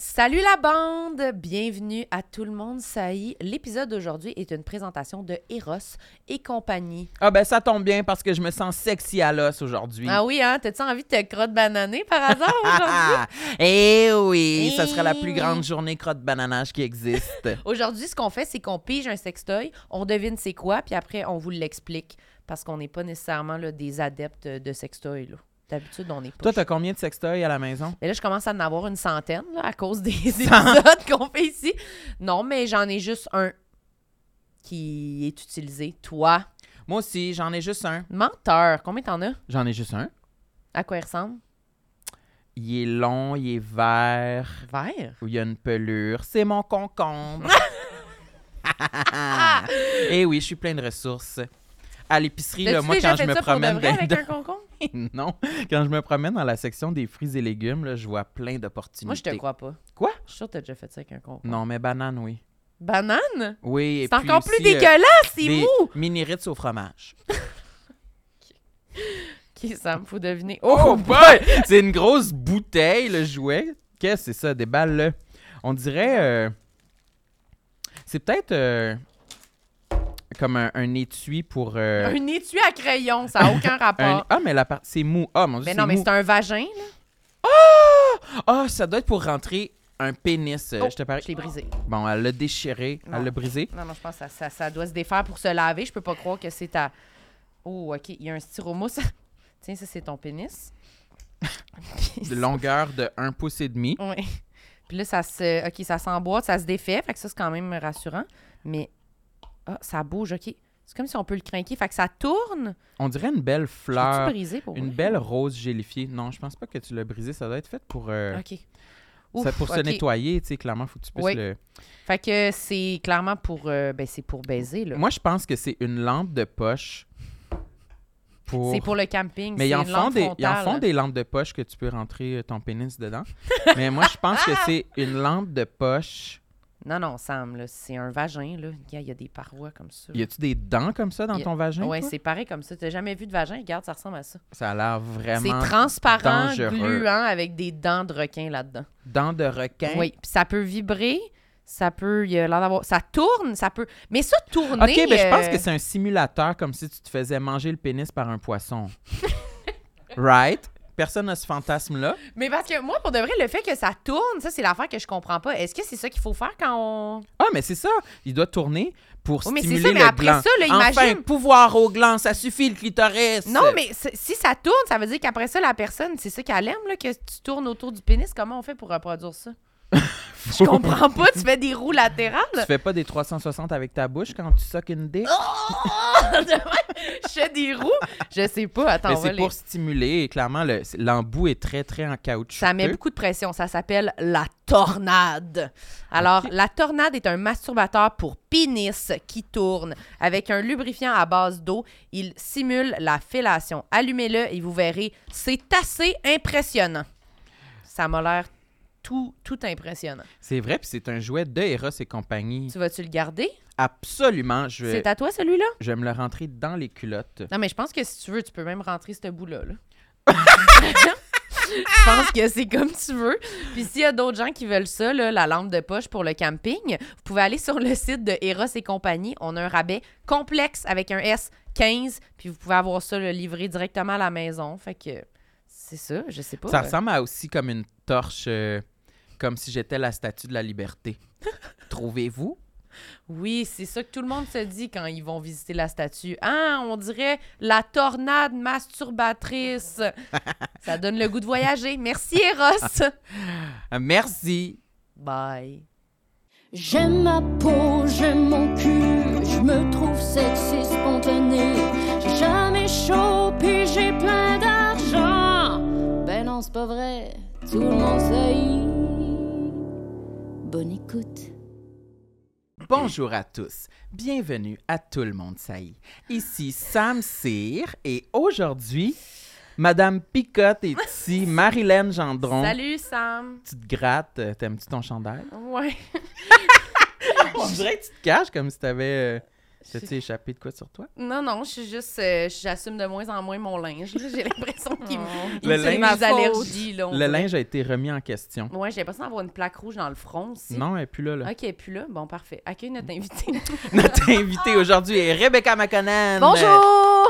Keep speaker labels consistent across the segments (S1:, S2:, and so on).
S1: Salut la bande! Bienvenue à Tout le monde saillit. L'épisode d'aujourd'hui est une présentation de Eros et compagnie.
S2: Ah ben ça tombe bien parce que je me sens sexy à l'os aujourd'hui. Ah,
S1: Ah oui, hein? T'as-tu envie de te crotte bananer par hasard aujourd'hui?
S2: eh oui,
S1: Eh
S2: ça serait la plus
S1: oui.
S2: grande journée crotte bananage qui existe.
S1: aujourd'hui, ce qu'on fait, c'est qu'on pige un sextoy, on devine c'est quoi, puis après, on vous l'explique. Parce qu'on n'est pas nécessairement là, des adeptes de sextoy. là. D'habitude, on n'est pas.
S2: Toi, t'as combien de sextoys à la maison?
S1: Mais là, je commence à en avoir une centaine là, à cause des épisodes qu'on fait ici. Non, mais j'en ai juste un qui est utilisé. Toi,
S2: Moi aussi, j'en ai juste un.
S1: menteur, combien t'en as?
S2: J'en ai juste un.
S1: À quoi il ressemble?
S2: Il est long, il est vert,
S1: Vert.
S2: où il y a une pelure. C'est mon concombre. eh oui, je suis plein de ressources. À l'épicerie, là,
S1: T'as-tu
S2: moi,
S1: déjà
S2: quand je
S1: fait
S2: me
S1: ça pour de
S2: promène
S1: vrai
S2: dans-
S1: avec un concombre?
S2: non, quand je me promène dans la section des fruits et légumes, là, je vois plein d'opportunités.
S1: Moi, je te crois pas.
S2: Quoi?
S1: Je suis sûre que t'as déjà fait ça avec un concombre.
S2: Non, mais banane, oui.
S1: Banane?
S2: Oui, et
S1: C'est
S2: puis
S1: encore plus
S2: aussi, euh,
S1: dégueulasse, c'est
S2: des
S1: mou!
S2: Mini Ritz au fromage.
S1: Qui ça me faut deviner?
S2: Oh
S1: Oh!
S2: boy! c'est une grosse bouteille, le jouet. Qu'est-ce que c'est ça, des balles, là? On dirait... euh, c'est peut-être euh, comme un, un étui pour... euh,
S1: Un étui à crayon, ça n'a aucun
S2: un-
S1: rapport.
S2: Ah, mais la part... c'est mou. Ah, mon Dieu,
S1: Mais
S2: c'est
S1: non, mais
S2: mou.
S1: c'est un vagin, là.
S2: Ah, ça doit être pour rentrer un pénis, euh,
S1: Oh,
S2: je te parie.
S1: Je l'ai brisé.
S2: Bon, elle l'a déchiré,
S1: Non.
S2: elle l'a brisé.
S1: Non, non, je pense que ça, ça- ça doit se défaire pour se laver. Je peux pas croire que c'est à. Oh, OK, il y a un styromousse. Tiens, ça, c'est ton pénis.
S2: De longueur de 1 pouce et demi.
S1: Oui. Puis là, ça se. OK, ça s'emboîte, ça se défait. Fait que ça, c'est quand même rassurant. Mais. Ah, ça bouge, OK. C'est comme si on peut le craquer. Fait que ça tourne.
S2: On dirait une belle
S1: Peux-tu
S2: fleur.
S1: briser pour
S2: Une
S1: vrai?
S2: belle rose gélifiée. Non, je pense pas que tu l'as brisée. Ça doit être fait pour... euh,
S1: OK.
S2: Ça-
S1: Ouf,
S2: pour se
S1: OK.
S2: nettoyer, tu sais, clairement, faut que tu puisses
S1: Oui.
S2: le.
S1: Fait que c'est clairement pour. euh, ben, c'est pour baiser, là.
S2: Moi, je pense que c'est une lampe de poche. Pour...
S1: C'est pour le camping.
S2: Mais ils
S1: c'est
S2: en,
S1: une
S2: font
S1: lampe
S2: des, ils en
S1: frontale. hein.
S2: font des lampes de poche que tu peux rentrer euh, ton pénis dedans. Mais moi, je pense
S1: Ah!
S2: que c'est une lampe de poche.
S1: Non, non, Sam, là, c'est un vagin, là. Il y a- il y, a des parois comme ça.
S2: Y a-tu des dents comme ça dans
S1: Y a-
S2: ton vagin?
S1: Ouais,
S2: toi?
S1: c'est pareil comme ça. T'as jamais vu de vagin? Regarde, ça ressemble à ça.
S2: Ça a l'air vraiment.
S1: C'est transparent,
S2: dangereux.
S1: gluant, avec des dents de requin là-dedans.
S2: Dents de requin.
S1: Oui, puis ça peut vibrer, ça peut... il y a l'air d'avoir- Ça tourne, ça peut... Mais ça, tourner...
S2: Ok, mais je pense
S1: euh,
S2: que c'est un simulateur comme si tu te faisais manger le pénis par un poisson. right? Personne n'a ce fantasme-là.
S1: Mais parce que moi, pour de vrai, le fait que ça tourne, ça, c'est l'affaire que je comprends pas. Est-ce que c'est ça qu'il faut faire quand on...
S2: Ah, mais c'est ça. Il doit tourner pour
S1: Oui, mais c'est
S2: stimuler
S1: ça, mais
S2: le
S1: après
S2: gland.
S1: ça, là,
S2: Enfin,
S1: imagine-
S2: pouvoir au gland, ça suffit, le clitoris.
S1: Non, mais c'est- si ça tourne, ça veut dire qu'après ça, la personne, c'est ça qu'elle aime, là, que tu tournes autour du pénis. Comment on fait pour reproduire ça? je comprends pas. Tu fais des roues
S2: Tu
S1: latérales.
S2: fais pas des 360 avec ta bouche quand tu soques une dé?
S1: Ah! je fais des roues. Je sais pas. Attends,
S2: mais
S1: on va
S2: c'est
S1: les-
S2: pour stimuler. et Clairement, le- l'embout est très, très en caoutchouc.
S1: Ça met beaucoup de pression. Ça s'appelle la tornade. Alors, la tornade est un masturbateur pour pénis qui tourne. Avec un lubrifiant à base d'eau, il simule la fellation. Allumez-le et vous verrez, c'est assez impressionnant. Ça m'a l'air tout, tout impressionnant.
S2: C'est vrai, puis c'est un jouet de Eros et compagnie.
S1: Tu vas-tu le garder?
S2: Absolument, je vais,
S1: C'est à toi celui-là?
S2: je vais me le rentrer dans les culottes.
S1: Non, mais je pense que si tu veux, tu peux même rentrer ce bout-là. là. je pense que c'est comme tu veux. Puis s'il y a d'autres gens qui veulent ça, là, la lampe de poche pour le camping, vous pouvez aller sur le site de Eros et compagnie. On a un rabais complexe avec un S 15, puis vous pouvez avoir ça là, livré directement à la maison. Fait que c'est ça, je sais pas.
S2: Ça ressemble à aussi comme une torche, euh, comme si j'étais la statue de la liberté. Trouvez-vous?
S1: Oui, c'est ça que tout le monde se dit quand ils vont visiter la statue. Ah, on dirait la tornade masturbatrice. ça donne le goût de voyager. Merci Eros.
S2: Euh, Merci!
S1: Bye.
S3: J'aime ma peau, j'aime mon cul, je me trouve sexy spontané. J'ai jamais chaud, puis j'ai plein d'argent. Ben non, c'est pas vrai, tout le monde sait. Bonne écoute.
S2: Bonjour à tous, bienvenue à Tout le monde saillit. Ici Sam Cyr et aujourd'hui, Madame Picotte est ici, Marilyn Gendron.
S1: Salut Sam.
S2: Tu te grattes, euh, t'aimes-tu ton chandail?
S1: Ouais.
S2: On dirait que tu te caches comme si t'avais euh, T'as-tu échappé de quoi sur toi?
S1: Non, non, je suis juste. euh, J'assume de moins en moins mon linge. là. J'ai l'impression qu'il me.
S2: Le
S1: il me fait
S2: linge-
S1: mes allergies, là. on
S2: Le
S1: dirait.
S2: linge a été remis en question.
S1: Ouais, j'ai l'impression d'avoir une plaque rouge dans le front aussi.
S2: Non, elle est plus là. là.
S1: Ok, puis là, bon, parfait. Accueille notre invité.
S2: Notre invitée aujourd'hui est Rebecca McConnell.
S4: Bonjour!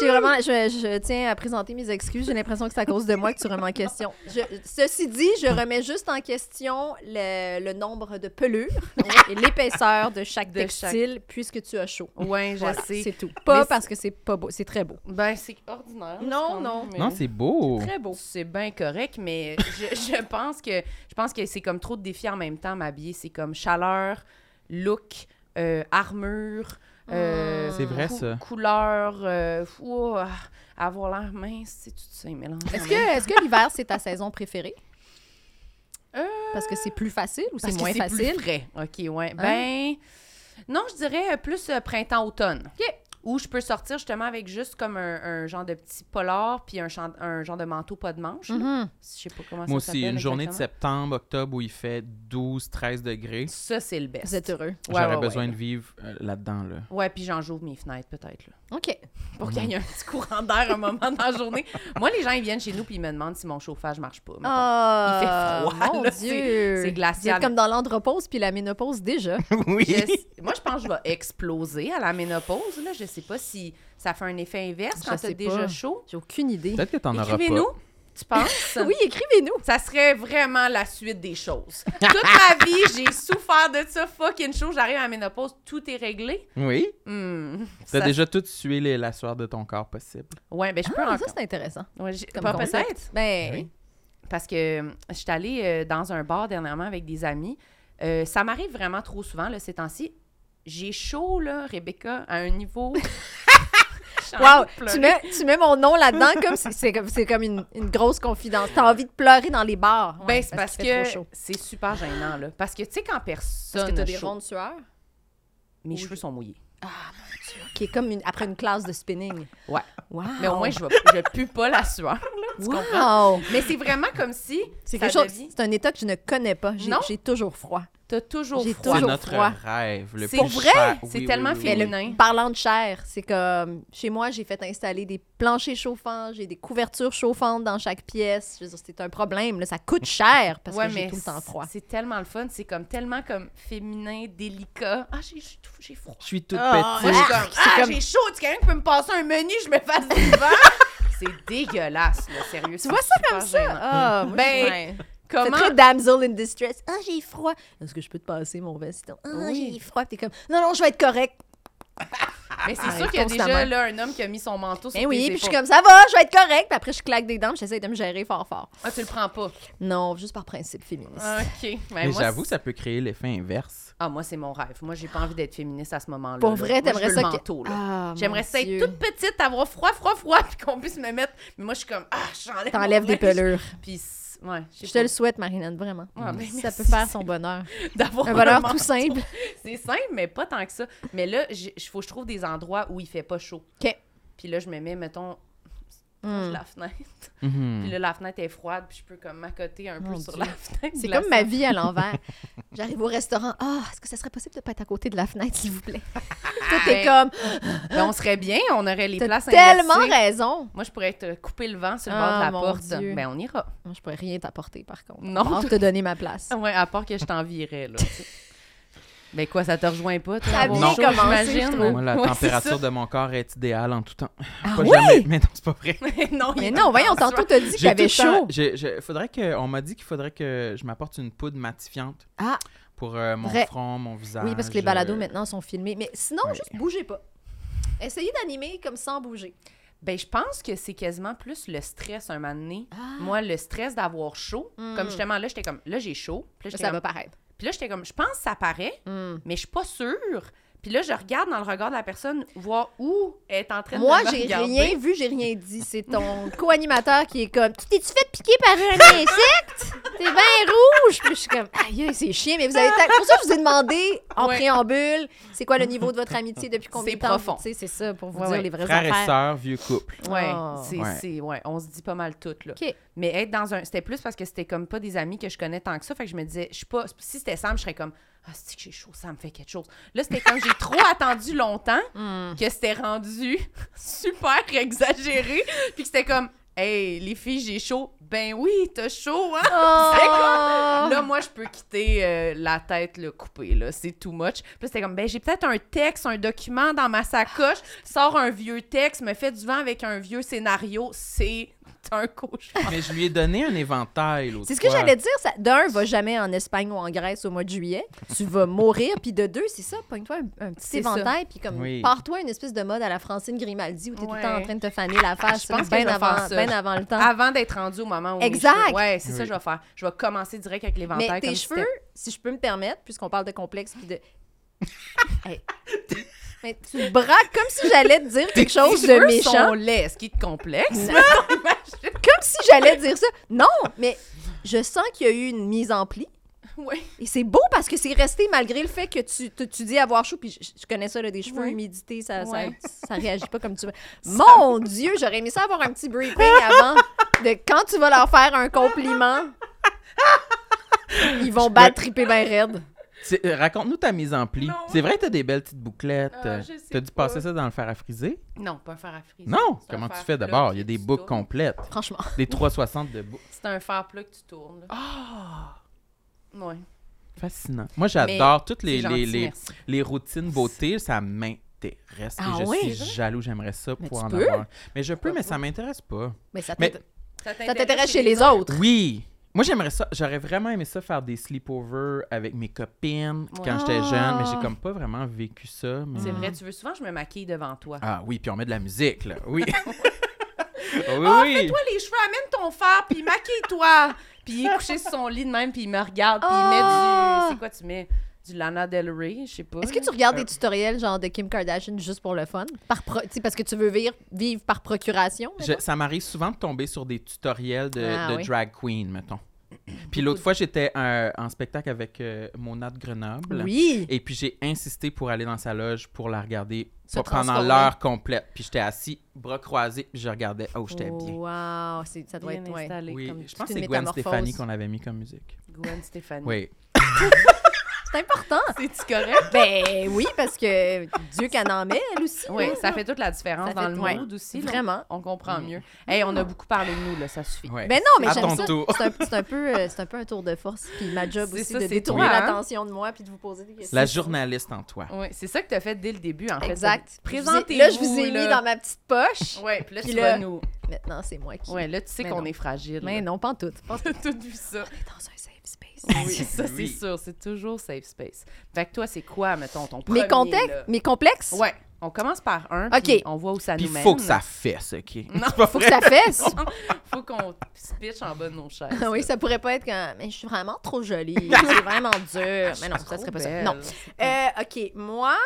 S4: J'ai vraiment, je, je tiens à présenter mes excuses. J'ai l'impression que c'est à cause de moi que tu remets en question. Je- ceci dit, je remets juste en question le, le nombre de pelures et l'épaisseur de chaque
S1: De
S4: textile puisque tu as chaud.
S1: ouais, je
S4: Voilà,
S1: sais.
S4: C'est tout. Pas
S1: Mais
S4: parce que c'est pas beau, c'est très beau.
S1: Ben, c'est ordinaire.
S4: Non,
S1: c'est quand
S4: non.
S1: même,
S2: Non,
S1: euh,
S2: c'est beau.
S4: Très beau.
S1: C'est bien correct, mais je, je pense que je pense que c'est comme trop de défis en même temps, m'habiller. C'est comme chaleur, look, euh, armure. euh,
S4: Mm.
S2: C'est vrai, ça.
S1: Couleur, euh, fou, ah, avoir l'air mince, c'est tout ça, mélange.
S4: Est-ce que, est-ce que l'hiver, c'est ta saison préférée?
S1: Euh,
S4: Parce que c'est plus facile ou c'est
S1: Parce que
S4: moins facile? Hein?
S1: Plus frais. OK, ouais. Ben non, je dirais euh, plus euh, printemps-automne.
S4: OK.
S1: Où je peux sortir justement avec juste comme un, un genre de petit polar puis un, chan- un genre de manteau pas de manche. là.
S4: Mhm.
S1: Je sais pas comment
S2: Moi
S1: ça
S2: aussi,
S1: s'appelle
S2: une journée de
S1: exactement.
S2: septembre, octobre où il fait 12, 13 degrés.
S1: Ça, c'est le best.
S4: Vous êtes heureux.
S1: Ouais,
S2: J'aurais
S1: ouais,
S2: besoin
S1: ouais.
S2: de vivre euh, là-dedans. Là.
S1: Ouais, puis j'en j'ouvre mes fenêtres peut-être là,
S4: OK.
S1: pour qu'il y ait un petit courant d'air un moment dans la journée. Moi, les gens ils viennent chez nous puis ils me demandent si mon chauffage marche pas. mettons.
S4: Ah,
S1: Il fait froid,
S4: Mon
S1: là, c'est-
S4: Dieu.
S1: c'est glacial.
S4: Vous êtes comme dans l'andropause puis la ménopause déjà.
S2: oui.
S1: Je- moi, je pense que je vais exploser à la ménopause. Là. Je sais pas si ça fait un effet inverse
S4: Je
S1: quand
S4: sais
S1: t'as déjà
S4: pas.
S1: chaud.
S4: J'ai aucune idée.
S2: Peut-être que t'en auras pas.
S1: Écrivez-nous, tu penses?
S4: Oui, écrivez-nous.
S1: Ça serait vraiment la suite des choses. Toute ma vie, j'ai souffert de ça fucking chaud. J'arrive à la ménopause, tout est réglé.
S2: Oui.
S1: Hmm,
S2: T'as
S1: ça-
S2: déjà tout sué les, la sueur de ton corps possible.
S1: Ouais, ben je peux
S4: Ah, ça,
S1: encore.
S4: c'est intéressant.
S1: Ouais, j'ai-
S4: comme
S1: pas
S4: concept.
S1: peut-être.
S4: Ben,
S2: Oui.
S1: Parce que euh, je suis allée euh, dans un bar dernièrement avec des amis. Euh, ça m'arrive vraiment trop souvent, là, ces temps-ci. J'ai chaud, là, Rebecca, à un niveau... J'ai envie
S4: wow,
S1: de
S4: tu
S1: pleurer.
S4: mets, tu mets mon nom là-dedans comme si- c'est comme, c'est comme une, une grosse confidence. T'as envie de pleurer dans les bars. Ouais,
S1: Ben, c'est parce,
S4: qu'il fait
S1: que
S4: trop chaud.
S1: c'est super gênant, là. Parce que, tu sais, quand personne
S4: Parce que t'as
S1: a
S4: des
S1: chaud,
S4: rondes sueurs.
S1: mes cheveux sont mouillés.
S4: Qui est comme une- après une classe de spinning.
S1: Ouais.
S4: Wow.
S1: Mais au moins, je, vais, je pue pas la sueur.
S4: Wow.
S1: Mais c'est vraiment comme si.
S4: C'est
S1: ça
S4: quelque chose.
S1: devient-
S4: C'est un état que je ne connais pas. J'ai
S1: Non.
S4: j'ai toujours froid.
S1: T'as toujours
S4: J'ai
S1: froid.
S2: C'est
S4: Toujours
S2: notre
S4: froid.
S2: rêve. Le
S1: C'est
S2: plus
S1: vrai?
S2: cher.
S1: C'est
S2: Oui,
S1: tellement
S2: oui, oui,
S4: Mais
S2: oui.
S4: le-
S1: Féminin.
S4: parlant de chair, c'est comme chez moi, j'ai fait installer des planchers chauffants, j'ai des couvertures chauffantes dans chaque pièce. Je veux dire, c'est un problème. là. Ça coûte cher parce
S1: Ouais,
S4: que j'ai
S1: mais
S4: tout le temps froid.
S1: C'est tellement le fun. C'est comme tellement comme féminin, délicat. Ah, j'ai j'ai tout- j'ai froid.
S2: Je suis toute
S4: Ah,
S1: Moi, je suis
S2: petite.
S1: comme, ah, j'ai chaud. Tu quelqu'un qui peut me passer un menu, je me fasse du vent. c'est dégueulasse, là, sérieux. Tu
S4: vois
S1: ça comme
S4: Ah, moi,
S1: Ben,
S4: ouais. C'est
S1: Comment?
S4: très damsel in distress. Ah, j'ai froid. Est-ce que je peux te passer mon veston? Ah,
S1: Oui.
S4: j'ai froid. Puis T'es comme, non, non, je vais être correct.
S1: Mais c'est
S4: Ah,
S1: sûr qu'il y a déjà
S4: constamment.
S1: là, un homme qui a mis son manteau sur
S4: Ben oui,
S1: tes
S4: puis je suis
S1: épaules.
S4: comme, ça va, je vais être correct. Puis après, je claque des dents, puis j'essaie de me gérer fort, fort.
S1: Ah, tu le prends pas.
S4: Non, juste par principe féministe.
S1: OK. Ben,
S2: Mais
S1: moi,
S2: j'avoue,
S1: c'est-
S2: ça peut créer l'effet inverse.
S1: Ah, moi, c'est mon rêve. Moi, j'ai pas envie d'être féministe à ce moment-là.
S4: Pour
S1: là. Moi,
S4: vrai,
S1: je
S4: t'aimerais
S1: veux
S4: ça
S1: le
S4: que-
S1: manteau, là.
S4: Ah, mon
S1: J'aimerais ça
S4: Dieu.
S1: être toute petite, avoir froid, froid, froid, puis qu'on puisse me mettre. Mais moi, je suis comme, ah, j'enlève.
S4: T'enlèves
S1: mon
S4: des
S1: linge.
S4: pelures.
S1: Puis, c- ouais, je
S4: Je
S1: sais
S4: te
S1: pas.
S4: le souhaite, Marilyn, vraiment.
S1: Ah, ben,
S4: ça peut
S1: merci.
S4: faire son bonheur.
S1: D'avoir
S4: Un bonheur
S1: manteau.
S4: tout simple.
S1: C'est simple, mais pas tant que ça. Mais là, il faut que je trouve des endroits où il fait pas chaud.
S4: OK.
S1: Puis là, je me mets, mettons, proche de
S4: Hmm.
S1: la fenêtre.
S2: Mhm.
S1: Puis là, la fenêtre est froide, puis je peux comme m'accoter un peu
S4: Mon
S1: sur
S4: Dieu.
S1: la fenêtre.
S4: C'est
S1: glacée.
S4: comme ma vie à l'envers. J'arrive au restaurant. Ah, est-ce que ça serait possible de pas être à côté de la fenêtre, s'il vous plaît? Toi, t'es comme,
S1: Mais on serait bien, on aurait Ben, les
S4: t'as
S1: places
S4: tellement
S1: inversées.
S4: raison.
S1: Moi, je pourrais être coupé le vent sur le
S4: Ah,
S1: bord de la
S4: mon
S1: porte.
S4: Dieu.
S1: Ben, on ira.
S4: Moi, je pourrais rien t'apporter, par contre.
S1: Non.
S4: Or, te donner ma place.
S1: Ah Ouais, à part que je t'envierais, là. tu sais. ben quoi, ça te rejoint pas, toi?
S4: Ça
S1: avoir
S2: vient
S1: chaud,
S4: commencer,
S1: j'imagine?
S4: je trouve.
S2: Moi, la
S1: Ouais, c'est
S2: température de mon corps est idéale en tout temps.
S4: Ah
S2: pas
S4: oui?
S2: jamais. Mais non, c'est pas vrai.
S1: ça. non, il
S4: Mais
S1: est
S4: non, voyons,
S1: encore
S4: tantôt, t'as dit que t'avais
S2: tout le temps-
S4: chaud.
S2: j'ai- j'ai- faudrait que, on m'a dit qu'il faudrait que je m'apporte une poudre matifiante
S4: Ah.
S2: pour euh, mon
S4: Vrai.
S2: front, mon visage.
S4: Oui, parce que les balados
S2: euh,
S4: maintenant sont filmés. Mais sinon,
S2: Oui.
S4: juste bougez pas. Essayez d'animer comme sans bouger.
S1: Ben, je pense que c'est quasiment plus le stress un moment donné.
S4: Ah.
S1: Moi, le stress d'avoir chaud,
S4: Mm.
S1: comme justement là, j'étais comme, là, j'ai chaud. Puis là, j'étais
S4: Ça va
S1: comme,
S4: paraître.
S1: puis là, j'étais comme, je pense que ça paraît,
S4: Hmm.
S1: mais je suis pas sûre. Puis là, je regarde dans le regard de la personne, voir où elle est en train
S4: Moi,
S1: de me
S4: j'ai
S1: regarder.
S4: rien vu, j'ai rien dit. C'est ton co-animateur qui est comme Tu t'es-tu fait piquer par un insecte T'es bien rouge Puis je suis comme Aïe, aïe, c'est chiant, mais vous avez. ta- Pour ça, je vous ai demandé en
S1: Ouais.
S4: préambule c'est quoi le niveau de votre amitié depuis combien
S1: C'est
S4: de temps
S1: profond.
S4: Tu sais, c'est ça, pour vous
S1: Ouais,
S4: dire
S1: ouais.
S4: les vraies
S2: Frères et
S4: affaires.
S2: sœurs, vieux couple.
S1: Ouais,
S4: Oh.
S1: c'est,
S2: Ouais.
S1: c'est- ouais, on se dit pas mal tout, là.
S4: OK.
S1: Mais être dans un. C'était plus parce que c'était comme pas des amis que je connais tant que ça. Fait que je me disais, je suis pas. Si c'était Sam, je serais comme. Ah, c'est que j'ai chaud, ça me fait quelque chose. Là, c'était comme j'ai trop attendu longtemps que c'était rendu super exagéré. Puis que c'était comme. Hey, les filles, j'ai chaud. Ben oui, t'as chaud, hein?
S4: Oh!
S1: C'est Là, moi, je peux quitter euh, la tête le coupée, là. C'est too much. Puis là, c'était comme, ben, j'ai peut-être un texte, un document dans ma sacoche. Sors un vieux texte, me fait du vent avec un vieux scénario. C'est un cauchemar.
S2: Mais je lui ai donné un éventail l'autre
S4: C'est ce que
S2: fois.
S4: j'allais dire. Ça... D'un, va jamais en Espagne ou en Grèce au mois de juillet. Tu vas mourir. Puis de deux, c'est ça, pogne-toi un, un petit
S1: C'est ça.
S4: éventail. Puis comme,
S2: Oui.
S4: pars-toi une espèce de mode à la Francine Grimaldi où t'es tout le temps
S1: Ouais.
S4: en train de te faner la face.
S1: Je pense que
S4: bien
S1: je vais
S4: avant,
S1: faire ça. Ah,
S4: bien avant le temps.
S1: Avant d'être rendu au moment où. mes
S4: Ah. Exact.
S1: cheveux- Ouais, c'est ça
S2: Oui.
S1: que je vais faire. Je vais commencer direct avec l'éventail.
S4: Mais tes
S1: comme si
S4: cheveux,
S1: c'était-
S4: si je peux me permettre, puisqu'on parle de complexe puis de. Hey. Mais tu me braques comme si j'allais te dire quelque chose
S1: Tes
S4: de
S1: cheveux
S4: méchant.
S1: sont laids, ce qui est complexe.
S4: Comme si j'allais dire ça. Non, mais je sens qu'il y a eu une mise en pli.
S1: oui.
S4: Et c'est beau parce que c'est resté malgré le fait que tu, tu, tu dis avoir chaud. Puis je, je connais ça, là, des cheveux,
S1: Ouais.
S4: humidité, ça, ça-
S1: Ouais.
S4: ça, réagit pas comme tu veux. Mon Dieu, j'aurais aimé ça avoir un petit briefing avant de quand tu vas leur faire un compliment. Ils vont battre triper bien raide.
S2: C'est- euh, Raconte-nous ta mise en pli.
S1: Non.
S2: C'est vrai que t'as des belles petites bouclettes. Euh,
S1: Ah, je sais
S2: t'as dû
S1: pas.
S2: passer ça dans le fer à friser?
S1: Non, pas un fer à friser.
S2: Non!
S1: C'est un
S2: Comment tu
S1: fer
S2: fais
S1: plat
S2: d'abord?
S1: que
S2: Il y a des
S1: tu
S2: boucles
S1: tournes.
S2: complètes.
S4: Franchement.
S2: Des 360 de boucles.
S1: C'est un fer plat que tu tournes. Ah! Ouais.
S2: Fascinant. Moi, j'adore toutes les,
S1: c'est
S2: les,
S1: gentil,
S2: les-
S1: merci.
S2: les routines beauté. Ça m'intéresse.
S4: Ah
S2: et je
S4: oui? C'est
S2: suis jaloux. J'aimerais ça
S4: Mais
S2: pouvoir
S4: tu
S2: en
S4: peux?
S2: avoir. Mais je peux, mais ça m'intéresse pas.
S4: Mais ça
S2: Mais-
S4: t'int-
S1: Ça
S4: ça t'intéresse
S1: ben,
S4: chez les autres.
S2: Oui. Moi, j'aimerais ça. J'aurais vraiment aimé ça faire des sleepovers avec mes copines quand j'étais jeune, mais j'ai comme pas vraiment vécu ça. mais-
S1: Ah! C'est vrai, tu veux souvent, je me maquille devant toi.
S2: Ah oui, puis on met de la musique, là. Oui. oui,
S1: Ah,
S2: oui.
S1: fais-toi les cheveux, amène ton fer, puis maquille-toi. Puis il est couché sur son lit de même, puis il me regarde, puis il met
S4: Ah!
S1: du... C'est quoi tu mets? Du Lana Del Rey, je sais pas.
S4: Est-ce que tu regardes
S2: Euh.
S4: des tutoriels genre de Kim Kardashian juste pour le fun? Par pro- tu sais, parce que tu veux vivre, vivre par procuration?
S2: Je- ça m'arrive souvent de tomber sur des tutoriels de,
S4: Ah
S2: de
S4: oui.
S2: drag queen, mettons. Puis l'autre fois, j'étais euh, en spectacle avec euh, Mona de Grenoble.
S4: Oui!
S2: Et puis j'ai insisté pour aller dans sa loge pour la regarder
S4: Se
S2: pas- pendant
S4: transformer.
S2: l'heure complète. Puis j'étais assis, bras croisés, puis je regardais. Oh, j'étais bien.
S4: Wow! c'est- Ça doit
S1: Bien
S4: être... ouais.
S1: installé,
S2: Oui,
S1: comme
S2: je pense que
S4: une
S2: c'est Gwen
S4: métamorphose.
S2: Stefani qu'on avait mis comme musique.
S1: Gwen Stéphanie.
S2: Oui.
S4: C'est important!
S1: C'est-tu correct?
S4: Ben oui, parce que Dieu qu'en en met, elle aussi. hein.
S1: Oui, ça fait toute la différence
S4: Ça
S1: dans
S4: fait-
S1: le
S4: ouais.
S1: monde aussi. là.
S4: Vraiment.
S1: On comprend mieux. Hey, on a beaucoup parlé de nous, là, ça suffit.
S2: Mm. Ouais.
S4: Mais Ben non, mais
S2: À
S4: j'aime
S2: ton
S4: ça.
S2: tour.
S4: C'est un, c'est un peu, euh, c'est un peu un tour de force. Puis ma job
S1: C'est
S4: aussi
S1: ça,
S4: de
S1: c'est
S4: détourner
S1: toi, hein?
S4: l'attention de moi puis de vous poser des questions.
S2: La journaliste en toi.
S1: Oui, c'est ça que tu as fait dès le début, en fait.
S4: Exact.
S1: Présentez-vous.
S4: Là, je vous ai mis dans ma petite poche.
S1: Oui, puis là,
S4: Puis
S1: tu
S4: là-
S1: vas nous.
S4: Maintenant, c'est moi qui...
S1: Ouais, là, tu sais
S4: Mais
S1: qu'on
S4: non.
S1: est fragile.
S4: Mais
S1: là.
S4: non, pas en tout. Pas en tout.
S1: T'as tout vu ça.
S4: On est dans un safe space.
S1: Oui, ça, c'est
S2: Oui.
S1: sûr. C'est toujours safe space. Fait que toi, c'est quoi, mettons, ton premier.
S4: Mes, contextes,
S1: là?
S4: mes complexes?
S1: Ouais. On commence par un,
S4: Ok.
S1: puis on voit où ça
S2: Puis
S1: nous mène.
S2: faut que ça fesse, OK?
S1: Non,
S2: C'est pas
S4: Faut
S2: vrai.
S4: que ça fesse.
S1: faut qu'on se pitche en bas de nos chaises.
S4: Ah oui, ça pourrait pas être quand. Mais je suis vraiment trop jolie. C'est vraiment dur. Mais non, ça serait pas ça. Non. Euh, OK, moi,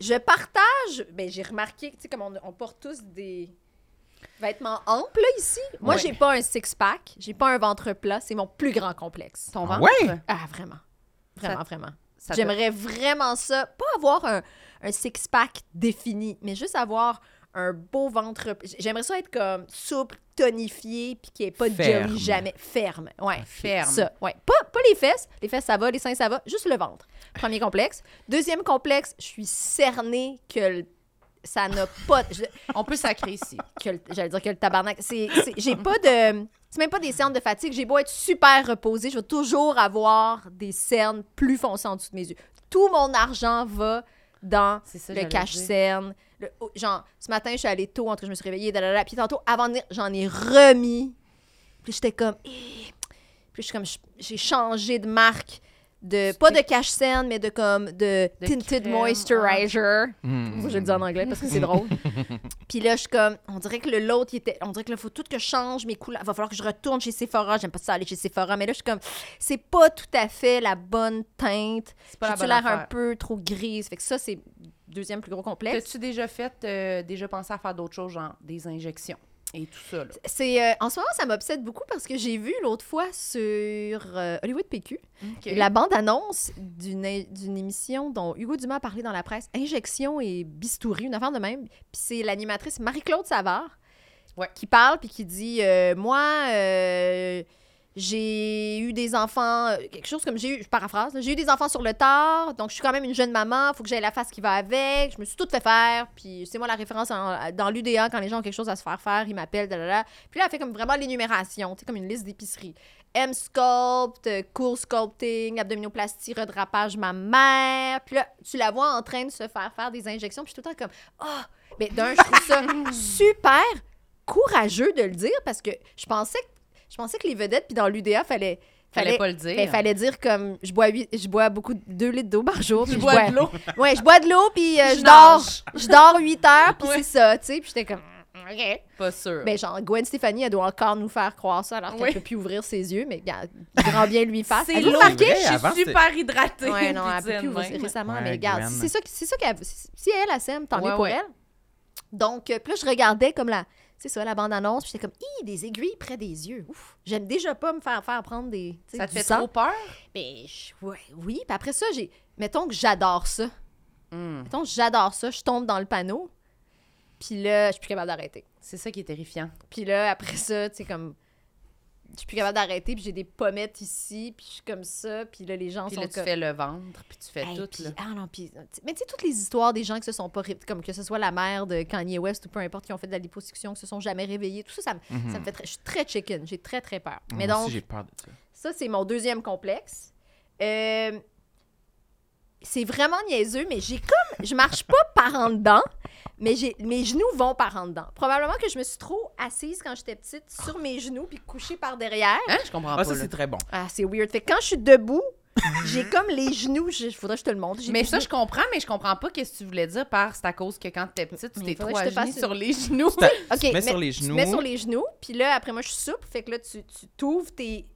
S4: je partage. Ben, j'ai remarqué, tu sais, comme on, on porte tous des vêtements amples là, ici. Moi,
S1: Ouais.
S4: j'ai pas un six-pack, j'ai pas un ventre plat. C'est mon plus grand complexe.
S1: Ton
S2: Ah
S1: ventre.
S2: ouais?
S4: Ah, vraiment. Vraiment, vraiment.
S1: ça te-
S4: Euh, J'aimerais vraiment ça. Pas avoir un, un six-pack défini, mais juste avoir un beau ventre. J'aimerais ça être comme souple, tonifié, puis qu'il n'y ait pas de
S2: Ferme.
S4: jelly jamais. Ferme. Ouais.
S1: Ferme.
S4: Ça, ouais. Pas, pas les fesses. Les fesses, ça va. Les seins, ça va. Juste le ventre. Premier complexe. Deuxième complexe, je suis cernée que le- ça n'a pas. je-
S1: On peut sacrer ici.
S4: que le- j'allais dire que le tabarnak. C'est, c'est- j'ai pas de. C'est même pas des cernes de fatigue. J'ai beau être super reposée, je vais toujours avoir des cernes plus foncées en dessous de mes yeux. Tout mon argent va dans
S1: C'est ça,
S4: le
S1: j'allais dire.
S4: cache-cerne. le- oh, genre, ce matin, je suis allée tôt, en tout cas, je me suis réveillée, dadada, puis tantôt, avant de venir, j'en ai remis. Puis j'étais comme. Eh. Puis je suis comme. je- J'ai changé de marque. De, pas de cache-cerne, mais de comme de,
S1: De
S4: tinted
S1: crème, Mm.
S4: moisturizer.
S2: Hmm.
S4: Moi, je le dis en anglais parce que c'est drôle. Puis là, je suis comme, on dirait que le l'autre, il était, on dirait que là, faut tout que je change mes couleurs. Va falloir que je retourne chez Sephora. J'aime pas ça aller chez Sephora, mais là, je suis comme, c'est pas tout à fait la bonne teinte.
S1: C'est pas la
S4: J'ai
S1: bonne
S4: l'air un
S1: affaire.
S4: peu trop grise. Fait que ça, c'est deuxième plus gros complexe.
S1: T'as-tu déjà fait, euh, déjà pensé à faire d'autres choses, genre des injections et tout ça, là?
S4: C'est euh, en ce moment, ça m'obsède beaucoup parce que j'ai vu l'autre fois sur euh, Hollywood PQ la bande-annonce d'une in- d'une émission dont Hugo Dumas a parlé dans la presse, Injection et Bistouri, une affaire de même. Puis c'est l'animatrice Marie-Claude Savard
S1: Ouais.
S4: qui parle puis qui dit euh, Moi, euh, j'ai eu des enfants, euh, quelque chose comme j'ai eu, je paraphrase, là, j'ai eu des enfants sur le tard, donc je suis quand même une jeune maman, faut que j'aie la face qui va avec, je me suis toute fait faire, puis c'est moi la référence en- dans l'UDA, quand les gens ont quelque chose à se faire faire, ils m'appellent, da, da, da. Puis là, elle fait comme vraiment l'énumération, tu sais, comme une liste d'épiceries. M-sculpt, euh, cool sculpting, abdominoplastie, redrapage, ma mère. Puis là, tu la vois en train de se faire faire des injections. Puis je suis tout le temps comme, ah, mais d'un, je trouve ça super courageux de le dire parce que je pensais que, je pensais que les vedettes, puis dans l'UDA, fallait.
S1: Fallait pas le
S4: ben,
S1: dire.
S4: fallait dire comme je bois huit- je bois beaucoup 2 litres d'eau par jour
S1: Je
S4: puis
S1: bois de l'eau.
S4: ouais je bois de l'eau puis euh,
S1: Je
S4: je, dors
S1: nage.
S4: je dors 8 heures puis
S1: Ouais.
S4: c'est ça tu sais puis j'étais comme ok
S1: Pas sûr.
S4: mais Ben, genre, Gwen Stefani, elle doit encore nous faire croire ça alors qu'elle
S1: Oui.
S4: peut plus ouvrir ses yeux, mais gars, grand bien lui fasse.
S1: C'est
S4: Avez-vous
S1: lourd.
S4: remarqué?
S2: vrai,
S1: Je
S2: avant,
S1: suis super hydratée.
S4: Ouais, non, elle peut
S1: putain,
S4: plus
S1: de
S4: ouvrir
S1: même.
S4: récemment,
S2: Ouais,
S4: mais regarde, si
S2: Gwen.
S4: c'est ça, si c'est ça qu'elle... Si elle, elle s'aime, tant
S1: Ouais,
S4: mieux pour
S1: ouais.
S4: elle. Donc, euh, puis là, je regardais comme la... C'est ça, la bande-annonce, puis j'étais comme, hi, des aiguilles près des yeux. Ouf, j'aime déjà pas me faire faire prendre des. tu sais,
S1: Ça te
S4: du
S1: fait
S4: sang.
S1: trop peur?
S4: Mais je- ouais, oui, puis après ça, j'ai. Mettons que j'adore ça.
S1: Hmm.
S4: Mettons que j'adore ça, je tombe dans le panneau, puis là, je suis plus capable d'arrêter.
S1: C'est ça qui est terrifiant.
S4: Puis là, après ça, tu sais, comme. Je suis plus capable d'arrêter, puis j'ai des pommettes ici, puis je suis comme ça, puis là, les gens
S1: Puis
S4: sont
S1: là, tu
S4: comme.
S1: fais le ventre, puis tu fais
S4: Hey,
S1: tout.
S4: puis-
S1: là.
S4: ah non, puis- mais tu sais, toutes les histoires des gens qui se sont pas. ré- Comme que ce soit la mère de Kanye West ou peu importe, qui ont fait de la liposuction, qui se sont jamais réveillés, tout ça, ça me, ça me fait. très- Je suis très chicken, j'ai très, très peur. Mais
S2: Hmm. Moi
S4: donc,
S2: mmh. aussi, j'ai peur de ça.
S4: ça, c'est mon deuxième complexe. Euh, c'est vraiment niaiseux, mais j'ai comme. Je marche pas par en dedans, mais j'ai, mes genoux vont par en dedans. Probablement que je me suis trop assise quand j'étais petite sur mes genoux puis couchée par derrière.
S1: Hein? Je comprends
S2: Ah,
S1: pas.
S2: ça,
S1: là.
S2: c'est très bon.
S4: Ah, c'est weird. Fait que quand je suis debout, j'ai comme les genoux. Je, faudrait que je te le montre. J'ai
S1: Mais
S4: les
S1: ça,
S4: genoux-
S1: je comprends, mais je comprends pas qu'est-ce que tu voulais dire par c'est à cause que quand t'es petite, tu
S4: Mais
S1: t'es
S4: faudrait
S1: trop
S4: que je te
S1: agenue
S4: fasse
S1: sur les genoux.
S2: C'est à- tu
S4: Ok,
S2: te mets
S4: mais-
S2: sur les
S4: tu te
S2: genoux.
S4: mets sur les genoux, puis là, après, moi, je suis souple. Fait que là, tu, tu t'ouvres tes.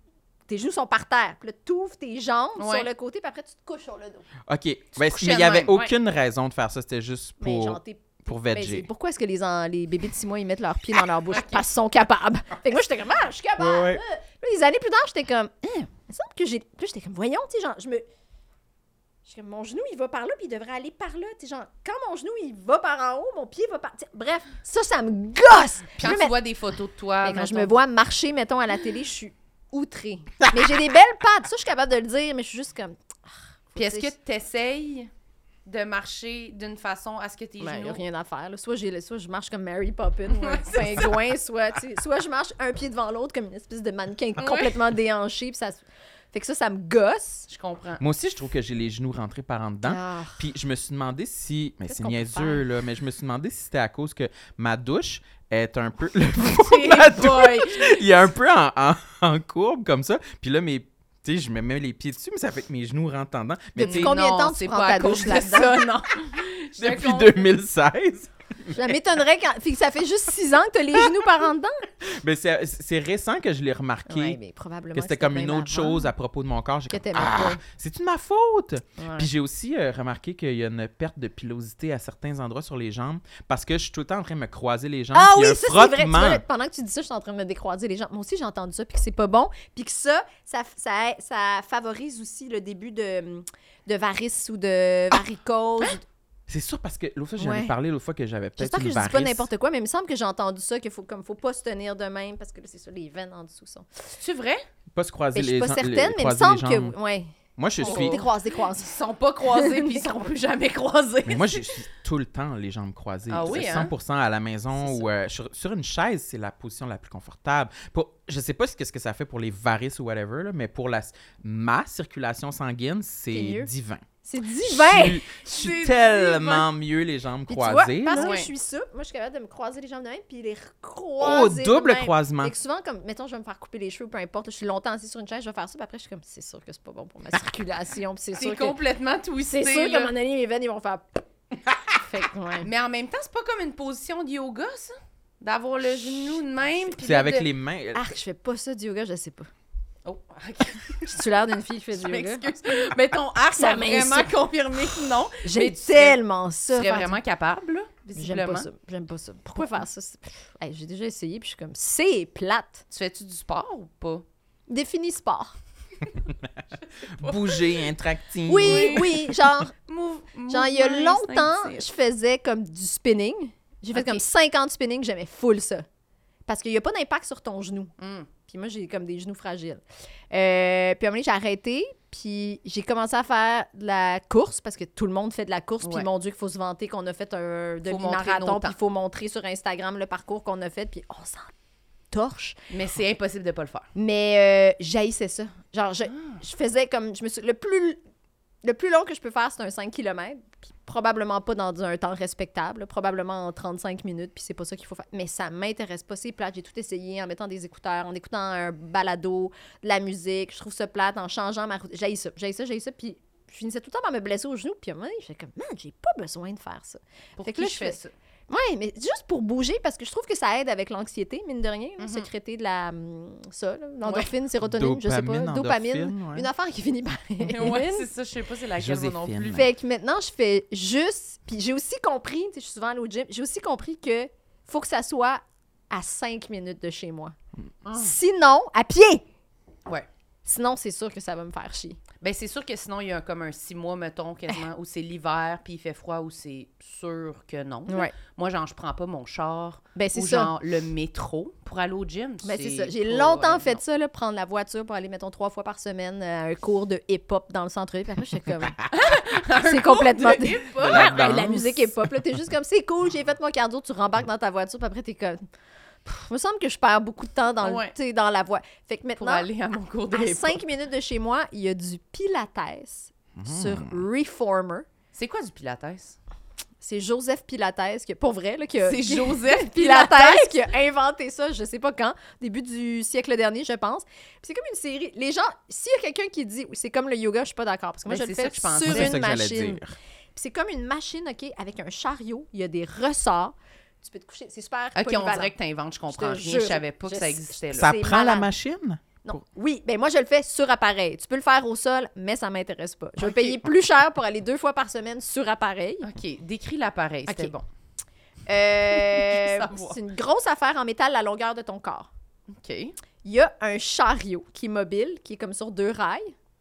S4: Tes genoux sont par terre. Puis là, tu ouvres tes jambes
S1: Ouais.
S4: sur le côté, puis après, tu te couches sur le dos.
S2: OK. Ben,
S1: couchais
S2: mais il
S1: de
S2: n'y avait
S1: même, ouais.
S2: aucune raison de faire ça. C'était juste
S4: Mais
S2: pour,
S4: genre, t'es
S2: pour
S4: Mais c'est-
S2: veger.
S4: pourquoi est-ce que les, en- les bébés de 6 mois, ils mettent leurs pieds dans leur bouche parce qu'ils sont capables? Fait que moi, j'étais comme, ah, je suis capable!
S2: Ouais, ouais.
S4: euh. Là, les années plus tard, j'étais comme, Hein, il me semble que j'ai. Puis là, j'étais comme, voyons, tu sais, genre, je me. Je suis comme, mon genou, il va par là, puis il devrait aller par là. Tu sais, genre, quand mon genou, il va par en haut, mon pied va par. tu sais, bref, ça, ça me gosse! Je
S1: Quand
S4: me
S1: tu
S4: mets-
S1: vois des photos de toi,
S4: mais quand je
S1: mettons-
S4: me vois marcher, mettons, à la télé, je suis outrée. mais j'ai des belles pattes, ça, je suis capable de le dire, mais je suis juste comme. Ah, faut
S1: Puis est-ce
S4: dire-
S1: que t'essayes de marcher d'une façon à ce que tes
S4: Il n'y
S1: genoux.
S4: Ben, a rien à faire. là. Soit, j'ai, le- soit je marche comme Mary Poppins ou un pingouin, soit, tu sais, soit je marche un pied devant l'autre comme une espèce de mannequin complètement déhanché. puis ça, se- fait que ça, ça me gosse.
S1: Je comprends.
S2: Moi aussi, je trouve que j'ai les genoux rentrés par en dedans.
S4: Ah.
S2: Puis je me suis demandé si. Mais
S4: Qu'est-ce
S2: c'est
S4: qu'on peut
S2: niaiseux,
S4: faire?
S2: là. Mais je me suis demandé si c'était à cause que ma douche est un peu. le-
S1: Hey
S2: ma
S1: boy!
S2: Il est un peu en, en- en courbe comme ça. Puis là, mes. Tu sais, je me mets les pieds dessus, mais ça fait que mes genoux rentrent en dedans. Mais tu
S4: Depuis
S2: sais,
S4: combien de temps
S1: c'est
S4: tu prends
S1: pas à
S4: ta
S1: cause
S4: douche
S1: de
S4: là-dedans?
S1: ça, non? Je
S2: depuis
S1: comprends.
S2: 2016.
S4: Ça m'étonnerait quand. Fait que ça fait juste six ans que t'as les genoux par en dedans.
S2: Mais ben, c'est c'est récent que je l'ai remarqué.
S4: Ouais, mais probablement.
S2: que c'était comme une
S4: même
S2: autre
S4: avant.
S2: chose à propos de mon corps. J'ai
S4: que
S2: comme,
S4: t'aimais
S2: ah,
S4: pas.
S2: c'est de ma faute.
S4: Ouais.
S2: Puis j'ai aussi euh, remarqué qu'il y a une perte de pilosité à certains endroits sur les jambes parce que je suis tout le temps en train de me croiser les jambes.
S4: Ah
S2: puis il
S4: oui,
S2: y a un
S4: ça c'est vrai. Tu vois,
S2: frottement.
S4: là, pendant que tu dis ça, je suis en train de me décroiser les gens. Moi aussi, j'ai entendu ça, puis que c'est pas bon, puis que ça, ça, ça, ça favorise aussi le début de, de varices ou de varicose.
S2: C'est sûr parce que l'autre fois, j'en
S4: Ouais.
S2: ai parlé l'autre fois que j'avais peut-être
S4: J'espère que
S2: une
S4: je dis pas
S2: varice.
S4: n'importe quoi, mais il me semble que j'ai entendu ça, qu'il faut comme faut pas se tenir de même parce que là, c'est ça, les veines en dessous sont.
S1: C'est vrai?
S2: Pas se croiser
S4: Mais Ben, je
S2: les
S4: suis pas
S2: jambes- les-
S4: certaine, mais il me
S2: croiser les
S4: semble que
S2: jambes.
S4: ouais.
S2: Moi, je suis...
S4: Décroise, décroise.
S1: Ils sont pas croisés puis ils seront plus jamais croisés.
S2: Mais moi, je suis tout le temps les jambes croisées.
S1: Ah oui,
S2: C'est
S1: hein?
S2: 100% à la maison
S4: C'est
S2: ou euh, sur, sur une chaise, c'est la position la plus confortable. Pour, je sais pas ce que, ce que ça fait pour les varices ou whatever, là, mais pour la, ma circulation sanguine,
S4: C'est
S2: c'est
S4: mieux.
S2: divin.
S4: C'est
S2: Je
S4: divin.
S2: suis- Je
S1: C'est
S2: suis tellement mieux les jambes
S4: Puis tu vois,
S2: croisées.
S4: parce
S2: là.
S4: que
S1: là.
S4: je suis souple, moi je suis capable de me croiser les jambes de même puis les
S2: Au
S4: recroiser. de
S2: double
S4: même.
S2: croisement.
S4: Fait que souvent, comme, mettons, je vais me faire couper les cheveux, peu importe, je suis longtemps assise sur une chaise, je vais faire ça, puis après, je suis comme, c'est sûr que c'est pas bon pour ma circulation, puis c'est
S1: C'est
S4: sûr que...
S1: complètement twisté.
S4: C'est sûr qu'à
S1: là.
S4: un moment donné, mes veines, ils vont faire... fait que, ouais.
S1: Mais en même temps, c'est pas comme une position de yoga, ça? D'avoir le genou de même. puis
S2: C'est
S1: là,
S2: avec
S1: de-
S2: les mains. euh,
S4: Arc, je fais pas ça du yoga, je sais pas.
S1: Oh, ok.
S4: J'ai-tu l'air d'une fille qui fait
S1: Je
S4: du yoga?
S1: m'excuse. Mais ton arc
S4: Ça
S1: m'a vraiment
S4: m'insulte.
S1: confirmé que non. Mais
S4: J'aime
S1: tu serais-
S4: tellement
S1: Tu
S4: ça.
S1: serais
S4: faire du-
S1: vraiment capable, là,
S4: J'aime
S1: visiblement.
S4: pas ça. J'aime pas ça. Pourquoi faire ça? C'est- Pff, hey, J'ai déjà essayé, puis je suis comme, c'est plate.
S1: Tu fais-tu du sport ou pas?
S4: Définis sport.
S2: Bouger, intractile.
S4: Oui, oui, genre,
S1: Mouve-
S4: Genre, il y a
S1: mouvement
S4: longtemps,
S1: instinctif.
S4: je faisais comme du spinning. J'ai fait
S1: Ok.
S4: comme 50 spinning, j'aimais full ça. parce qu'il n'y a pas d'impact sur ton genou.
S1: Hum.
S4: Puis moi, j'ai comme des genoux fragiles. Euh, puis à un moment donné, j'ai arrêté, puis j'ai commencé à faire de la course, parce que tout le monde fait de la course,
S1: Ouais.
S4: puis mon Dieu, qu'il faut se vanter qu'on a fait un
S1: montrer nos
S4: demi-marathon,
S1: temps.
S4: puis il faut montrer sur Instagram le parcours qu'on a fait, puis on s'en torche.
S1: Mais c'est impossible de pas le faire.
S4: Mais euh, j'haïssais ça. Genre, je,
S1: Ah.
S4: je faisais comme... je me suis, le, plus, le plus long que je peux faire, c'est un 5 km, puis probablement pas dans un temps respectable, là, probablement en 35 minutes, puis c'est pas ça qu'il faut faire. Mais ça m'intéresse pas, c'est plate. J'ai tout essayé en mettant des écouteurs, en écoutant un balado, de la musique, je trouve ça plate, en changeant ma route. J'ai ça, j'ai ça, j'ai ça, puis je finissais tout le temps par me blesser au genou, puis à un moment donné, j'étais comme, man, j'ai pas besoin de faire ça.
S1: Pour
S4: Fait que
S1: qui
S4: là,
S1: je
S4: je
S1: fais
S4: fais-
S1: ça?
S4: Ouais, mais juste pour bouger, parce que je trouve que ça aide avec l'anxiété, mine de rien, là,
S1: Mhm.
S4: sécréter de la. hum, ça, là, l'endorphine, sérotonine, je sais pas,
S2: Dopamine,
S4: dopamine.
S2: endorphine, ouais.
S4: Une affaire qui finit par.
S1: ouais, c'est ça, je sais pas c'est laquelle moi non
S2: Joséphine.
S1: plus.
S4: Fait que maintenant, je fais juste. Puis j'ai aussi compris, tu sais, je suis souvent allée au gym, j'ai aussi compris que faut que ça soit à 5 minutes de chez moi.
S1: Ah.
S4: Sinon, à pied!
S1: Ouais.
S4: Sinon, c'est sûr que ça va me faire chier.
S1: Ben, c'est sûr que sinon, il y a comme un six mois, mettons, quasiment, où c'est l'hiver, puis il fait froid, où c'est sûr que non.
S4: Ouais.
S1: Moi, genre, je prends pas mon char
S4: Ben, c'est
S1: ou
S4: ça.
S1: genre le métro pour aller au gym.
S4: Ben, c'est ça.
S1: pas-
S4: J'ai longtemps
S1: ouais,
S4: fait
S1: non.
S4: ça, là, prendre la voiture pour aller, mettons, trois fois par semaine à un cours de hip-hop dans le centre-ville. Puis après, j'étais comme. c'est complètement.
S1: De hip-hop.
S2: De la
S4: Ouais, ben, la
S2: danse.
S4: musique hip-hop, là. T'es juste comme, c'est cool, j'ai fait mon cardio, tu rembarques dans ta voiture, puis après, t'es comme. Pff, me semble que je perds beaucoup de temps dans, le-
S1: Ouais.
S4: tu sais, dans la voie. Fait que
S1: pour
S4: maintenant,
S1: aller à mon cours de
S4: à
S1: hip-hop.
S4: 5 minutes de chez moi, il y a du Pilates sur
S2: Mm.
S4: Reformer.
S1: C'est quoi du pilates?
S4: Euh, C'est Joseph Pilates, que, pour vrai, là, qui a-
S1: C'est Joseph Pilates.
S4: Pilates qui a inventé ça, je sais pas quand, début du siècle dernier, je pense. Puis c'est comme une série. Les gens, s'il y a quelqu'un qui dit oui, c'est comme le yoga, je suis pas d'accord parce que moi
S1: Ben,
S4: je le
S1: c'est ça
S4: fais
S1: que je pensais.
S4: sur
S2: C'est
S4: une
S2: ça que j'allais
S4: machine.
S2: dire.
S4: Puis c'est comme une machine, OK, avec un chariot, il y a des ressorts. Tu peux te coucher, c'est super
S1: Ok, on
S4: polyvalent.
S1: dirait que t'inventes, je comprends
S4: Je te
S1: rien. Je
S4: jure.
S1: savais pas que
S4: Je-
S1: ça existait là.
S2: Ça
S4: C'est
S2: prend la
S4: malade.
S2: machine?
S4: Non. Oui, ben moi je le fais sur appareil. Tu peux le faire au sol, mais ça m'intéresse pas. Je vais
S1: Ok.
S4: payer plus cher pour aller deux fois par semaine sur appareil.
S1: Ok, décris l'appareil, c'était
S4: Ok.
S1: bon.
S4: Euh,
S1: Je veux savoir.
S4: c'est une grosse affaire en métal à la longueur de ton corps.
S1: Ok.
S4: Il y a un chariot qui est mobile, qui est comme sur deux rails.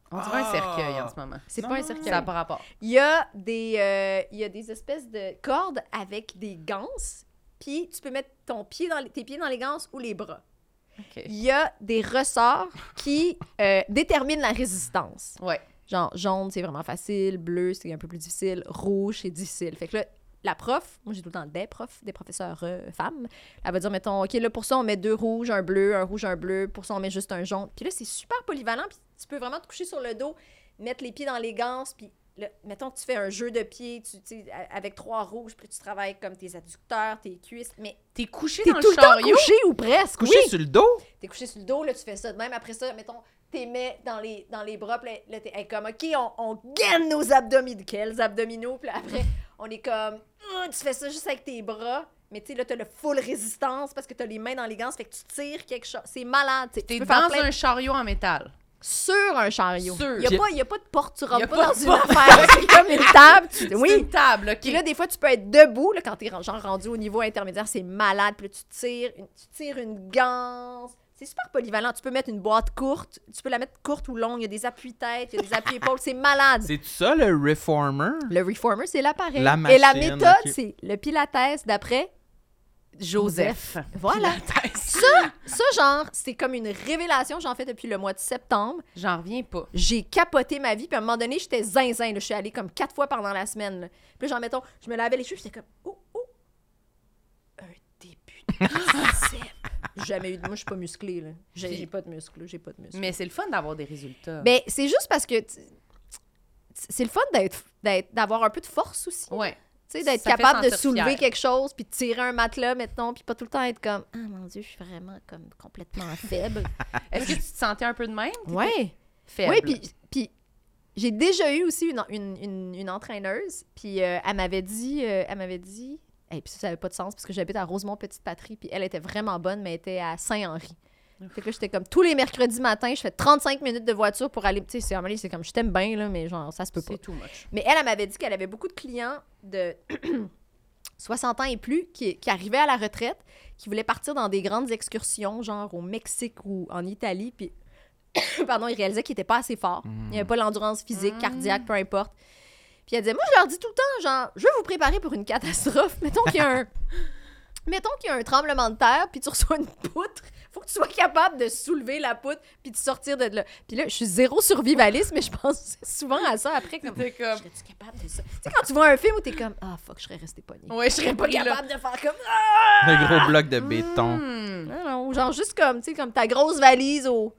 S1: On dirait un
S2: Ah.
S1: cercueil en ce moment.
S4: C'est
S2: Non,
S4: pas un
S2: non,
S4: cercueil.
S1: Ça n'a pas rapport.
S4: Il y a des, euh, il y a des espèces de cordes avec des ganses, puis tu peux mettre ton pied dans les- tes pieds dans les ganses ou les bras.
S1: Ok.
S4: Il y a des ressorts qui euh, déterminent la résistance.
S1: Ouais.
S4: Genre jaune, c'est vraiment facile, bleu, c'est un peu plus difficile, rouge, c'est difficile. Fait que là, la prof, moi j'ai tout le temps des profs, des professeurs euh, femmes, elle va dire, mettons, OK, là pour ça on met deux rouges, un bleu, un rouge, un bleu, pour ça on met juste un jaune. Puis là, c'est super polyvalent, puis tu peux vraiment te coucher sur le dos, mettre les pieds dans les ganses, puis là, mettons que tu fais un jeu de pieds, tu, tu sais, a- avec trois rouges, puis tu travailles comme tes adducteurs, tes cuisses, mais
S1: T'es couché
S4: t'es
S1: dans
S4: tout le temps
S1: chariot?
S4: couché ou presque,
S2: Couché
S4: oui!
S2: sur le dos?
S4: T'es couché sur le dos, là, tu fais ça. de Même après ça, mettons, t'es mets dans les, dans les bras, puis là, là, t'es hey, comme, OK, on, on gagne nos abdominaux. Quels abdominaux? Puis là, après, on est comme, Hum, tu fais ça juste avec tes bras. Mais tu sais, là, t'as le full résistance parce que t'as les mains dans les gants, ça fait que tu tires quelque chose. C'est malade. tu sais,
S1: T'es
S4: tu peux
S1: dans
S4: faire plein-
S1: un chariot en métal.
S4: Sur un chariot.
S1: Sur.
S4: Il n'y a,
S2: Puis-
S4: pas- y a pas de porte, tu rentres
S1: a
S4: pas,
S1: pas
S4: dans
S1: de
S4: une
S1: porte.
S4: affaire. C'est comme une table. tu-
S1: C'est
S4: Oui.
S1: une table, ok.
S4: Puis là, des fois, tu peux être debout, là, quand t'es ren- genre rendu au niveau intermédiaire, c'est malade. Puis là, tu tires, une, tu tires une ganse. C'est super polyvalent. Tu peux mettre une boîte courte, tu peux la mettre courte ou longue. Il y a des appuis-têtes, il y a des appuis-épaules. C'est malade.
S2: C'est ça le reformer?
S4: Le reformer, c'est l'appareil.
S2: La
S4: Et la
S2: machine,
S4: méthode,
S2: ok.
S4: c'est le pilates d'après.
S1: Joseph.
S4: Voilà.
S1: Pilates.
S4: Ça, ça, genre, c'est comme une révélation. J'en fais depuis le mois de septembre.
S1: J'en reviens pas.
S4: j'ai capoté ma vie. Puis à un moment donné, j'étais zinzin. là. Je suis allée comme quatre fois pendant la semaine. là. Puis là, genre, mettons, je me lavais les cheveux. J'étais comme, oh, oh, un début de biceps. J'ai Jamais eu de. Moi, je suis pas musclée. là. J'ai
S1: Puis-
S4: j'ai pas de muscles. là. J'ai pas de muscles.
S1: Mais c'est le fun d'avoir des résultats.
S4: Ben, c'est juste parce que tu- c'est le fun d'être d'être- d'avoir un peu de force aussi.
S1: ouais.
S4: Tu sais, d'être
S1: Ça fait
S4: capable de
S1: sentir
S4: soulever
S1: fière.
S4: quelque chose, puis de tirer un matelas maintenant, puis pas tout le temps être comme Ah mon Dieu, je suis vraiment comme complètement faible.
S1: Est-ce que tu te sentais un peu de même?
S4: ouais.
S1: Faible.
S4: Oui, puis, puis j'ai déjà eu aussi une, une, une- une entraîneuse, puis euh, elle m'avait dit, euh, elle m'avait dit, et puis ça, ça n'avait pas de sens parce que j'habite à Rosemont Petite Patrie, puis elle était vraiment bonne, mais elle était à Saint-Henri. Fait que là, j'étais comme tous les mercredis matin, je fais 35 minutes de voiture pour aller. Tu sais, c'est à un moment donné, c'est comme je t'aime bien, là, mais genre, ça se peut pas.
S1: c'est too much.
S4: Mais elle, elle m'avait dit qu'elle avait beaucoup de clients de 60 ans et plus qui, qui arrivaient à la retraite, qui voulaient partir dans des grandes excursions, genre au Mexique ou en Italie, puis pardon, ils réalisaient qu'ils n'étaient pas assez forts. Il n'y avait pas l'endurance physique,
S1: Mm.
S4: cardiaque, peu importe. Puis elle disait, moi, je leur dis tout le temps, genre, je veux vous préparer pour une catastrophe. Mettons qu'il y a un... Mettons qu'il y a un tremblement de terre, puis tu reçois une poutre. Faut que tu sois capable de soulever la poutre, puis de sortir de là. Puis là, je suis zéro survivaliste, mais je pense souvent à ça après. Comme,
S1: T'es comme.
S4: serais-tu capable de ça? Tu sais, quand tu vois un film où t'es comme, ah fuck, je serais restée pognée.
S1: Ouais, je serais
S4: pas
S1: pas capable.
S4: capable de faire comme ah,
S2: Le gros bloc
S4: Mmh.
S2: de béton.
S1: Hmm.
S4: Non, non, ou genre juste comme, tu sais, comme ta grosse valise au,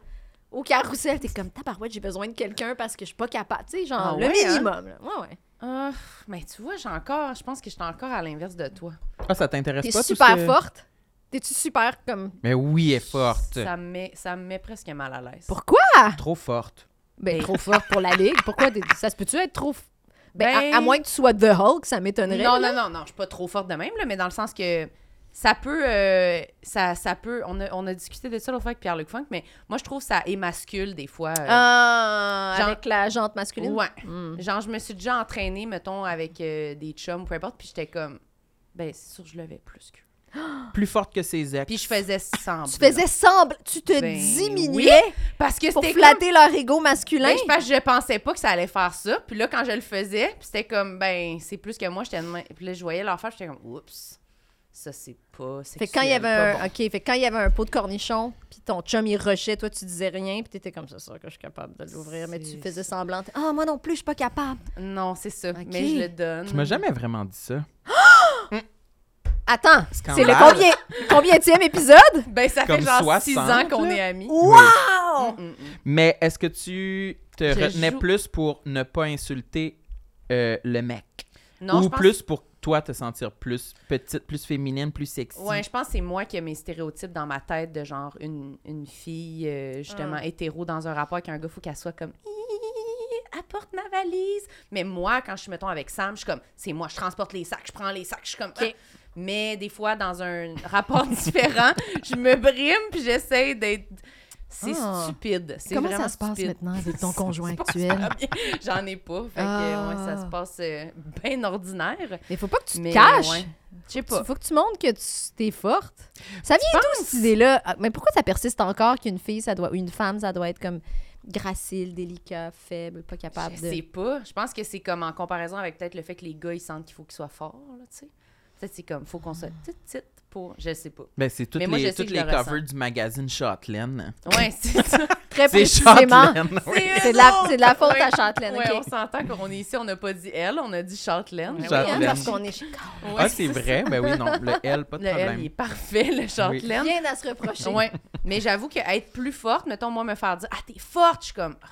S4: au carrousel. T'es comme, tabarouette, j'ai besoin de quelqu'un parce que je suis pas capable. Tu sais, genre,
S1: Ah
S4: le
S1: ouais, hein?
S4: minimum. là. Ouais, ouais.
S1: Ah, mais tu vois, j'ai encore. Je pense que je suis encore à l'inverse de toi.
S2: Ah, ça t'intéresse
S4: T'es
S2: pas? tout
S4: super
S2: ce que-
S4: forte. T'es-tu super comme.
S2: Mais oui, elle est forte.
S1: Ça me met, ça me met presque mal à l'aise.
S4: Pourquoi?
S2: Trop forte.
S4: Ben,
S1: Ben-
S4: trop forte pour la ligue. Pourquoi? t'es- Ça se peut-tu être trop. f- Ben, à-
S1: Ben-
S4: à, moins que tu sois The Hulk, ça m'étonnerait.
S1: Non,
S4: là.
S1: non, non, non, je suis pas trop forte de même, là, mais dans le sens que ça peut. euh, ça, ça peut on, a, on a discuté de ça l'autre fois avec Pierre-Luc Funk, mais moi, je trouve ça émascule des fois. euh,
S4: Ah,
S1: Genre-
S4: avec la jante masculine.
S1: Ouais.
S4: Hmm.
S1: Genre, je me suis déjà entraînée, mettons, avec euh, des chums, peu importe, puis j'étais comme. Ben, c'est sûr, je levais plus que.
S2: Plus forte que ses ex.
S1: Puis je faisais semblant.
S4: Tu faisais semblant, tu te
S1: Ben,
S4: diminuais
S1: Parce que
S4: pour
S1: c'était. comme-
S4: flatter leur ego masculin.
S1: Ben, je, parce que je pensais pas que ça allait faire ça. Puis là, quand je le faisais, puis c'était comme, ben, c'est plus que moi. J'étais de main- Puis là, je voyais l'enfant, j'étais comme, oups, ça, c'est pas.
S4: Fait
S1: sexuel,
S4: que quand il y avait
S1: pas
S4: un,
S1: bon.
S4: ok, fait que quand il y avait un pot de cornichon, puis ton chum il rushait, toi tu disais rien, puis t'étais comme ça, sûr que je suis capable de l'ouvrir, mais tu
S1: C'est-
S4: faisais semblant. t'es, Ah moi non plus, je suis pas capable.
S1: Non, c'est ça.
S4: Ok.
S1: Mais je le donne.
S2: Tu m'as jamais vraiment dit ça.
S4: Attends,
S2: Scandale.
S4: c'est le combien, combienième épisode
S1: Ben, ça
S2: Comme
S1: fait genre
S2: 60,
S1: six ans qu'on
S2: là.
S1: est amis.
S4: Wow!
S1: Mm, mm, mm.
S2: Mais est-ce que tu te
S1: Je
S2: retenais
S1: joue-
S2: plus pour ne pas insulter euh, le mec?
S1: Non, je
S2: Ou
S1: pense.
S2: plus pour toi te sentir plus petite, plus féminine, plus sexy?
S1: Ouais, je pense que c'est moi qui ai mes stéréotypes dans ma tête de genre une, une fille, euh, justement,
S4: Ah.
S1: hétéro dans un rapport avec un gars, faut qu'elle soit comme Hi, apporte ma valise. Mais moi, quand je suis, mettons, avec Sam, je suis comme c'est moi, je transporte les sacs, je prends les sacs, je suis comme. Ah. Mais des fois, dans un rapport différent, je me brime puis j'essaie d'être. C'est
S4: Ah.
S1: stupide. C'est
S4: Comment
S1: vraiment
S4: ça se passe
S1: stupide.
S4: maintenant avec ton conjoint
S1: Ça se passe
S4: actuel
S1: pas bien. J'en ai pas. Fait que, ouais, ça se
S4: Ah.
S1: passe euh, bien ordinaire.
S4: Mais faut pas que tu te
S1: Mais,
S4: caches.
S1: ouais. Je sais pas.
S4: Tu- Faut que tu montres que tu t'es forte. Ça vient d'où
S1: penses?
S4: cette idée-là Ah, Mais pourquoi ça persiste encore qu'une fille, ça doit, ou une femme, ça doit être comme gracile, délicat, faible, pas capable
S1: Je
S4: de.
S1: sais pas. Je pense que c'est comme en comparaison avec peut-être le fait que les gars, ils sentent qu'il faut qu'ils soient forts, là, tu sais. Peut-être c'est comme, faut qu'on
S4: Ah.
S1: soit petite, petite pour... Je sais pas.
S2: Ben, c'est toutes
S1: Mais moi, je
S2: les,
S1: sais
S2: toutes
S1: que je
S2: les
S1: le ressens.
S2: covers du magazine Shotland.
S1: Ouais, c'est ça.
S4: Très
S2: C'est
S4: précisément.
S2: Shotland. oui.
S4: C'est de la- c'est de la faute à Châtelaine,
S1: Ouais,
S4: ok.
S1: on s'entend qu'on est ici, on n'a pas dit elle, on a dit Châtelaine.
S2: Ouais,
S4: Oui, hein,
S2: Châtelaine.
S4: parce qu'on est chez-
S1: Ouais.
S2: Ah, c'est vrai? Ben oui, non. Le L, pas de
S1: Le L,
S2: problème.
S1: il est parfait, le Châtelaine.
S4: Rien à se reprocher.
S1: Ouais. Mais j'avoue que être plus forte, mettons, moi, me faire dire « Ah, t'es forte! » Je suis comme Ah,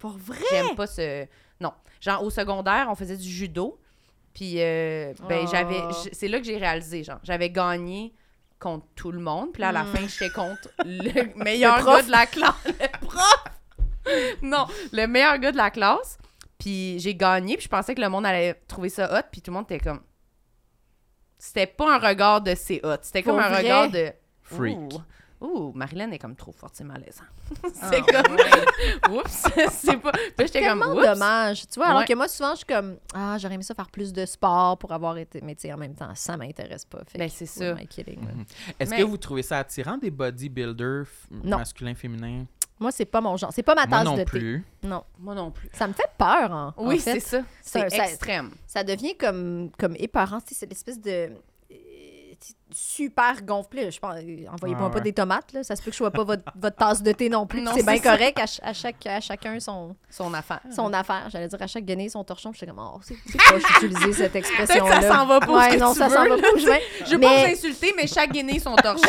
S4: Pour vrai?
S1: J'aime pas ce. Non. Genre, au secondaire, on faisait du judo. Puis, euh, ben,
S4: Oh.
S1: j'avais. j- C'est là que j'ai réalisé, genre, j'avais gagné contre tout le monde. Puis là, à la
S4: Mm.
S1: fin, j'étais contre le meilleur
S4: Le prof.
S1: gars de la classe. Le prof! non, le meilleur gars de la classe. Puis j'ai gagné, puis je pensais que le monde allait trouver ça hot, puis tout le monde était comme. C'était pas un regard de c'est hot, c'était comme
S4: Pour
S1: un
S4: vrai?
S1: regard de.
S2: Freak.
S1: Ouh. Ouh, Marilyn est comme trop forte, c'est malaisant.
S4: Ah,
S1: hein. c'est comme. Oups, c'est pas. Puis là, j'étais comme.
S4: tellement
S1: Oups.
S4: dommage. Tu vois, alors
S1: Ouais.
S4: que moi, souvent, je suis comme Ah, j'aurais aimé ça faire plus de sport pour avoir été. Mais tu sais, en même temps, ça m'intéresse pas. Fait
S1: Ben,
S4: que,
S1: c'est
S4: who
S1: ça.
S4: am I kidding, là?
S2: Est-ce
S1: Mais-
S2: que vous trouvez ça attirant des bodybuilders f-
S4: Non.
S2: masculins, féminins?
S4: Moi, c'est pas mon genre. C'est pas ma
S2: Moi
S4: tasse de
S2: non
S4: thé.
S2: plus.
S4: Non.
S1: Moi non plus.
S4: Ça me fait peur, hein, en
S1: Oui,
S4: fait.
S1: c'est ça.
S4: C'est un-
S1: C'est
S4: ça-
S1: extrême.
S4: ça devient comme, comme épeurant. Tu sais, C'est l'espèce de euh, super gonflé. Je pense, euh, envoyez-moi
S2: Ouais,
S4: pas
S2: ouais.
S4: des tomates, là. Ça se peut que je sois pas votre, votre tasse de thé non plus. puis
S1: Ah Non,
S4: c'est bien
S1: c'est ça.
S4: correct. À, ch- à chaque, à chacun son,
S1: Son affaire.
S4: son affaire. J'allais dire à chaque guenille son torchon. Puis J'étais comme, oh, c'est c'est poche d'utiliser cette expression-là.
S1: s'en va pas où ce
S4: Ouais,
S1: que
S4: non,
S1: tu
S4: ça
S1: veux,
S4: s'en va
S1: là,
S4: pas où je vais.
S1: Je veux pas
S4: Mais-
S1: vous insulter, mais chaque guinée son torchon.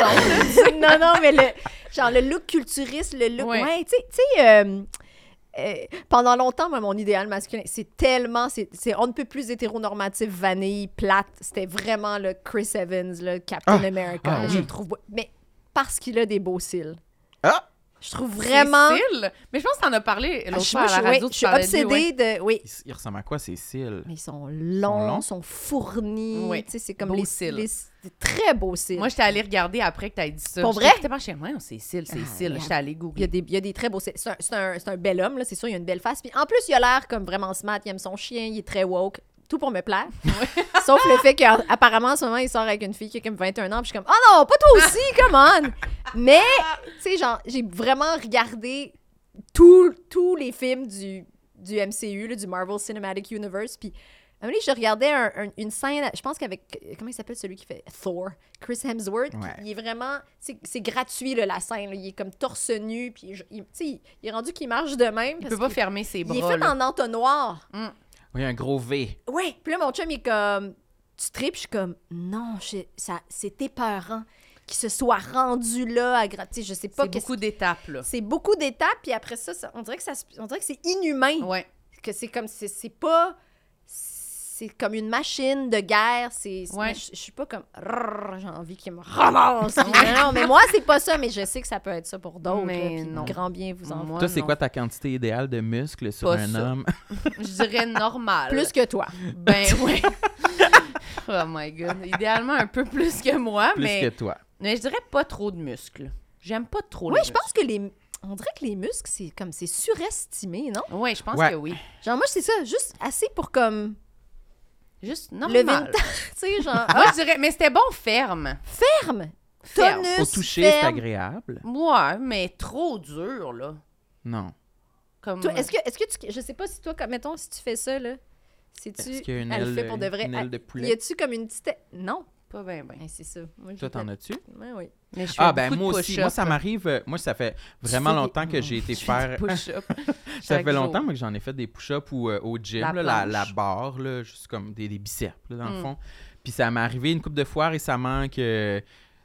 S1: là.
S4: non, non, mais le, genre le look culturiste, le look. Ouais,
S1: Ouais.
S4: tu sais- tu sais. euh, euh, pendant longtemps, moi, mon idéal masculin, c'est tellement. c'est c'est- on ne peut plus hétéronormatif, vanille, plate. C'était vraiment le Chris Evans, le Captain
S2: Ah,
S4: America.
S2: ah
S4: Je
S2: oui.
S4: le trouve. beau. Mais parce qu'il a des beaux cils.
S2: Ah!
S4: Je trouve vraiment.
S1: Cécile. Mais je pense que t'en as parlé
S4: Ah,
S1: l'autre
S4: Je
S1: fois à la
S4: je-
S1: radio.
S4: ouais,
S1: tu
S4: je suis
S1: parlais de lui,
S4: obsédée
S1: ouais.
S4: de. Oui.
S2: Il, il ressemble à quoi, ces cils?
S4: Mais ils sont longs,
S2: longs.
S4: sont fournis.
S1: Ouais.
S4: Tu sais, c'est comme
S1: Beaux
S4: les,
S1: cils.
S4: les- des très beaux cils.
S1: Moi, j'étais allée regarder après que t'as dit ça.
S4: Pour
S1: J'étais
S4: vrai? Ah,
S1: J'étais pas chez moi, Cécile, Cécile.
S4: mais
S1: J'étais allée
S4: Il y, a
S1: googler.
S4: des, il y a des très beaux. C'est c'est un, c'est un- c'est un bel homme, là, c'est sûr, il a une belle face. Puis en plus, il a l'air comme vraiment smart, il aime son chien, il est très woke. Tout pour me plaire. Sauf le fait qu'apparemment, en ce moment, il sort avec une fille qui a comme 21 ans. Puis je suis comme, oh non, pas toi aussi, come on! Mais, tu sais, genre, j'ai vraiment regardé tous tous les films du, du MCU, là, du Marvel Cinematic Universe. Puis un moment donné, je regardais un- un- une scène, je pense qu'avec, comment il s'appelle celui qui fait Thor, Chris Hemsworth, qui-
S2: Ouais.
S4: il est vraiment, c'est c'est gratuit là, la scène, là. il est comme torse nu, puis je- il, tu sais, il- il est rendu qu'il marche de même.
S1: Il
S4: parce
S1: peut pas
S4: qu'il-
S1: fermer ses
S4: Il est
S1: bras.
S4: fait
S1: là.
S4: en entonnoir.
S2: Oui, un gros V.
S4: Ouais. Puis là, mon chum, il est comme, tu tripes, je suis comme, non, je- ça, c'est épeurant qu'il se soit rendu là à gra- tu sais, je sais pas
S1: C'est
S4: qu'est-ce
S1: beaucoup d'étapes, là.
S4: c'est beaucoup d'étapes, puis après ça, ça- on dirait que ça, se- on dirait que c'est inhumain.
S1: Ouais.
S4: Que c'est comme, c'est c'est pas, c'est comme une machine de guerre. C'est, c'est-
S1: Ouais. Ah,
S4: mais je je suis pas comme, Rrrr, j'ai envie qu'il me ramasse. non, non, mais moi c'est pas ça, mais je sais que ça peut être ça pour d'autres.
S1: Mais
S4: là, puis
S1: non.
S4: Grand bien vous en.
S1: Moi,
S2: Toi, c'est
S1: non.
S2: quoi ta quantité idéale de muscles sur
S1: Pas
S2: un
S1: ça.
S2: homme?
S1: Je dirais normal.
S4: Plus que toi.
S1: Ben oui. oh my god. Idéalement un peu plus que moi, Ah,
S2: Plus
S1: mais
S2: que toi.
S1: mais je dirais pas trop de muscles. J'aime pas trop
S4: Oui,
S1: les
S4: je pense que les, on dirait que les muscles c'est comme, c'est surestimé, non
S1: Oui, je pense
S2: Ouais.
S1: que oui.
S4: Genre moi c'est ça, juste assez pour comme,
S1: Juste
S4: Le
S1: normal.
S4: tu sais genre, ah.
S1: Moi, je dirais mais c'était bon ferme.
S4: ferme,
S1: Ferme.
S4: tonus,
S2: Au toucher, c'est
S4: ferme.
S2: agréable?
S1: Ouais, mais trop dur là.
S2: Non.
S1: Comme
S4: Toi, est-ce que, est-ce que tu. Je sais pas si toi, comme, mettons, si tu fais ça, là. Si tu.
S2: Est-ce qu'il y a une
S4: elle le
S2: aile,
S4: fait pour de vrai.
S2: une aile de
S1: Ah,
S4: elle-
S2: poulet?
S4: Y a-tu comme une petite. Non.
S1: pas bien bien.
S4: Ben, c'est ça. Moi, j'ai
S2: Toi, t'en
S4: pas-
S2: as-tu?
S4: Ouais, oui.
S1: Mais je fais
S2: Ah, ben
S1: beaucoup de
S2: moi aussi.
S1: push-ups. hein.
S2: Moi, ça m'arrive. euh, Moi, ça fait vraiment
S1: fais des-
S2: longtemps que j'ai été
S1: Je fais des
S2: faire.
S1: push-ups
S2: Ça
S1: chaque
S2: fait
S1: jour.
S2: longtemps moi, que j'en ai fait des push-ups ou euh, au gym,
S1: La
S2: là, la, la,
S1: planche.
S2: barre, là, juste comme des, des biceps, là, dans le
S1: Mm.
S2: fond. Puis ça m'est arrivé une coupe de fois récemment que.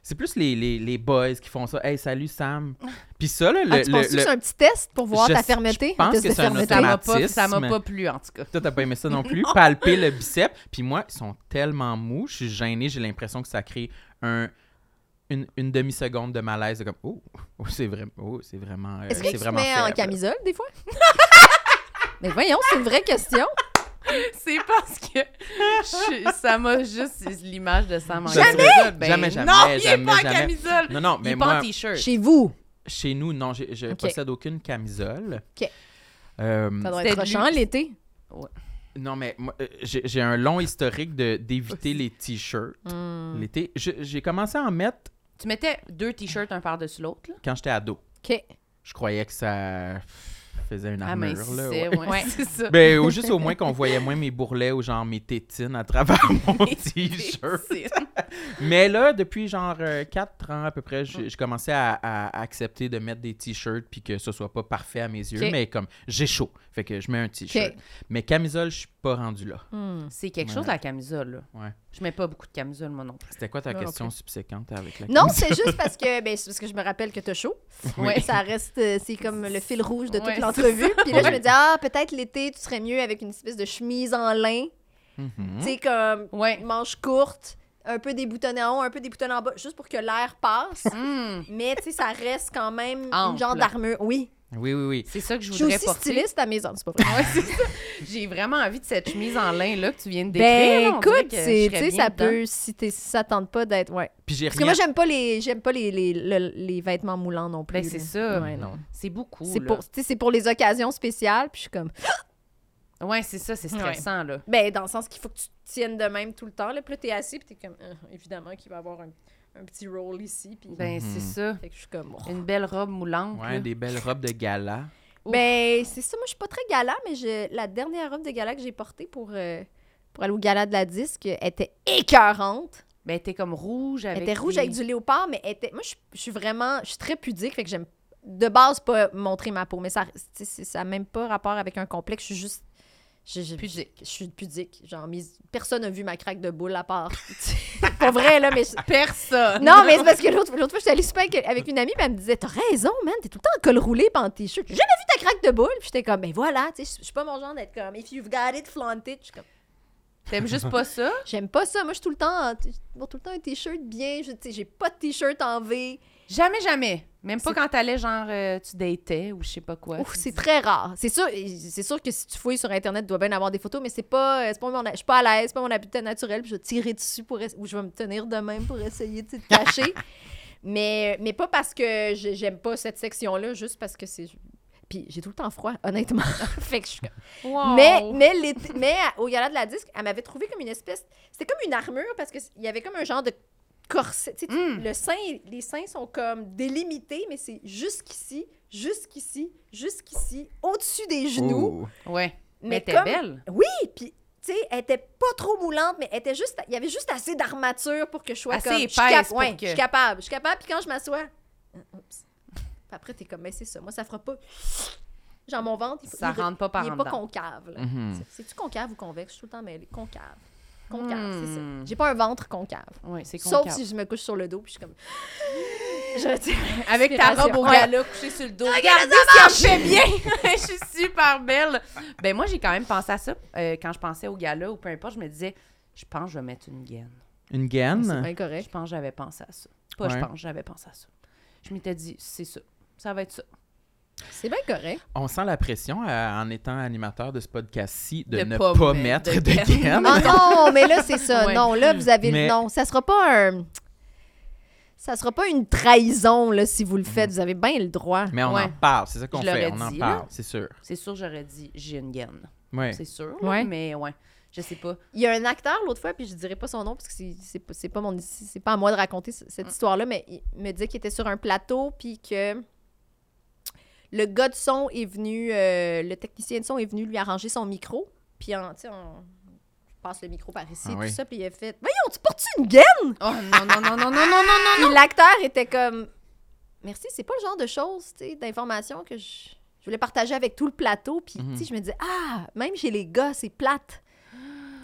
S2: C'est plus les, les, les boys qui font ça. Hey, salut Sam. Puis ça, là, le.
S4: Ah, tu
S2: le-
S4: penses que
S2: le-
S4: c'est un petit test pour voir
S2: Je-
S4: ta
S2: je
S4: fermeté?
S2: pense
S4: Un test
S2: que
S4: de
S2: c'est un
S4: fermeté.
S1: Ça m'a pas
S2: automatisme.
S1: ça m'a pas plu en tout cas.
S2: Toi, t'as pas aimé ça non plus. Palper le bicep. Puis moi, ils sont tellement mous. Je suis gênée. J'ai l'impression que ça crée un, une, une demi-seconde de malaise. de comme, oh, oh, c'est vraiment. Oh, c'est vraiment. euh,
S4: Est-ce que
S2: c'est
S4: tu te
S2: vraiment
S4: mets en
S2: faible.
S4: camisole, des fois? Mais voyons, c'est une vraie question.
S1: C'est parce que je- ça m'a juste l'image de Sam en
S2: Jamais!
S1: camisole. Ben
S2: Jamais, jamais,
S1: Non, il est
S2: jamais,
S1: pas
S2: jamais.
S1: en camisole.
S2: Non, non,
S1: il
S2: mais
S1: est pas
S2: moi,
S1: en t-shirt.
S4: Chez vous,
S2: chez nous, non, je, je
S4: Ok.
S2: possède aucune camisole.
S4: Ok.
S2: Euh,
S4: ça doit
S1: C'était
S4: être rochant
S1: lui.
S4: l'été.
S2: non, mais moi, euh, j'ai j'ai un long historique de- d'éviter les t-shirts
S4: Hmm.
S2: l'été. Je- J'ai commencé à en mettre
S1: Tu mettais deux t-shirts un par-dessus l'autre, là.
S2: quand j'étais ado.
S4: OK.
S2: Je croyais que ça faisait une
S1: Ah, mais
S2: armure. là, ouais.
S1: c'est ouais. c'est ça.
S2: Ben, ou juste au moins qu'on voyait moins mes bourrelets ou genre mes tétines à travers mon t-shirt.
S1: C'est-
S2: Mais là, depuis genre 4 ans à peu près, j'ai j'ai commencé à, à accepter de mettre des t-shirts puis que ce soit pas parfait à mes yeux,
S1: Ok.
S2: mais comme j'ai chaud, fait que je mets un t-shirt.
S4: Ok.
S2: Mais camisole, je suis pas rendu là.
S4: Hmm.
S1: C'est quelque chose, la camisole, là.
S2: Ouais.
S1: Je mets pas beaucoup de camisole, moi non plus.
S2: C'était quoi ta
S4: Non, non
S2: question subséquente avec la
S4: Non, c'est juste parce que, ben, c'est parce que je me rappelle que t'as chaud.
S1: Oui.
S4: Et Ça reste, euh, c'est comme le fil rouge de toute
S1: Ouais, c'est
S4: l'entrevue. Puis là, je me
S2: Ouais.
S4: dis, ah, peut-être l'été, tu serais mieux avec une espèce de chemise en lin.
S2: Mhm.
S4: Tu sais, comme
S1: Ouais.
S4: manche courte, un peu déboutonnée en haut, un peu déboutonnée en bas, juste pour que l'air passe.
S1: Hmm,
S4: Mais tu sais, ça reste quand même une
S1: Ample.
S4: genre d'armure. Oui.
S2: Oui, oui, oui.
S1: C'est ça que je
S4: Je suis
S1: voudrais
S4: aussi
S1: porter.
S4: styliste à maison, c'est pas vrai.
S1: Ouais, c'est ça. J'ai vraiment envie de cette chemise en lin, là, que tu viens de décrire.
S4: Ben
S1: là. On dirait
S4: écoute,
S1: que je
S4: c'est- tu
S1: serais
S4: sais,
S1: bien
S4: ça
S1: dedans.
S4: peut, si, t'es- si ça tente pas d'être. Ouais.
S2: Puis j'ai
S4: Parce que
S2: rien.
S4: moi, j'aime pas, les, j'aime pas les, les, le- les vêtements moulants non plus.
S1: Ben, c'est
S4: là.
S1: ça.
S4: Ouais, non.
S1: C'est beaucoup,
S4: C'est
S1: là.
S4: pour, tu sais, c'est pour les occasions spéciales. Puis je suis comme.
S1: Ouais, c'est ça, c'est stressant, là.
S4: Ben, dans le sens qu'il faut que tu te tiennes de même tout le temps. Là, puis là, t'es assis, puis t'es comme, Euh, évidemment qu'il va avoir un, un petit roll ici. Puis...
S1: Ben,
S2: Mhm.
S1: c'est ça.
S4: Fait que je suis comme, oh.
S1: Une belle robe moulante,
S2: Ouais,
S1: là.
S2: des belles robes de gala.
S1: Ouf.
S4: Ben, c'est ça. Moi, je suis pas très gala, mais je- la dernière robe de gala que j'ai portée pour, euh, pour aller au gala de la disque elle était écœurante.
S1: Ben, t'es comme rouge avec
S4: elle était rouge
S1: des-
S4: avec du léopard, mais elle était... moi, je, je suis vraiment... Je suis très pudique, fait que j'aime de base pas montrer ma peau. Mais ça c'est- c'est- ça a même pas rapport avec un complexe. Je suis juste... Je, je-
S1: Pudique.
S4: Je, suis pudique. Genre, mise- personne n'a vu ma craque de boule à part. pas vrai, là, mais... je-
S1: Personne.
S4: Non, mais c'est parce que l'autre l'autre fois, j'étais allée super avec, avec une amie, puis elle me disait T'as raison, man, t'es tout le temps en col roulé, pis en t-shirt. J'ai jamais vu ta craque de boule. Puis j'étais comme Ben voilà, tu sais, je suis pas mon genre d'être comme If you've got it, flaunt it. Je suis comme,
S1: T'aimes juste pas ça?
S4: J'aime pas ça. Moi, je suis tout le temps, en- bon, tout le temps un t-shirt bien. Je- tu sais, J'ai pas de t-shirt en V.
S1: Jamais, jamais. Même pas
S4: C'est-
S1: quand t'allais, genre, euh, tu datais ou je sais pas quoi.
S4: Ouf,
S1: Tu
S4: c'est
S1: dis-
S4: très rare. C'est sûr, c'est sûr que si tu fouilles sur Internet, tu dois bien avoir des photos, mais c'est pas, euh, c'est pas mon, je suis pas à l'aise, c'est pas mon habitat naturel, puis je vais tirer dessus pour ess- ou je vais me tenir de même pour essayer de te cacher. mais, mais pas parce que j'ai- j'aime pas cette section-là, juste parce que c'est. Puis j'ai tout le temps froid, honnêtement. fait que je suis comme-
S1: Wow.
S4: Mais, mais, l'été- mais à- au gala de la disque, elle m'avait trouvé comme une espèce. C'était comme une armure parce qu'il y avait comme un genre de corset. Tu sais, tu-
S1: Mm.
S4: le sein, les seins sont comme délimités, mais c'est jusqu'ici, jusqu'ici, jusqu'ici, au-dessus des genoux.
S2: Ouh.
S1: Ouais. Mais, t'es
S4: comme-
S1: belle.
S4: Puis, tu tu sais, elle était pas trop moulante, mais elle était juste, il y avait juste assez d'armature pour que je sois
S1: Assez
S4: comme, je suis
S1: épaisse pour
S4: ouais,
S1: que-
S4: je suis capable, je suis capable, puis quand je m'assois, euh, oups. Puis après t'es comme, mais c'est ça, moi ça fera pas, genre mon ventre, il,
S1: Ça
S4: il-
S1: rentre pas par
S4: il
S1: en
S4: est pas
S1: dedans.
S4: concave. là.
S2: Mhm.
S4: C'est- C'est-tu concave ou convexe? Je suis tout le temps mêlée. Concave. Concave, c'est ça.
S1: Hmm.
S4: J'ai pas un ventre concave.
S1: Oui, c'est
S4: Sauf
S1: concave.
S4: si je me couche sur le dos, puis je suis comme. Je tire
S1: Avec ta robe
S4: Inspiration.
S1: au
S4: Ouais.
S1: gala, couchée sur le dos.
S4: Regardez,
S1: Regardez
S4: ça
S1: si elle me fait bien. je suis super belle. Ben moi, j'ai quand même pensé à ça. euh, quand je pensais au gala ou peu importe, je me disais, je pense que je vais mettre une gaine.
S2: Une
S4: C'est
S2: gaine?
S4: bien correct.
S1: Je pense que j'avais pensé à ça. Pas je
S2: Ouais.
S1: pense, j'avais pensé à ça. Je m'étais dit, c'est ça. Ça va être ça.
S4: C'est bien correct.
S2: On sent la pression à- en étant animateur de ce podcast-ci de,
S1: De
S2: ne
S1: pas
S2: pas,
S1: mettre
S2: mettre
S1: de
S2: de
S1: gaine.
S2: gaine.
S4: Ah non, mais là, c'est ça.
S1: Ouais.
S4: Non, là, vous avez. le
S2: Mais-
S4: Non, ça sera pas un. Ça sera pas une trahison, là, si vous le faites. Vous avez bien le droit.
S2: Mais on
S1: Ouais.
S2: en parle, c'est ça qu'on
S1: Je l'aurais
S2: fait, on en
S1: dit, là.
S2: parle, c'est sûr.
S1: C'est sûr, j'aurais dit, j'ai une gaine.
S2: Ouais.
S1: C'est sûr.
S4: Ouais.
S1: Mais ouais, je sais pas.
S4: Il y a un acteur l'autre fois, puis je dirais pas son nom parce que c'est- c'est pas- c'est pas mon c'est pas à moi de raconter ce-
S2: Mm.
S4: cette histoire-là, mais il me dit qu'il était sur un plateau puis que le gars de son est venu, euh, le technicien de son est venu lui arranger son micro, puis en, tu sais, on passe le micro par ici,
S2: Ah
S4: tout
S2: oui.
S4: ça, puis il a fait Voyons, tu portes une gaine?
S1: Oh non, non, non, non, non, non, non.
S4: Puis l'acteur était comme Merci, c'est pas le genre de choses, tu sais, d'informations que je, je voulais partager avec tout le plateau. Puis,
S2: Mhm.
S4: tu sais, je me disais Ah, même chez les gars, c'est plate.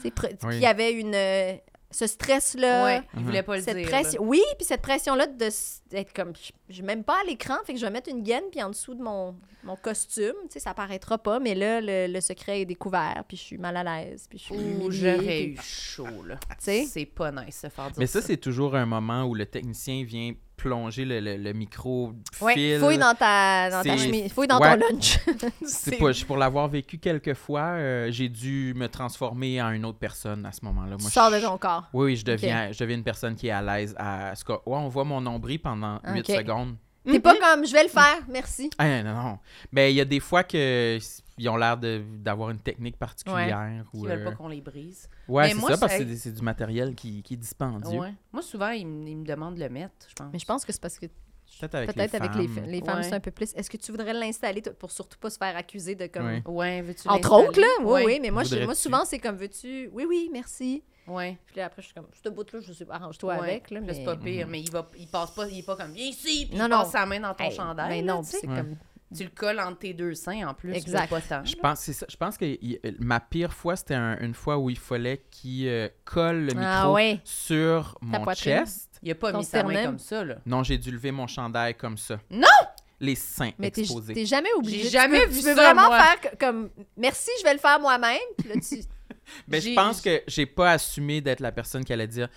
S4: Tu sais, pre-
S2: Oui.
S4: Qu'il y avait une, euh, ce stress-là.
S2: Uh-huh.
S1: Ouais, il voulait pas le
S4: Cette
S1: dire.
S4: pression, oui, puis cette pression-là de s- d'être comme, je- je m'aime pas à l'écran, fait que je vais mettre une gaine, puis en dessous de mon, mon costume, tu sais, ça paraîtra pas, mais là, le, le secret est découvert, puis je suis mal à l'aise, puis je suis
S1: Ou
S4: humiliée,
S1: j'aurais
S4: puis-
S1: eu chaud, là.
S4: Tu sais?
S1: C'est pas nice, se faire dire
S2: Mais ça, c'est toujours un moment où le technicien vient plonger le, le- le micro
S1: Ouais,
S2: fil.
S4: Fouille dans ta, dans ta
S2: C'est-
S4: chemise, fouille dans
S2: Ouais.
S4: ton lunch.
S2: C'est pas, je- pour l'avoir vécu quelques fois, euh, j'ai dû me transformer en une autre personne à ce moment-là. Moi,
S4: tu sors de
S2: je-
S4: ton corps.
S2: Oui, oui, je deviens, je deviens une personne qui est à l'aise. À ce cas, ouais, on voit mon nombril pendant
S4: Ah,
S2: 8
S4: ok.
S2: secondes.
S4: T'es
S2: Mhm.
S4: pas comme, je vais le faire, merci.
S2: Ah, non, non. Ben, il y a des fois que s- ils ont l'air de- d'avoir une technique particulière.
S1: qu'ils
S2: ou,
S1: veulent pas
S2: euh,
S1: qu'on les brise.
S2: Ouais,
S1: Mais
S2: c'est
S1: moi,
S2: ça, parce que
S1: c'est-
S2: c'est des- c'est du matériel qui, qui est dispendieux.
S1: Ouais. Moi, souvent, ils, me- ils me demandent de le mettre, je pense.
S4: Mais je pense que c'est parce que
S2: Peut-être avec,
S4: peut-être
S2: les,
S4: avec les,
S2: femmes.
S4: fe- les femmes,
S1: Ouais.
S4: c'est un peu plus. Est-ce que tu voudrais l'installer toi, pour surtout pas se faire accuser de comme.
S2: Ouais.
S1: Ouais, veux-tu
S4: Entre
S1: l'installer?
S4: autres, là, oui, oui,
S1: Ouais,
S4: mais moi, je- moi
S2: Voudrais-tu?
S4: souvent, c'est comme veux-tu. Oui, oui, merci.
S1: ouais.
S4: Puis là, après, je suis comme, je te boute là, je sais pas, arrange-toi
S1: Ouais.
S4: avec. Là, mais...
S1: c'est pas pire,
S2: Mhm.
S1: mais il, va, il passe pas, il est pas comme viens ici, puis
S4: Non,
S1: il
S4: non.
S1: passe sa main dans ton
S4: Hey,
S1: chandail.
S4: Mais
S1: là,
S4: non,
S1: tu sais.
S4: c'est
S2: Ouais.
S4: comme.
S1: Tu le colles entre tes deux seins en plus,
S4: Exact.
S1: exact. pas tant.
S2: Je pense, c'est ça. je pense que y- ma pire fois, c'était un- une fois où il fallait qu'il euh, colle le micro
S4: Ah ouais.
S2: sur mon
S4: poitrine.
S2: chest.
S1: Il a pas
S4: Ton
S1: mis sa main
S4: sternum.
S1: comme ça là.
S2: Non, j'ai dû lever mon chandail comme ça.
S1: Non!
S2: Les seins
S4: Mais t'es
S2: exposés.
S4: t'es jamais obligé.
S1: J'ai
S4: Tu
S1: jamais
S4: peux-
S1: vu
S4: Tu peux
S1: ça,
S4: vraiment
S1: moi.
S4: faire que- comme merci, je vais le faire moi-même. Puis là, tu.
S2: Mais
S1: J'ai-
S2: je pense que j'ai pas assumé d'être la personne qui allait dire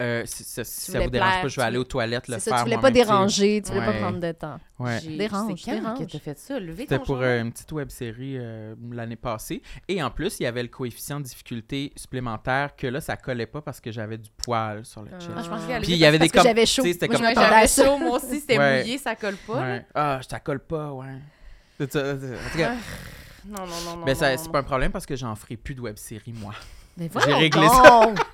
S2: euh, si, si- si ça
S4: voulais
S2: vous dérange
S4: plaire,
S2: pas, je
S4: tu
S2: vais aller aux toilettes le
S4: C'est
S2: faire.
S4: ça, tu voulais pas
S2: moi-même, tu sais.
S4: déranger, tu voulais pas
S2: Ouais.
S4: prendre de temps.
S2: Ouais.
S1: J'ai-
S4: Dérange,
S1: c'est quand
S4: dérange.
S1: que t'as fait ça Lever ton
S2: C'était pour
S1: chandail?
S2: euh, une petite web série euh, l'année passée. Et en plus, il y avait le coefficient de difficulté supplémentaire que là, ça collait pas parce que j'avais du poil sur le chest.
S1: Ah, je pense qu'il y a
S2: Puis il y avait des
S4: Parce que
S2: comme-
S4: j'avais chaud.
S2: tu sais, c'était
S4: Moi,
S2: comme-
S1: Moi,
S4: je m'attendais à
S1: j'avais
S4: ça.
S1: chaud, moi aussi, c'était
S2: Ouais.
S1: mouillé, ça colle pas. là.
S2: Ouais. Ah, je t'accole pas, ouais. C'est ça, c'est- en tout cas,
S1: Non, non, non, non.
S2: ben,
S1: non,
S2: ça-
S1: non,
S2: c'est
S1: non.
S2: pas un problème parce que j'en ferai plus de web série, moi.
S4: Mais
S2: J'ai réglé
S4: ça.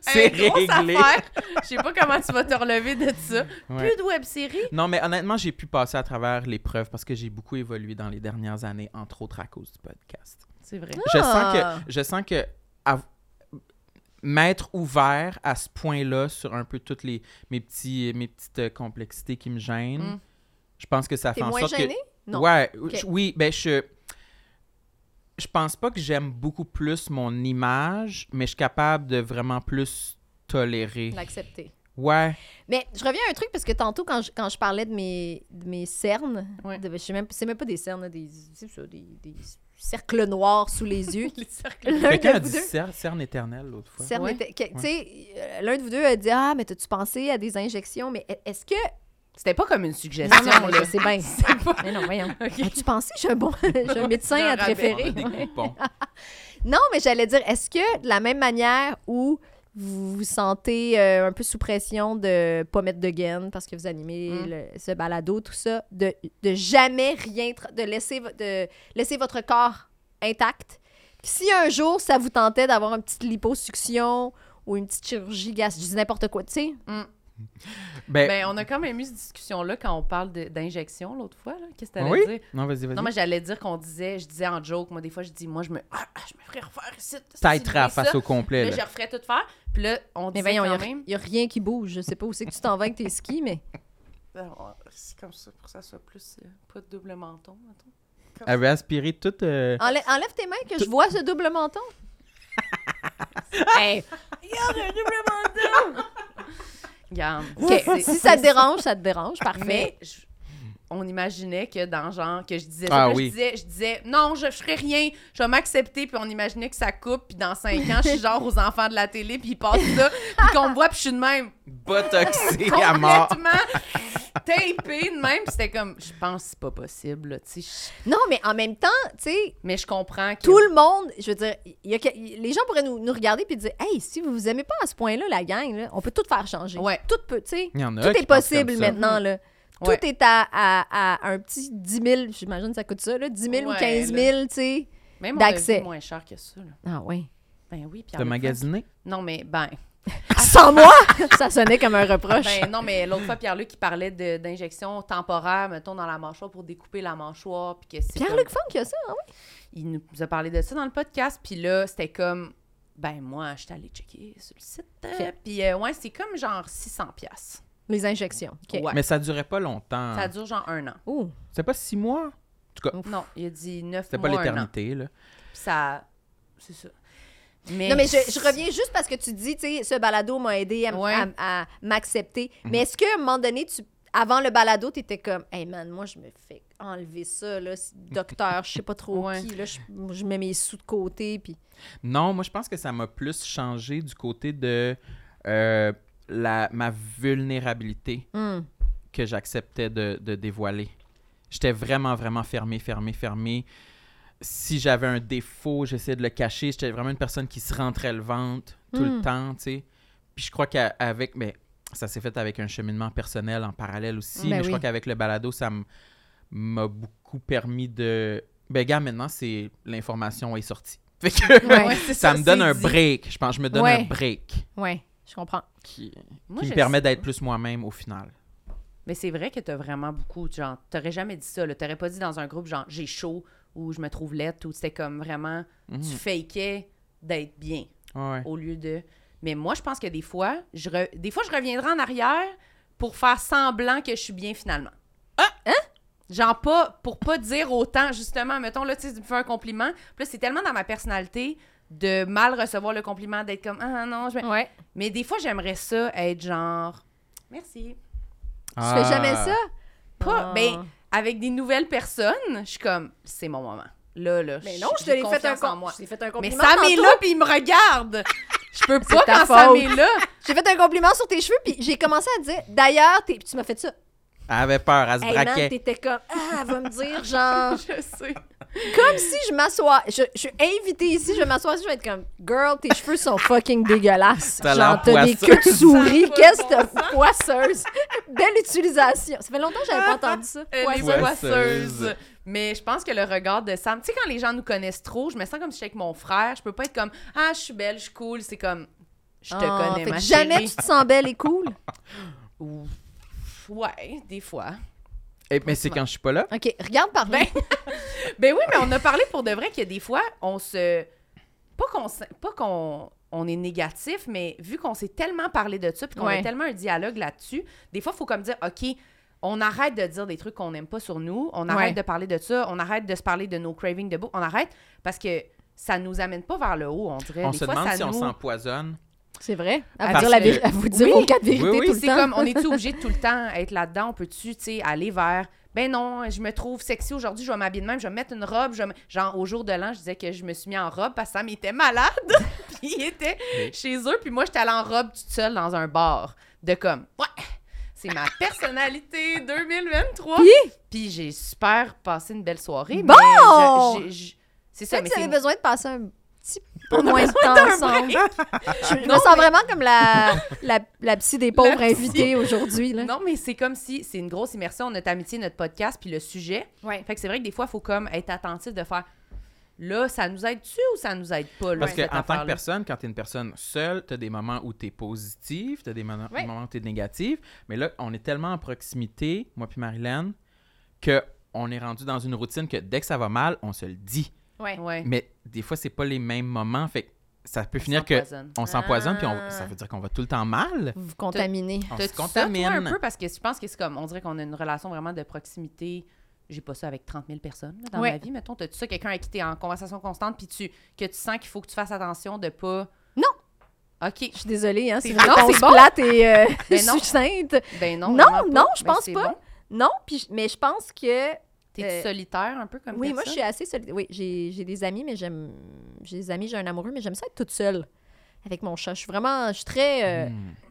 S2: C'est
S1: Hey, grosse
S2: réglé.
S1: affaire. Je sais pas comment tu vas te relever de ça.
S2: Ouais.
S1: Plus de web-série.
S2: Non, mais honnêtement, j'ai pu passer à travers l'épreuve parce que j'ai beaucoup évolué dans les dernières années, entre autres à cause du podcast.
S1: C'est vrai.
S2: Je
S4: Ah!
S2: sens que, je sens que av- m'être ouvert à ce point-là sur un peu toutes les mes petits mes petites euh, complexités qui me gênent,
S1: Mm.
S2: je pense que ça fait
S4: T'es
S2: en
S4: moins
S2: sorte
S4: gêné?
S2: que
S4: Non.
S2: ouais, je- oui, ben je je pense pas que j'aime beaucoup plus mon image, mais je suis capable de vraiment plus tolérer.
S4: L'accepter.
S2: Ouais.
S4: Mais je reviens à un truc parce que tantôt, quand je, quand je parlais de mes, de mes cernes,
S1: Ouais.
S4: de- ben, je sais même, c'est même pas des cernes, là, des, c'est ça, des, des cercles noirs sous les yeux.
S1: Les cercles.
S4: L'un
S2: Quelqu'un
S4: de
S2: a dit
S4: vous deux.
S2: cer- cerne éternelle l'autre fois.
S4: cernes
S1: Ouais.
S4: étaient- que- tu sais, euh, L'un de vous deux a dit Ah, mais t'as-tu pensé à des injections Mais e- est-ce que.
S1: C'était pas comme une
S4: Non,
S1: suggestion,
S4: non, mais
S1: là.
S4: je sais bien.
S1: C'est pas...
S4: Mais non, voyons.
S1: Ok.
S4: As-tu pensé J'ai un bon j'ai un médecin
S1: J'ai un
S4: à te
S1: rabais.
S4: référer.
S2: On a des coupons.
S4: Non, mais j'allais dire, est-ce que de la même manière où vous vous sentez euh, un peu sous pression de pas mettre de gain parce que vous animez
S1: Mm.
S4: le- ce balado, tout ça, de, de jamais rien, tra- de laisser, vo- de laisser votre corps intact? Si un jour ça vous tentait d'avoir une petite liposuction ou une petite chirurgie gastrique, je dis n'importe quoi, tu sais,
S2: Ben,
S1: Ben, on a quand même eu cette discussion-là quand on parle de- d'injection l'autre fois. là. Qu'est-ce que t'allais
S2: oui?
S1: dire?
S2: Non, vas-y, vas-y.
S1: Non, moi, j'allais dire qu'on disait, je disais en joke, moi, des fois, je dis, moi, je me, ah, ah, je me ferais refaire ici.
S2: Tight rap
S1: ça.
S2: face au complet.
S1: Là,
S4: ben,
S2: là.
S1: je referais tout faire. Puis là, on disait
S4: Mais voyons,
S1: quand
S4: il
S1: même.
S4: n'y a, rien qui bouge. Je sais pas où c'est que tu t'en vas avec tes skis, mais.
S1: Ben, C'est comme ça, pour que ça soit plus, euh, pas de double menton, mettons.
S2: Elle veut aspirer toute. euh,
S4: Enlè- enlève tes mains que je vois ce double menton. Hey,
S1: Regarde.
S4: ok,
S1: c'est-
S4: si ça te dérange, ça te dérange. Parfait.
S1: Mais je- on imaginait que dans genre que je disais ça,
S2: Ah
S1: puis là, je
S2: oui.
S1: disais je disais non, je ferai rien, je vais m'accepter puis on imaginait que ça coupe puis dans cinq ans, je suis genre aux enfants de la télé puis ils passent ça puis qu'on me voit puis je suis de même
S2: Botoxée à mort.
S1: complètement tapée de même, Puis c'était comme je pense que c'est pas possible, là, tu sais. je-
S4: Non, mais en même temps, tu sais,
S1: Mais je comprends que
S4: tout le monde, je veux dire, il y a que- les gens pourraient nous, nous regarder puis dire Hey, si vous vous aimez pas à ce point-là, la gang, là, on peut tout faire changer.
S1: Ouais.
S4: Tout peut, tu sais.
S2: Il y en a.
S4: Tout
S2: qui
S4: est
S2: pensent comme
S4: possible
S2: ça.
S4: maintenant, là. Tout
S1: Ouais.
S4: est à, à- à un petit 10 000, j'imagine que ça coûte ça, là, 10 000 ou
S1: Ouais,
S4: 15 000, tu sais.
S1: même on a
S4: d'accès.
S1: vu moins cher que ça. là.
S4: Ah oui.
S1: Ben oui, puis
S2: T'as
S1: en même temps-
S2: magasiné?
S1: Non mais ben
S4: Sans moi! ça sonnait comme un reproche.
S1: Ben non, mais l'autre fois, Pierre-Luc, il parlait de- d'injection temporaire, mettons, dans la mâchoire pour découper la mâchoire. Puis que c'est comme-
S4: Pierre-Luc Funk, il y a ça, hein, oui.
S1: il nous a parlé de ça dans le podcast, puis là, c'était comme, ben moi, j'étais allée checker sur le site, euh, puis euh, ouais, c'est comme genre 600 pièces.
S4: Les injections. OK.
S1: Ouais.
S2: Mais ça durait pas longtemps.
S1: Ça dure genre un an.
S4: Ouh.
S2: C'était pas six mois? En tout cas,
S1: Non, il a dit 9
S2: c'était pas
S1: mois, un an.
S2: l'éternité, là.
S1: Puis ça, c'est ça. Mais
S4: Non, mais je, je reviens juste parce que tu dis, tu sais, ce balado m'a aidé à, m-
S1: Ouais.
S4: à- à m'accepter. Mais est-ce qu'à un moment donné, tu, avant le balado, tu étais comme, hey man, moi, je me fais enlever ça, là, c'est- docteur, je sais pas trop
S1: Ouais.
S4: qui, là, je, je mets mes sous de côté, puis.
S2: Non, moi, je pense que ça m'a plus changé du côté de euh, la, ma vulnérabilité
S4: Hmm.
S2: que j'acceptais de, de dévoiler. J'étais vraiment, vraiment fermé, fermé, fermé. Si j'avais un défaut, j'essayais de le cacher. J'étais vraiment une personne qui se rentrait le ventre tout
S4: Mm.
S2: le temps, tu sais. Puis je crois qu'avec... Mais ça s'est fait avec un cheminement personnel en parallèle aussi.
S4: Ben
S2: mais je
S4: oui.
S2: crois qu'avec le balado, ça m- m'a beaucoup permis de... Ben gars, maintenant, c'est... L'information est sortie. Fait que
S4: Ouais.
S1: c'est
S2: ça me donne
S1: c'est
S2: un
S1: dit.
S2: break. Je pense que je me donne
S4: Ouais.
S2: un break
S4: Ouais, je comprends.
S2: qui,
S1: Moi,
S2: qui me
S1: je-
S2: permet d'être plus moi-même au final.
S1: Mais c'est vrai que t'as vraiment beaucoup, genre, t'aurais jamais dit ça, là. T'aurais pas dit dans un groupe, genre, j'ai chaud ou je me trouve laite ou c'était comme vraiment,
S2: Mhm.
S1: tu fakais d'être bien.
S2: Ouais.
S1: au lieu de. Mais moi, je pense que des fois, je re- des fois, je reviendrai en arrière pour faire semblant que je suis bien finalement. Ah! Hein? Genre pas pour pas dire autant, justement, mettons, là, tu sais, tu me fais un compliment. Puis là, c'est tellement dans ma personnalité de mal recevoir le compliment, d'être comme Ah non, je. vais-
S4: Ouais.
S1: Mais des fois, j'aimerais ça être genre Merci.
S4: Tu
S2: Ah.
S4: fais jamais ça?
S1: Pas.
S4: Ah.
S1: Ben, avec des nouvelles personnes, je suis comme C'est mon moment. Là, là.
S4: Mais
S1: je-
S4: non, je te
S1: j'ai
S4: l'ai fait un
S1: confiance en
S4: com-
S1: moi.
S4: je t'ai fait un
S1: Mais
S4: compliment.
S1: Sam est
S4: tantôt.
S1: là, puis il me regarde. Je peux pas
S4: ta
S1: quand Sam
S4: faute.
S1: est là.
S4: J'ai fait un compliment sur tes cheveux, puis j'ai commencé à dire, d'ailleurs, t'es- tu m'as fait ça.
S2: Elle avait peur, elle se
S4: Hey man,
S2: braquait.
S4: t'étais comme, ah, elle va me dire, genre,
S1: Je sais.
S4: comme si je m'assois, je, je suis invitée ici, je vais m'asseoir ici, je vais être comme, girl, tes cheveux sont fucking dégueulasses.
S2: T'as
S4: Genre,
S2: l'air
S4: t'as des
S2: poisseuse.
S4: queues de souris,
S1: Ça a pas
S4: qu'est-ce
S1: de
S4: que t'as- poisseuse. Belle utilisation. Ça fait longtemps que j'avais pas entendu ça.
S1: Elle est
S4: Poisseuse.
S2: Ouais.
S1: poisseuse. Mais je pense que le regard de Sam, tu sais, quand les gens nous connaissent trop, je me sens comme si j'étais avec mon frère. Je peux pas être comme Ah, je suis belle, je suis cool. C'est comme Je te
S4: Ah,
S1: connais,
S4: fait
S1: ma
S4: que Jamais
S1: chérie.
S4: tu te sens belle et cool.
S1: Ou- Ouais, des fois.
S2: Eh, mais c'est quand je suis pas là.
S4: OK, regarde par là.
S1: Ben oui, mais on a parlé pour de vrai que des fois, on se. Pas qu'on se- pas qu'on on est négatif, mais vu qu'on s'est tellement parlé de ça, puis qu'on
S4: Ouais.
S1: a tellement un dialogue là-dessus, des fois, il faut comme dire, OK, on arrête de dire des trucs qu'on n'aime pas sur nous, on arrête
S4: Ouais.
S1: de parler de ça, on arrête de se parler de nos cravings de bouffe, on arrête parce que ça nous amène pas vers le haut, on dirait.
S2: On
S1: Euh, des
S2: se
S1: fois,
S2: demande
S1: ça
S2: si on
S1: nous-
S2: s'empoisonne.
S4: C'est vrai. À vous
S1: Parce
S4: dire, la
S1: que-
S4: vérité- à vous dire
S1: Oui.
S4: vos quatre vérités
S2: Oui, oui.
S4: tout le
S1: c'est
S4: temps.
S1: comme, on est-tu obligé de tout le temps être là-dedans? On peut-tu, tu sais, aller vers, ben non, je me trouve sexy aujourd'hui, je vais m'habiller de même, je vais mettre une robe. Je vais me- Genre, au jour de l'an, je disais que je me suis mis en robe parce que Sam était malade. puis il était
S2: Oui.
S1: chez eux, puis moi, j'étais allée en robe toute seule dans un bar. De comme, ouais, c'est ma personnalité 2023.
S4: Puis?
S1: Puis j'ai super passé une belle soirée.
S4: Bon!
S1: mais je- je- je- C'est ça,
S4: Peut-être
S1: mais
S4: que vous
S1: c'est-
S4: avez besoin de passer un petit peu moins de temps ensemble. Je, je me sens vraiment comme la, la, la psy des pauvres invitée aujourd'hui. Là.
S1: Non, mais c'est comme si c'est une grosse immersion, notre amitié, notre podcast, puis le sujet.
S4: Ouais.
S1: Fait que c'est vrai que des fois, il faut comme être attentif de faire Là, ça nous aide-tu ou ça nous aide pas? Là,
S2: Parce
S1: cette
S2: que en tant que
S1: affaire-là?
S2: personne, quand t'es une personne seule, t'as des moments où t'es positive, t'as des moments,
S1: Ouais.
S2: moments où t'es négative. Mais là, on est tellement en proximité, moi puis Marilyn, que on est rendu dans une routine que dès que ça va mal, on se le dit.
S1: Ouais. Ouais.
S2: Mais des fois, c'est pas les mêmes moments, fait que ça peut finir que
S1: S'empoisonne.
S2: on s'empoisonne puis
S4: Ah.
S2: on, ça veut dire qu'on va tout le temps mal.
S4: Vous vous contaminez.
S2: On se
S1: T'as-tu ça, toi,
S2: contamine.
S1: un peu? Parce que je pense que c'est comme, on dirait qu'on a une relation vraiment de proximité. J'ai pas ça avec 30 000 personnes là, dans
S4: Ouais.
S1: ma vie, mettons. T'as-tu ça, quelqu'un avec qui t'es en conversation constante, puis tu, que tu sens qu'il faut que tu fasses attention de pas...
S4: Non.
S1: OK.
S4: Je suis désolée, hein, c'est
S1: C'est-
S4: une
S1: non,
S4: réponse
S1: c'est bon.
S4: plate et euh,
S1: Ben non.
S4: succincte.
S1: Ben non,
S4: Non,
S1: vraiment pas.
S4: non, je
S1: Ben,
S4: pense
S1: c'est
S4: pas.
S1: bon.
S4: Non, puis je- mais je pense que...
S1: T'es-tu
S4: Euh,
S1: solitaire un peu comme
S4: oui, moi,
S1: personne?
S4: je suis assez solide. Oui, j'ai j'ai des amis, mais j'aime... J'ai des amis, j'ai un amoureux, mais j'aime ça être toute seule avec mon chat. Je suis vraiment... Je suis très... euh,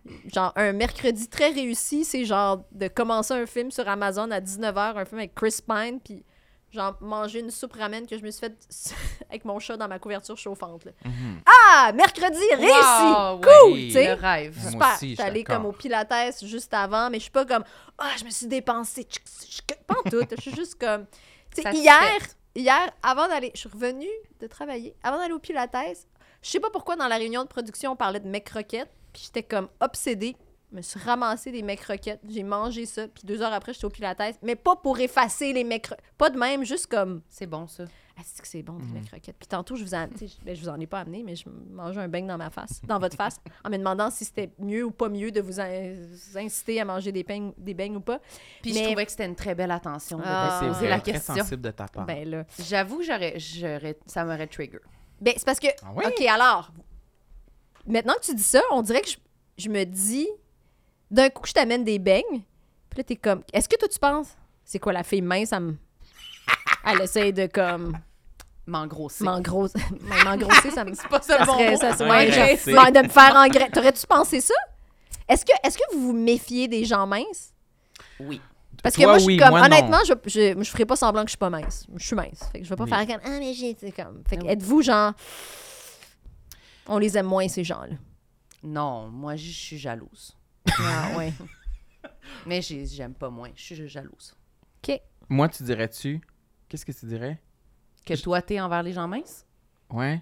S2: Hmm.
S4: Genre, un mercredi très réussi, c'est genre de commencer un film sur Amazon à 19h, un film avec Chris Pine, puis genre manger une soupe ramen que je me suis faite avec mon chat dans ma couverture chauffante. là.
S2: Mhm.
S4: Ah! Mercredi réussi!
S1: Wow,
S4: Cool!
S2: ouais.
S4: tu sais.
S1: Le rêve.
S2: Moi
S4: Super.
S2: aussi, je suis
S4: J'étais allée
S2: d'accord.
S4: comme au Pilates juste avant, mais je suis pas comme ah, je me suis dépensée. tchic, tchic, tchic. Pas en tout. Je suis juste comme tu sais,
S1: Satisfaite.
S4: hier, hier avant d'aller, je suis revenue de travailler, avant d'aller au Pilates, je sais pas pourquoi dans la réunion de production on parlait de mecs croquettes, puis j'étais comme obsédée. Je me suis ramassé des mecs croquettes, j'ai mangé ça, puis deux heures après j'étais au Pilates, mais pas pour effacer les mecs pas de même, juste comme
S1: C'est bon, ça.
S4: ah, c'est que c'est bon, des
S2: Mhm.
S4: mecs croquettes. Puis tantôt, je vous, en, tu sais, je, ben, je vous en ai pas amené, mais je mangeais un beigne dans ma face, dans votre face, en me demandant si c'était mieux ou pas mieux de vous, in- vous inciter à manger des beignes, des beignes ou pas.
S1: Puis
S4: Mais-
S1: je trouvais que c'était une très belle attention de
S4: Ah.
S1: te
S2: C'est
S1: poser
S2: vrai,
S1: la
S2: très
S1: question.
S2: sensible de ta part.
S4: Ben là.
S1: J'avoue, j'aurais, j'aurais, ça m'aurait trigger.
S4: Ben, c'est parce que.
S2: Ah oui?
S4: OK, alors. Maintenant que tu dis ça, on dirait que je, je me dis. D'un coup, je t'amène des beignes. Puis là, t'es comme. Est-ce que toi, tu penses. C'est quoi la fille mince? Elle, me... elle essaie de comme.
S1: M'engrosser.
S4: M'engrosser. M'engrosser, ça me.
S1: C'est pas ça
S4: Ça
S1: le bon
S4: serait-
S1: mot.
S4: ça serait-
S2: Ouais,
S4: ouais,
S2: je sais.
S4: genre, de me faire engraisser. T'aurais-tu pensé ça? Est-ce que, est-ce que vous vous méfiez des gens minces?
S1: Oui.
S4: Parce que
S2: Toi,
S4: moi, je suis
S2: oui,
S4: comme,
S2: moi, non.
S4: honnêtement, je, je, moi, je ferai pas semblant que je suis pas mince. Je suis mince. Fait que je vais pas
S2: Oui.
S4: faire comme, ah, mais j'ai, c'est comme. Fait que
S1: Oui.
S4: êtes-vous genre, on les aime moins, ces gens-là.
S1: Non, moi, je suis jalouse.
S4: Ah, ouais.
S1: Mais j'ai- j'aime pas moins. Je suis jalouse.
S2: Moi, tu dirais-tu Qu'est-ce que tu dirais
S1: Que toi, t'es envers les gens minces?
S2: Ouais.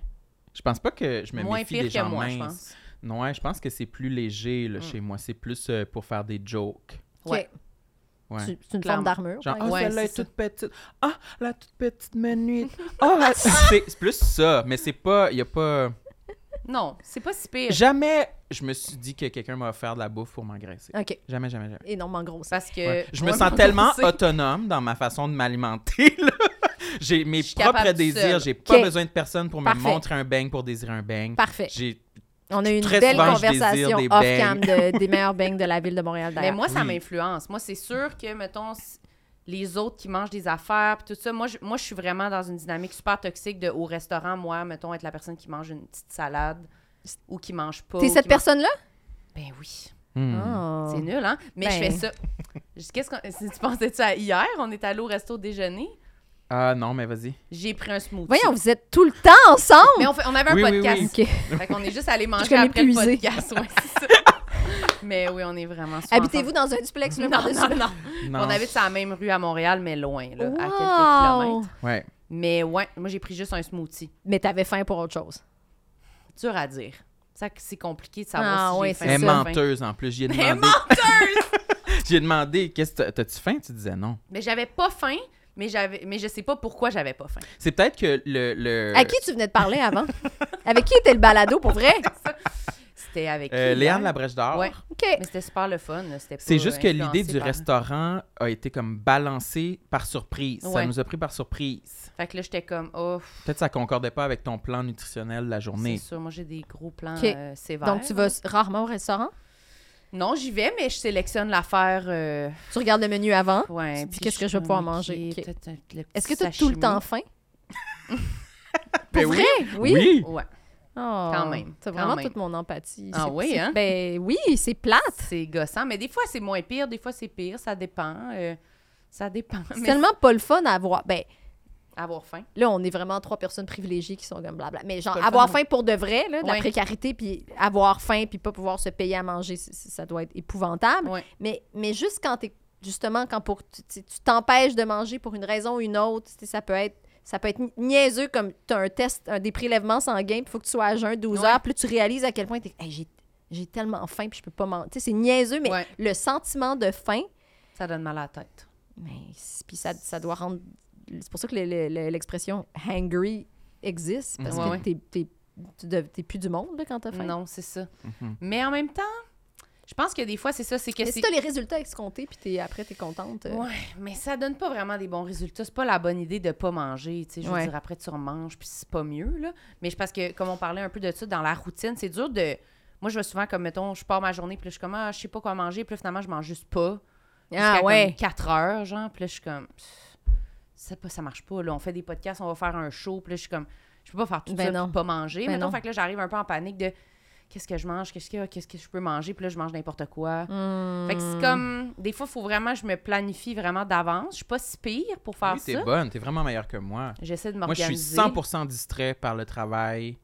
S2: Je pense pas que je me
S1: Moins
S2: méfie
S1: pire
S2: des
S1: que
S2: gens
S1: moi, je
S2: minces.
S1: pense. Hmm.
S2: Non, ouais, je pense que c'est plus léger là, chez moi. C'est plus euh, pour faire des jokes.
S4: OK.
S1: Ouais.
S2: Ouais.
S4: C'est c'est une
S1: Clairement.
S4: forme d'armure.
S2: Genre, ah,
S4: par exemple.
S1: Oh ouais,
S2: celle-là est
S1: c'est ça.
S2: toute petite. Ah, la toute petite menuite. Ah, elle- c'est c'est plus ça, mais c'est pas. Il a pas.
S1: Non, c'est pas si pire.
S2: Jamais je me suis dit que quelqu'un m'a offert de la bouffe pour m'engraisser.
S4: OK.
S2: Jamais, jamais, jamais.
S4: Et non, mais en gros, ça.
S1: Parce que.
S2: Ouais. Je me
S1: Ouais,
S2: sens tellement
S1: c'est-
S2: autonome dans ma façon de m'alimenter. là. J'ai mes
S1: Je suis
S2: propres
S1: capable
S2: désirs.
S1: seule.
S2: J'ai pas
S4: Ok.
S2: besoin de personne pour
S4: Parfait.
S2: me montrer un bang pour désirer un bang.
S4: Parfait.
S2: J'ai
S4: On a eu une
S2: Très
S4: belle
S2: souvent, je
S4: conversation
S2: désire des
S4: off-cam de- des meilleurs bangs de la ville de Montréal.
S1: Mais
S4: d'ailleurs.
S1: moi, ça
S2: Oui.
S1: m'influence. Moi, c'est sûr que, mettons, s- les autres qui mangent des affaires, puis tout ça, moi je, moi, je suis vraiment dans une dynamique super toxique de au restaurant, moi, mettons, être la personne qui mange une petite salade ou qui mange pas.
S4: T'es
S1: ou
S4: cette
S1: qui mange-
S4: personne-là?
S1: Ben oui.
S2: Hmm.
S4: Ah.
S1: C'est nul, hein? Mais je
S4: Ben.
S1: fais ça. Je- Qu'est-ce qu'on- si tu pensais-tu à hier? On est allé au resto déjeuner.
S2: Ah non, mais vas-y.
S1: J'ai pris un smoothie.
S4: Voyons, vous êtes tout le temps ensemble!
S1: Mais on, fait- on avait un
S2: Oui, oui,
S1: podcast.
S2: oui.
S4: OK.
S1: Fait qu'on est juste allé
S4: Je
S1: manger
S4: suis comme
S1: après le
S4: épuisée.
S1: podcast. Ouais, c'est ça. Mais oui, on est vraiment souvent
S4: Habitez-vous dans un duplex?
S1: ensemble. Non,
S4: là, par-dessus
S1: non, non.
S2: Non.
S1: On habite sur la même rue à Montréal, mais loin, là, à
S4: Wow!
S1: quelques kilomètres.
S2: Ouais.
S1: Mais ouais, moi, j'ai pris juste un smoothie.
S4: Mais t'avais faim pour autre chose.
S1: Dur à dire. Ça, c'est compliqué de savoir
S4: Ah,
S1: si
S4: ouais,
S1: j'ai
S4: c'est
S1: faim.
S2: Elle est
S1: ou pas faim.
S2: menteuse en plus. J'ai
S1: Mais
S2: demandé. J'ai demandé, qu'est-ce que t'as- t'as-tu faim? Tu disais non.
S1: Mais j'avais pas faim, mais, j'avais, mais je sais pas pourquoi j'avais pas faim.
S2: C'est peut-être que le. le-
S4: À qui tu venais de parler avant? Avec qui était le balado pour vrai?
S1: C'était avec
S2: euh,
S1: qui,
S2: Léane
S1: hier?
S2: Labrèche d'Or.
S1: hein? Ouais.
S4: OK.
S1: Mais c'était super le fun. là. C'était
S2: C'est
S1: pas,
S2: juste
S1: euh,
S2: que l'idée
S1: influencé
S2: du
S1: par-
S2: restaurant a été comme balancée par surprise. Ça
S1: Ouais.
S2: nous a pris par surprise.
S1: Fait que là, j'étais comme, oh,
S2: Peut-être que ça concordait pas avec ton plan nutritionnel de la journée.
S1: c'est sûr, moi, j'ai des gros plans
S4: Ok.
S1: euh, sévères.
S4: Donc, tu vas s- rarement au restaurant?
S1: Non, j'y vais, mais je sélectionne l'affaire. euh,
S4: Tu regardes le menu avant?
S1: ouais,
S4: Tu dis,
S1: puis
S4: qu'est-ce que je vais pouvoir manger?
S1: choux,
S4: Ok.
S1: peut-être un- le petit
S4: Est-ce que tu as tout le
S1: sashimi.
S4: temps faim? pour
S2: Ben
S4: vrai? Oui.
S1: Ouais.
S4: Quand
S1: même,
S4: T'as
S1: quand
S4: vraiment
S1: même.
S4: toute mon empathie.
S1: Ah
S4: C'est-
S1: oui,
S4: c'est-
S1: hein?
S4: Ben oui, c'est plate.
S1: C'est gossant. Mais des fois, c'est moins pire, des fois, c'est pire. Ça dépend. euh, ça dépend.
S4: C'est
S1: Mais
S4: tellement pas le fun à avoir. Ben
S1: avoir faim.
S4: là, on est vraiment trois personnes privilégiées qui sont comme blabla. Mais genre,
S1: Pas le
S4: avoir
S1: fun,
S4: faim pour de vrai, là, de la
S1: Ouais.
S4: précarité, puis avoir faim, puis pas pouvoir se payer à manger, c'est- c'est- ça doit être épouvantable.
S1: Ouais.
S4: Mais, mais juste quand t'es justement quand pour tu tu- tu t'empêches de manger pour une raison ou une autre, tu sais, ça peut être ça peut être ni- niaiseux comme tu as un test, un, des prélèvements sanguins, puis il faut que tu sois à jeun 12
S1: Ouais.
S4: heures, puis là, tu réalises à quel point t'es, Hey, j'ai, j'ai tellement faim, puis je peux pas manger. Tu sais, c'est niaiseux, mais
S1: Ouais.
S4: le sentiment de faim,
S1: Ça donne mal à la tête.
S4: mais c- puis ça, ça doit rendre. C'est pour ça que le- le- le- l'expression hangry existe, parce
S1: Ouais,
S4: que
S1: ouais.
S4: t'es, t'es- tu dev- t'es plus du monde là, quand t'as faim.
S1: Non, c'est ça.
S2: Mhm.
S1: Mais en même temps, je pense que des fois, c'est ça, c'est que
S4: Mais
S1: c'est...
S4: si t'as les résultats escomptés, puis t'es, après t'es contente. euh,
S1: Ouais, mais ça donne pas vraiment des bons résultats. C'est pas la bonne idée de pas manger. Tu sais, je veux
S4: Ouais.
S1: dire, après, tu remanges, puis c'est pas mieux, là. Mais je pense que, comme on parlait un peu de ça, dans la routine, c'est dur de... Moi, je vais souvent, comme, mettons, je pars ma journée, puis là, je suis comme, ah, je sais pas quoi manger, puis là, finalement, je mange juste pas.
S4: Ah ouais.
S1: 4 heures, genre, puis là, je suis comme... Pff, Ça, pas, ça marche pas, là. On fait des podcasts, on va faire un show, puis là, je suis comme... Je peux pas faire tout
S4: Ben
S1: ça,
S4: non.
S1: puis pas manger.
S4: Ben
S1: mettons,
S4: non.
S1: fait que là, j'arrive un peu en panique de... Qu'est-ce que je mange? Qu'est-ce que, qu'est-ce que je peux manger? Puis là, je mange n'importe quoi. Fait que
S4: Hmm.
S1: c'est comme. Des fois, faut vraiment. Je me planifie vraiment d'avance. Je suis pas si pire pour faire
S2: Oui, t'es
S1: ça.
S2: bonne, t'es vraiment meilleure que moi.
S1: J'essaie de
S2: Moi, je
S1: m'organiser.
S2: suis 100% distrait par le travail.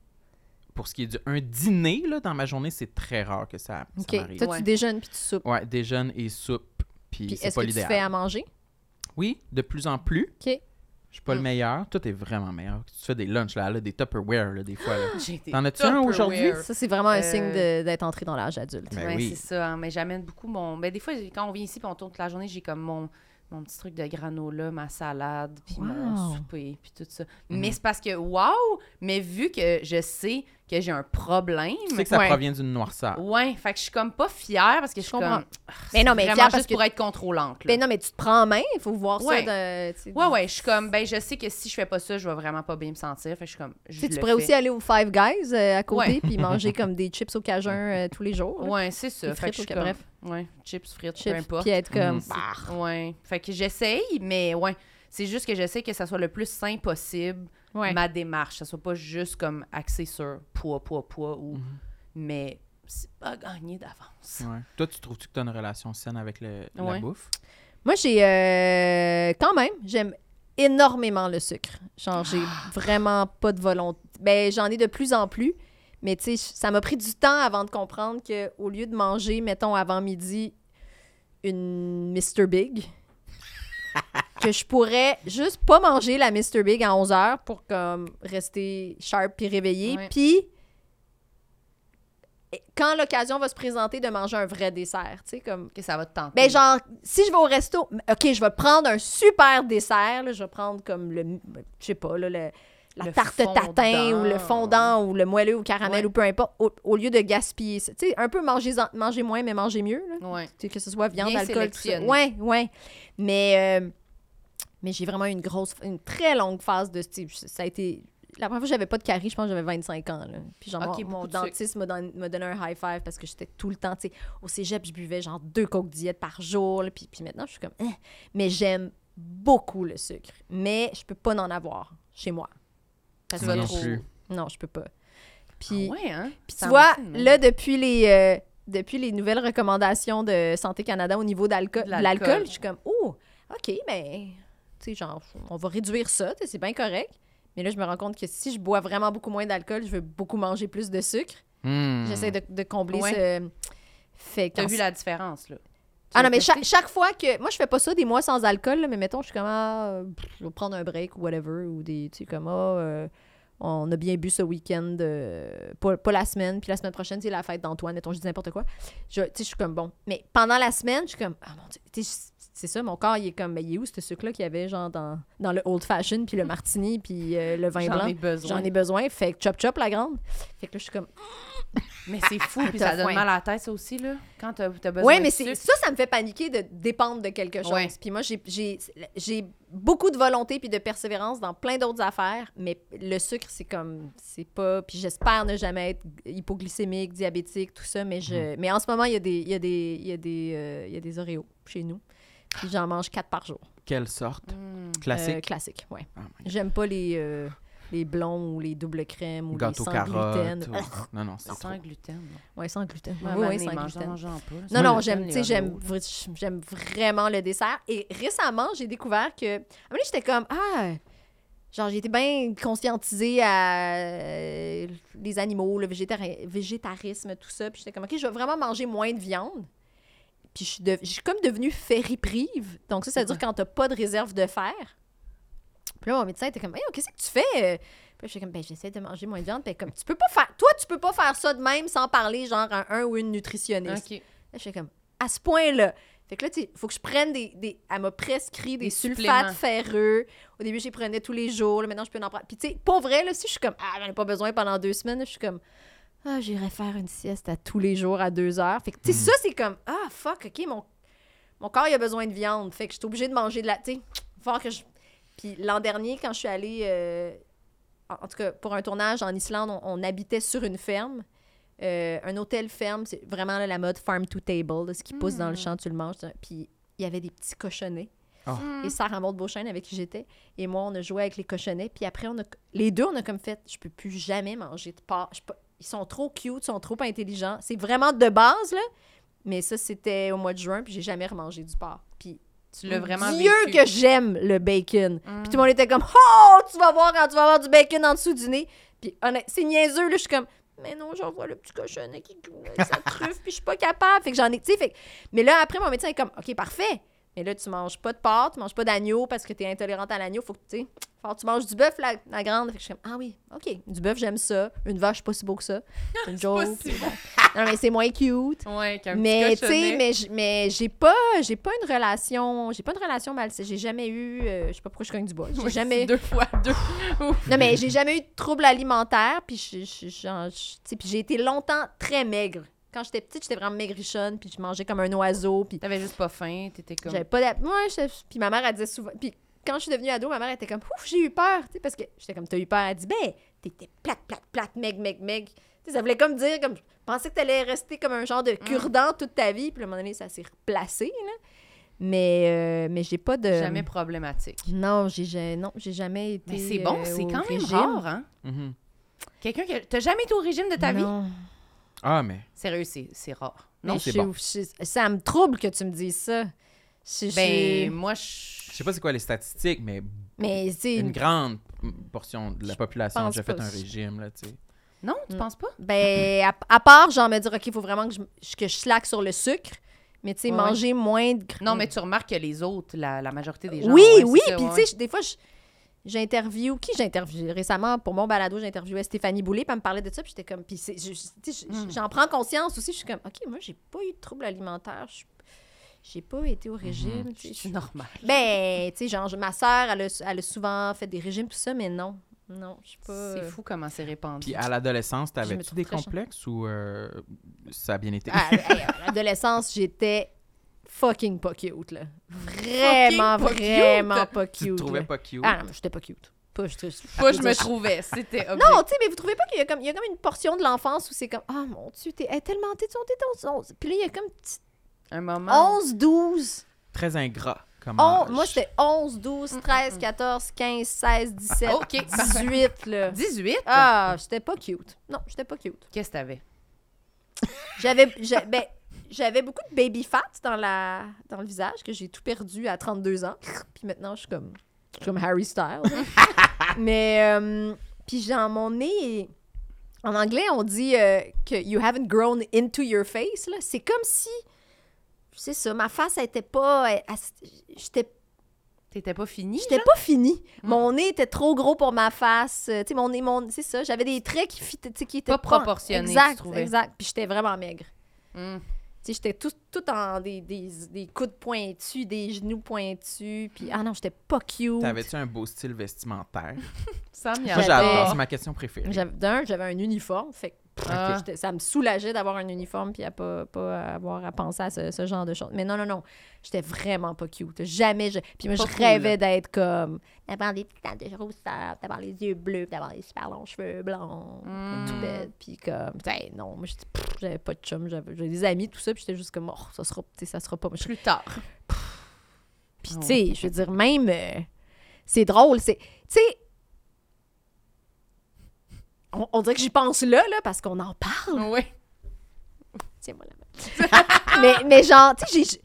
S2: Pour ce qui est du un dîner, là, dans ma journée, c'est très rare que ça, ça
S4: OK.
S2: m'arrive.
S4: Toi,
S1: Ouais.
S4: tu déjeunes puis tu soupes.
S2: Ouais, déjeune et soupe, puis
S4: Puis
S2: c'est
S4: est-ce
S2: pas
S4: que tu fais à
S2: l'idéal.
S4: manger?
S2: Oui, de plus en plus.
S4: OK.
S2: Je suis pas le
S4: Mm.
S2: meilleur. Toi, t'es vraiment meilleur. Tu fais des lunchs, là, là, des Tupperware, là, des fois. là.
S1: J'ai été
S2: T'en as-tu un
S1: Tupperware.
S2: aujourd'hui?
S4: Ça, c'est vraiment un
S1: Euh,
S4: signe de- d'être entré dans l'âge adulte.
S2: Ben
S1: Ouais,
S2: oui.
S1: c'est ça. hein. Mais j'amène beaucoup mon. Ben, des fois, quand on vient ici et on tourne toute la journée, j'ai comme mon, mon petit truc de granola, ma salade, puis mon
S4: Wow. Mm-hmm.
S1: souper, puis tout ça. Mais c'est parce que, waouh! Mais vu que je sais que j'ai un problème.
S2: Tu sais que ça
S4: Ouais.
S2: provient d'une noirceur.
S1: Ouais, fait que je suis comme pas fière parce que je suis
S4: comprends.
S1: comme. Ah,
S4: Mais
S1: c'est
S4: non, mais
S1: vraiment
S4: fière
S1: juste
S4: parce que-
S1: pour être contrôlante. là.
S4: Ben non, mais tu te prends en main, il faut voir
S1: Ouais.
S4: ça. de- tu sais,
S1: Ouais, ouais, je suis comme, ben, je sais que si je fais pas ça, je vais vraiment pas bien me sentir. Fait que je suis comme, je
S4: Tu sais, tu
S1: le
S4: pourrais
S1: fais.
S4: aussi aller au Five Guys euh, à côté
S1: Ouais.
S4: puis manger comme des chips au cajun euh, tous les jours. là.
S1: Ouais, c'est ça.
S4: Des
S1: Fait que
S4: frites,
S1: je suis
S4: ok,
S1: comme,
S4: bref.
S1: Ouais, chips, frites, peu
S4: Chips,
S1: importe. Mm.
S4: puis être comme.
S2: Mhm.
S4: bah,
S1: Ouais. Fait que j'essaye, mais ouais. C'est juste que j'essaie que ça soit le plus sain possible,
S4: ouais.
S1: ma démarche. Ça soit pas juste comme axé sur poids, poids, poids ou.
S2: Mhm.
S1: Mais c'est pas gagné d'avance.
S2: Ouais. Toi, tu trouves-tu que t'as une relation saine avec le, la
S1: Ouais.
S2: bouffe?
S4: Moi, j'ai. euh, quand même, j'aime énormément le sucre. Genre, j'ai vraiment pas de volonté. Ben, j'en ai de plus en plus. Mais tu sais, ça m'a pris du temps avant de comprendre que au lieu de manger, mettons, avant midi, une Mr. Big, que je pourrais juste pas manger la Mr. Big à 11 heures pour comme rester sharp puis réveillé.
S1: Ouais.
S4: Puis, quand l'occasion va se présenter de manger un vrai dessert, tu sais, comme
S1: Que ça va te tenter.
S4: ben genre, si je vais au resto, m- OK, je vais prendre un super dessert, là, je vais prendre comme le, je sais pas, là, le- la
S1: Le
S4: tarte tatin
S1: fondant.
S4: ou le fondant ou le moelleux ou caramel
S1: Ouais.
S4: ou peu importe, au, au lieu de gaspiller ça. Tu sais, un peu manger, manger moins, mais manger mieux, là.
S1: Ouais.
S4: Tu sais, que ce soit viande,
S1: Bien
S4: alcool, tout ça.
S1: sélectionné.
S4: Ouais, ouais. Mais, euh, mais j'ai vraiment eu une grosse, une très longue phase de, tu sais, ça a été... La première fois que j'avais pas de carie, je pense que j'avais 25 ans. Là. Puis genre,
S1: Ok,
S4: mon- mon,
S1: beaucoup de sucre.
S4: dentiste m'a don- m'a donné un high five parce que j'étais tout le temps, tu sais, au cégep, je buvais genre deux coques diète par jour. là, puis, puis maintenant, je suis comme, Eh. mais j'aime beaucoup le sucre. Mais je peux pas en avoir chez moi. Parce
S2: Moi
S4: que
S2: non
S4: je-
S2: plus.
S4: Non, je peux pas.
S1: Ah
S4: Puis,
S1: ouais, hein?
S4: puis
S1: Ça
S4: tu vois,
S1: me dit,
S4: là, depuis les, euh, depuis les nouvelles recommandations de Santé Canada au niveau d'alco-
S1: De
S4: de
S1: l'alcool.
S4: l'alcool, je suis comme, oh, OK, mais, tu sais, genre, on va réduire ça, tu sais, c'est bien correct. Mais là, je me rends compte que si je bois vraiment beaucoup moins d'alcool, je veux beaucoup manger plus de sucre.
S2: Hmm.
S4: J'essaie de, de combler
S1: Ouais.
S4: ce. Fait
S1: T'as
S4: qu'en-
S1: vu la différence, là.
S4: Ah non, mais
S1: T'as
S4: chaque, chaque fois que. Moi, je fais pas ça des mois sans alcool, là, mais mettons, je suis comme, ah, euh, pff, je vais prendre un break ou whatever, ou des. Tu sais, comme, ah, euh, on a bien bu ce week-end, euh, pas, pas la semaine, puis la semaine prochaine, c'est la fête d'Antoine, mettons, je dis n'importe quoi. Je, tu sais, je suis comme, bon. Mais pendant la semaine, je suis comme, ah mon dieu, tu sais, c'est ça, mon corps, il est comme, mais il est où ce sucre-là qu'il y avait, genre, dans, dans le old fashion, puis le martini, puis euh, le vin
S1: J'en
S4: blanc?
S1: ai besoin.
S4: J'en ai besoin, fait que chop chop la grande. Fait que là, je suis comme,
S1: Mais c'est fou, puis ça
S4: Tough,
S1: donne
S4: ouais.
S1: mal à la tête, ça aussi, là. Quand t'as t'as besoin
S4: Oui,
S1: de
S4: mais c'est-
S1: sucre.
S4: ça, ça me fait paniquer de dépendre de quelque chose.
S1: Ouais.
S4: Puis moi, j'ai- j'ai j'ai beaucoup de volonté puis de persévérance dans plein d'autres affaires, mais le sucre, c'est comme, c'est pas... Puis j'espère ne jamais être hypoglycémique, diabétique, tout ça, mais,
S1: Mhm.
S4: je, mais en ce moment, il y a des il y a des, il y a des, euh, il y a des Oreos chez nous. Puis j'en mange quatre par jour.
S2: Quelle sorte?
S1: Hmm.
S2: Classique?
S4: Euh, classique, ouais.
S1: Ah,
S2: Oh my God.
S4: J'aime pas les, euh, les blonds ou les doubles crèmes ou
S2: Gâteau
S4: les sans gluten.
S2: carotte. ou- Non, non, c'est trop.
S1: Sans gluten.
S4: Ouais, sans gluten.
S1: Moi, à un
S4: Ouais,
S1: moment
S4: ouais,
S1: donné,
S4: sans
S1: mange-
S4: gluten.
S1: mange-en pas, là.
S4: Non,
S1: Sans
S4: non,
S1: gluten,
S4: j'aime,
S1: les
S4: tu sais, j'aime,
S1: Oreos.
S4: vr- j'aime vraiment le dessert. Et récemment, j'ai découvert que. À un moment donné, j'étais comme, ah, genre, j'étais bien conscientisée à euh, les animaux, le végétari- végétarisme, tout ça. Puis j'étais comme, OK, je vais vraiment manger moins de viande. Puis je suis, de- je suis comme devenue ferriprive. Donc, ça, ça veut dire quand t'as pas de réserve de fer. Puis là, mon médecin était comme, Hey, qu'est-ce que tu fais? Puis là, j'étais comme, ben, j'essaie de manger moins de viande. Puis elle est comme, tu peux pas faire, toi, tu peux pas faire ça de même sans parler, genre, à un ou une nutritionniste.
S1: OK.
S4: Là, j'étais comme, à ce point-là. Fait que là, tu sais, faut que je prenne des. des elle m'a prescrit des,
S1: Des
S4: sulfates
S1: suppléments.
S4: ferreux. Au début, j'y prenais tous les jours. Là, maintenant, je peux en prendre. Puis, tu sais, pour vrai, là, si je suis comme, ah, j'en ai pas besoin pendant deux semaines, là, je suis comme, ah, j'irai faire une sieste à tous les jours à deux heures. Fait que, tu sais, ça, c'est comme, ah, fuck, OK, mon, mon corps, il a besoin de viande. Fait que, je suis obligée de manger de la. Tu sais, faut que je. Puis, l'an dernier, quand je suis allée. euh, en en tout cas, pour un tournage en Islande, on, on habitait sur une ferme. Euh, un hôtel ferme, c'est vraiment là, la mode farm to table, là, ce qui pousse dans le champ, tu le manges. ça. Puis il y avait des petits cochonnets.
S2: Oh.
S1: Mmh. Mm.
S4: Et Sarah Maud Beauchesne, avec qui j'étais, et moi, on a joué avec les cochonnets. Puis après, on a... les deux, on a comme fait je peux plus jamais manger de porc. Je peux- Ils sont trop cute, ils sont trop intelligents. C'est vraiment de base, là. Mais ça, c'était au mois de juin, puis j'ai jamais remangé du porc. Puis
S1: Tu l'as vraiment
S4: Oh Dieu
S1: vécu. Mmh. Mm.
S4: que j'aime le bacon. Puis tout le monde était comme Oh, tu vas voir quand tu vas avoir du bacon en dessous du nez. Puis honnête, c'est niaiseux, là, je suis comme Mais non, j'en vois le petit cochonnet qui coule avec sa truffe, puis je suis pas capable. Fait que j'en ai, tu sais, fait que- Mais là, après, mon médecin est comme Ok, parfait. Mais là, tu manges pas de porc, tu manges pas d'agneau parce que t'es intolérante à l'agneau. Faut que, tu sais, faut que tu manges du bœuf, la, la grande. Fait que je suis comme Ah oui, OK, du bœuf, j'aime ça. Une vache, pas si beau que ça. C'est une joke.
S1: si bon.
S4: non, mais c'est moins cute
S1: Ouais, qu'un petit
S4: mais tu
S1: cochonnet.
S4: sais mais j- mais j'ai pas j'ai pas une relation j'ai pas une relation malsaine j'ai jamais eu euh, je sais pas pourquoi je cogne du bois j'ai
S1: Ouais,
S4: jamais
S1: c'est Deux fois deux.
S4: non mais j'ai jamais eu de troubles alimentaires puis je- je- j'en- je- tu sais, puis j'ai été longtemps très maigre quand j'étais petite j'étais vraiment maigrichonne puis je mangeais comme un oiseau puis
S1: T'avais juste pas faim, t'étais comme.
S4: j'avais pas d'app- Moi, je- puis ma mère, elle disait souvent. Puis quand je suis devenue ado, ma mère elle était comme, ouf, j'ai eu peur. Tu sais, parce que j'étais comme, t'as eu peur. Elle dit, ben, t'étais plate, plate, plate, meg, meg, meg. Tu sais, ça voulait comme dire, comme, je pensais que t'allais rester comme un
S1: Mm.
S4: genre de cure-dent toute ta vie. Puis à un moment donné, ça s'est replacé, là. Mais, euh, mais j'ai pas de.
S1: Jamais problématique.
S4: Non, j'ai ja- non, j'ai jamais été.
S1: Mais c'est bon,
S4: euh,
S1: c'est
S4: au
S1: quand même
S4: régime.
S1: rare, hein?
S2: Mhm.
S1: Quelqu'un qui. a- T'as jamais été au régime de ta vie?
S4: Non.
S2: Ah, mais.
S1: Sérieux, c'est c'est rare.
S2: Non,
S4: Mais
S2: c'est
S4: je-
S2: bon.
S4: je- ça me trouble que tu me dises ça. Je- je-
S1: Ben, moi,
S2: Je
S1: je.
S2: sais pas c'est quoi les statistiques, mais
S4: mais c'est
S2: une grande mm, portion de la population a
S4: pense
S2: déjà fait
S4: pas.
S2: un régime, là, tu sais.
S1: Non, tu
S4: Mm.
S1: penses pas?
S4: Ben, à, à part, genre, me dire, OK, il faut vraiment que je, que je slack sur le sucre, mais tu sais,
S1: Ouais,
S4: manger moins de gras.
S1: Non, mais tu remarques que les autres, la, la majorité des gens.
S4: Mm. Oui,
S1: ouais,
S4: oui,
S1: c'est ça,
S4: puis
S1: ouais.
S4: tu sais, je- des fois, je- j'interview. Qui j'interview Récemment, pour mon balado, j'interviewais Stéphanie Boulay, puis elle me parlait de ça, puis j'étais comme. Puis c'est- je- je- tu sais, je-
S1: Mm.
S4: j'en prends conscience aussi, je suis comme, OK, moi, j'ai pas eu de troubles alimentaires, je- j'ai pas été au régime. tu sais, je-
S1: C'est normal.
S4: Ben, tu sais, genre, je- ma sœur, elle, a- elle a souvent fait des régimes, tout ça, mais non. Non, je suis pas.
S1: C'est fou comment c'est répandu.
S2: Puis à l'adolescence,
S4: me
S2: t'avais-tu
S4: trouve
S2: des
S4: très chante.
S2: complexes ou euh, ça a bien été?
S4: À, Ah, hey, à l'adolescence, j'étais fucking pas cute, là. Vraiment,
S1: Fucking pas cute?
S4: vraiment pas
S2: tu te
S4: cute.
S2: trouvais
S4: là.
S2: pas cute?
S4: Ah non, mais j'étais pas cute. Pas, j'étais-
S1: Pas je me trouvais, c'était objectif.
S4: Non, tu sais, mais vous trouvez pas qu'il y a comme, il y a comme une portion de l'enfance où c'est comme, ah mon Dieu, t'es elle est tellement, t'es son, t'es ton 11. Puis là, il y a comme petit
S1: Un moment.
S4: 11, 12.
S2: Très ingrat. Comme
S4: on-
S2: âge.
S4: Oh, moi, j'étais 11, 12, 13, 14, 15, 16, 17,
S1: Ah, OK, parfait.
S4: 18, là.
S1: 18?
S4: Ah, j'étais pas cute. Non, j'étais pas cute.
S1: Qu'est-ce que t'avais?
S4: J'avais j'a- ben, j'avais beaucoup de baby fat dans la dans le visage que j'ai tout perdu à 32 ans. Puis maintenant je suis comme je suis comme Harry Styles. Mais euh, puis genre mon nez est- en anglais on dit euh, que you haven't grown into your face là, c'est comme si c'est ça, ma face elle était pas elle- elle- j'étais
S1: T'étais pas fini?
S4: J'étais pas finie.
S1: Mm.
S4: Mon nez était trop gros pour ma face. Euh, Tu sais, mon nez, mon... c'est ça. J'avais des traits qui, fit- tu sais, qui étaient
S1: Pas proportionnés, tu
S4: Exact,
S1: trouvais.
S4: exact. Puis j'étais vraiment maigre.
S1: Mm.
S4: Tu sais, j'étais tout, tout en des, des, des coudes pointus, des genoux pointus. Puis, ah non, j'étais pas cute.
S2: T'avais-tu un beau style vestimentaire?
S1: Sam, il y
S2: Moi,
S1: avait-
S2: j'adore. C'est ma question préférée.
S4: J'avais- D'un, j'avais un uniforme. Fait que
S1: Ah.
S4: j'étais- ça me soulageait d'avoir un uniforme puis à pas, pas avoir à penser à ce, ce genre de choses. Mais non, non, non. J'étais vraiment pas cute. Jamais. Je... Puis moi,
S1: Pas
S4: je
S1: cool.
S4: rêvais d'être comme. D'avoir des petites têtes de rousseur, d'avoir les yeux bleus, d'avoir des super longs cheveux blonds.
S1: Mm.
S4: Tout bête. Puis comme. Ben non, moi, j'étais- pff, j'avais pas de chum. J'avais j'avais des amis, tout ça. Puis j'étais juste comme. Oh, ça sera, tu sais, ça sera pas.
S1: Plus tard.
S4: Puis, tu sais, je veux dire, même. euh, c'est drôle. C'est. Tu sais. On, on dirait que j'y pense là, là, parce qu'on en
S1: Ah,
S4: parle.
S1: Oui.
S4: Tiens-moi la main. mais, mais genre, tu sais, j'ai-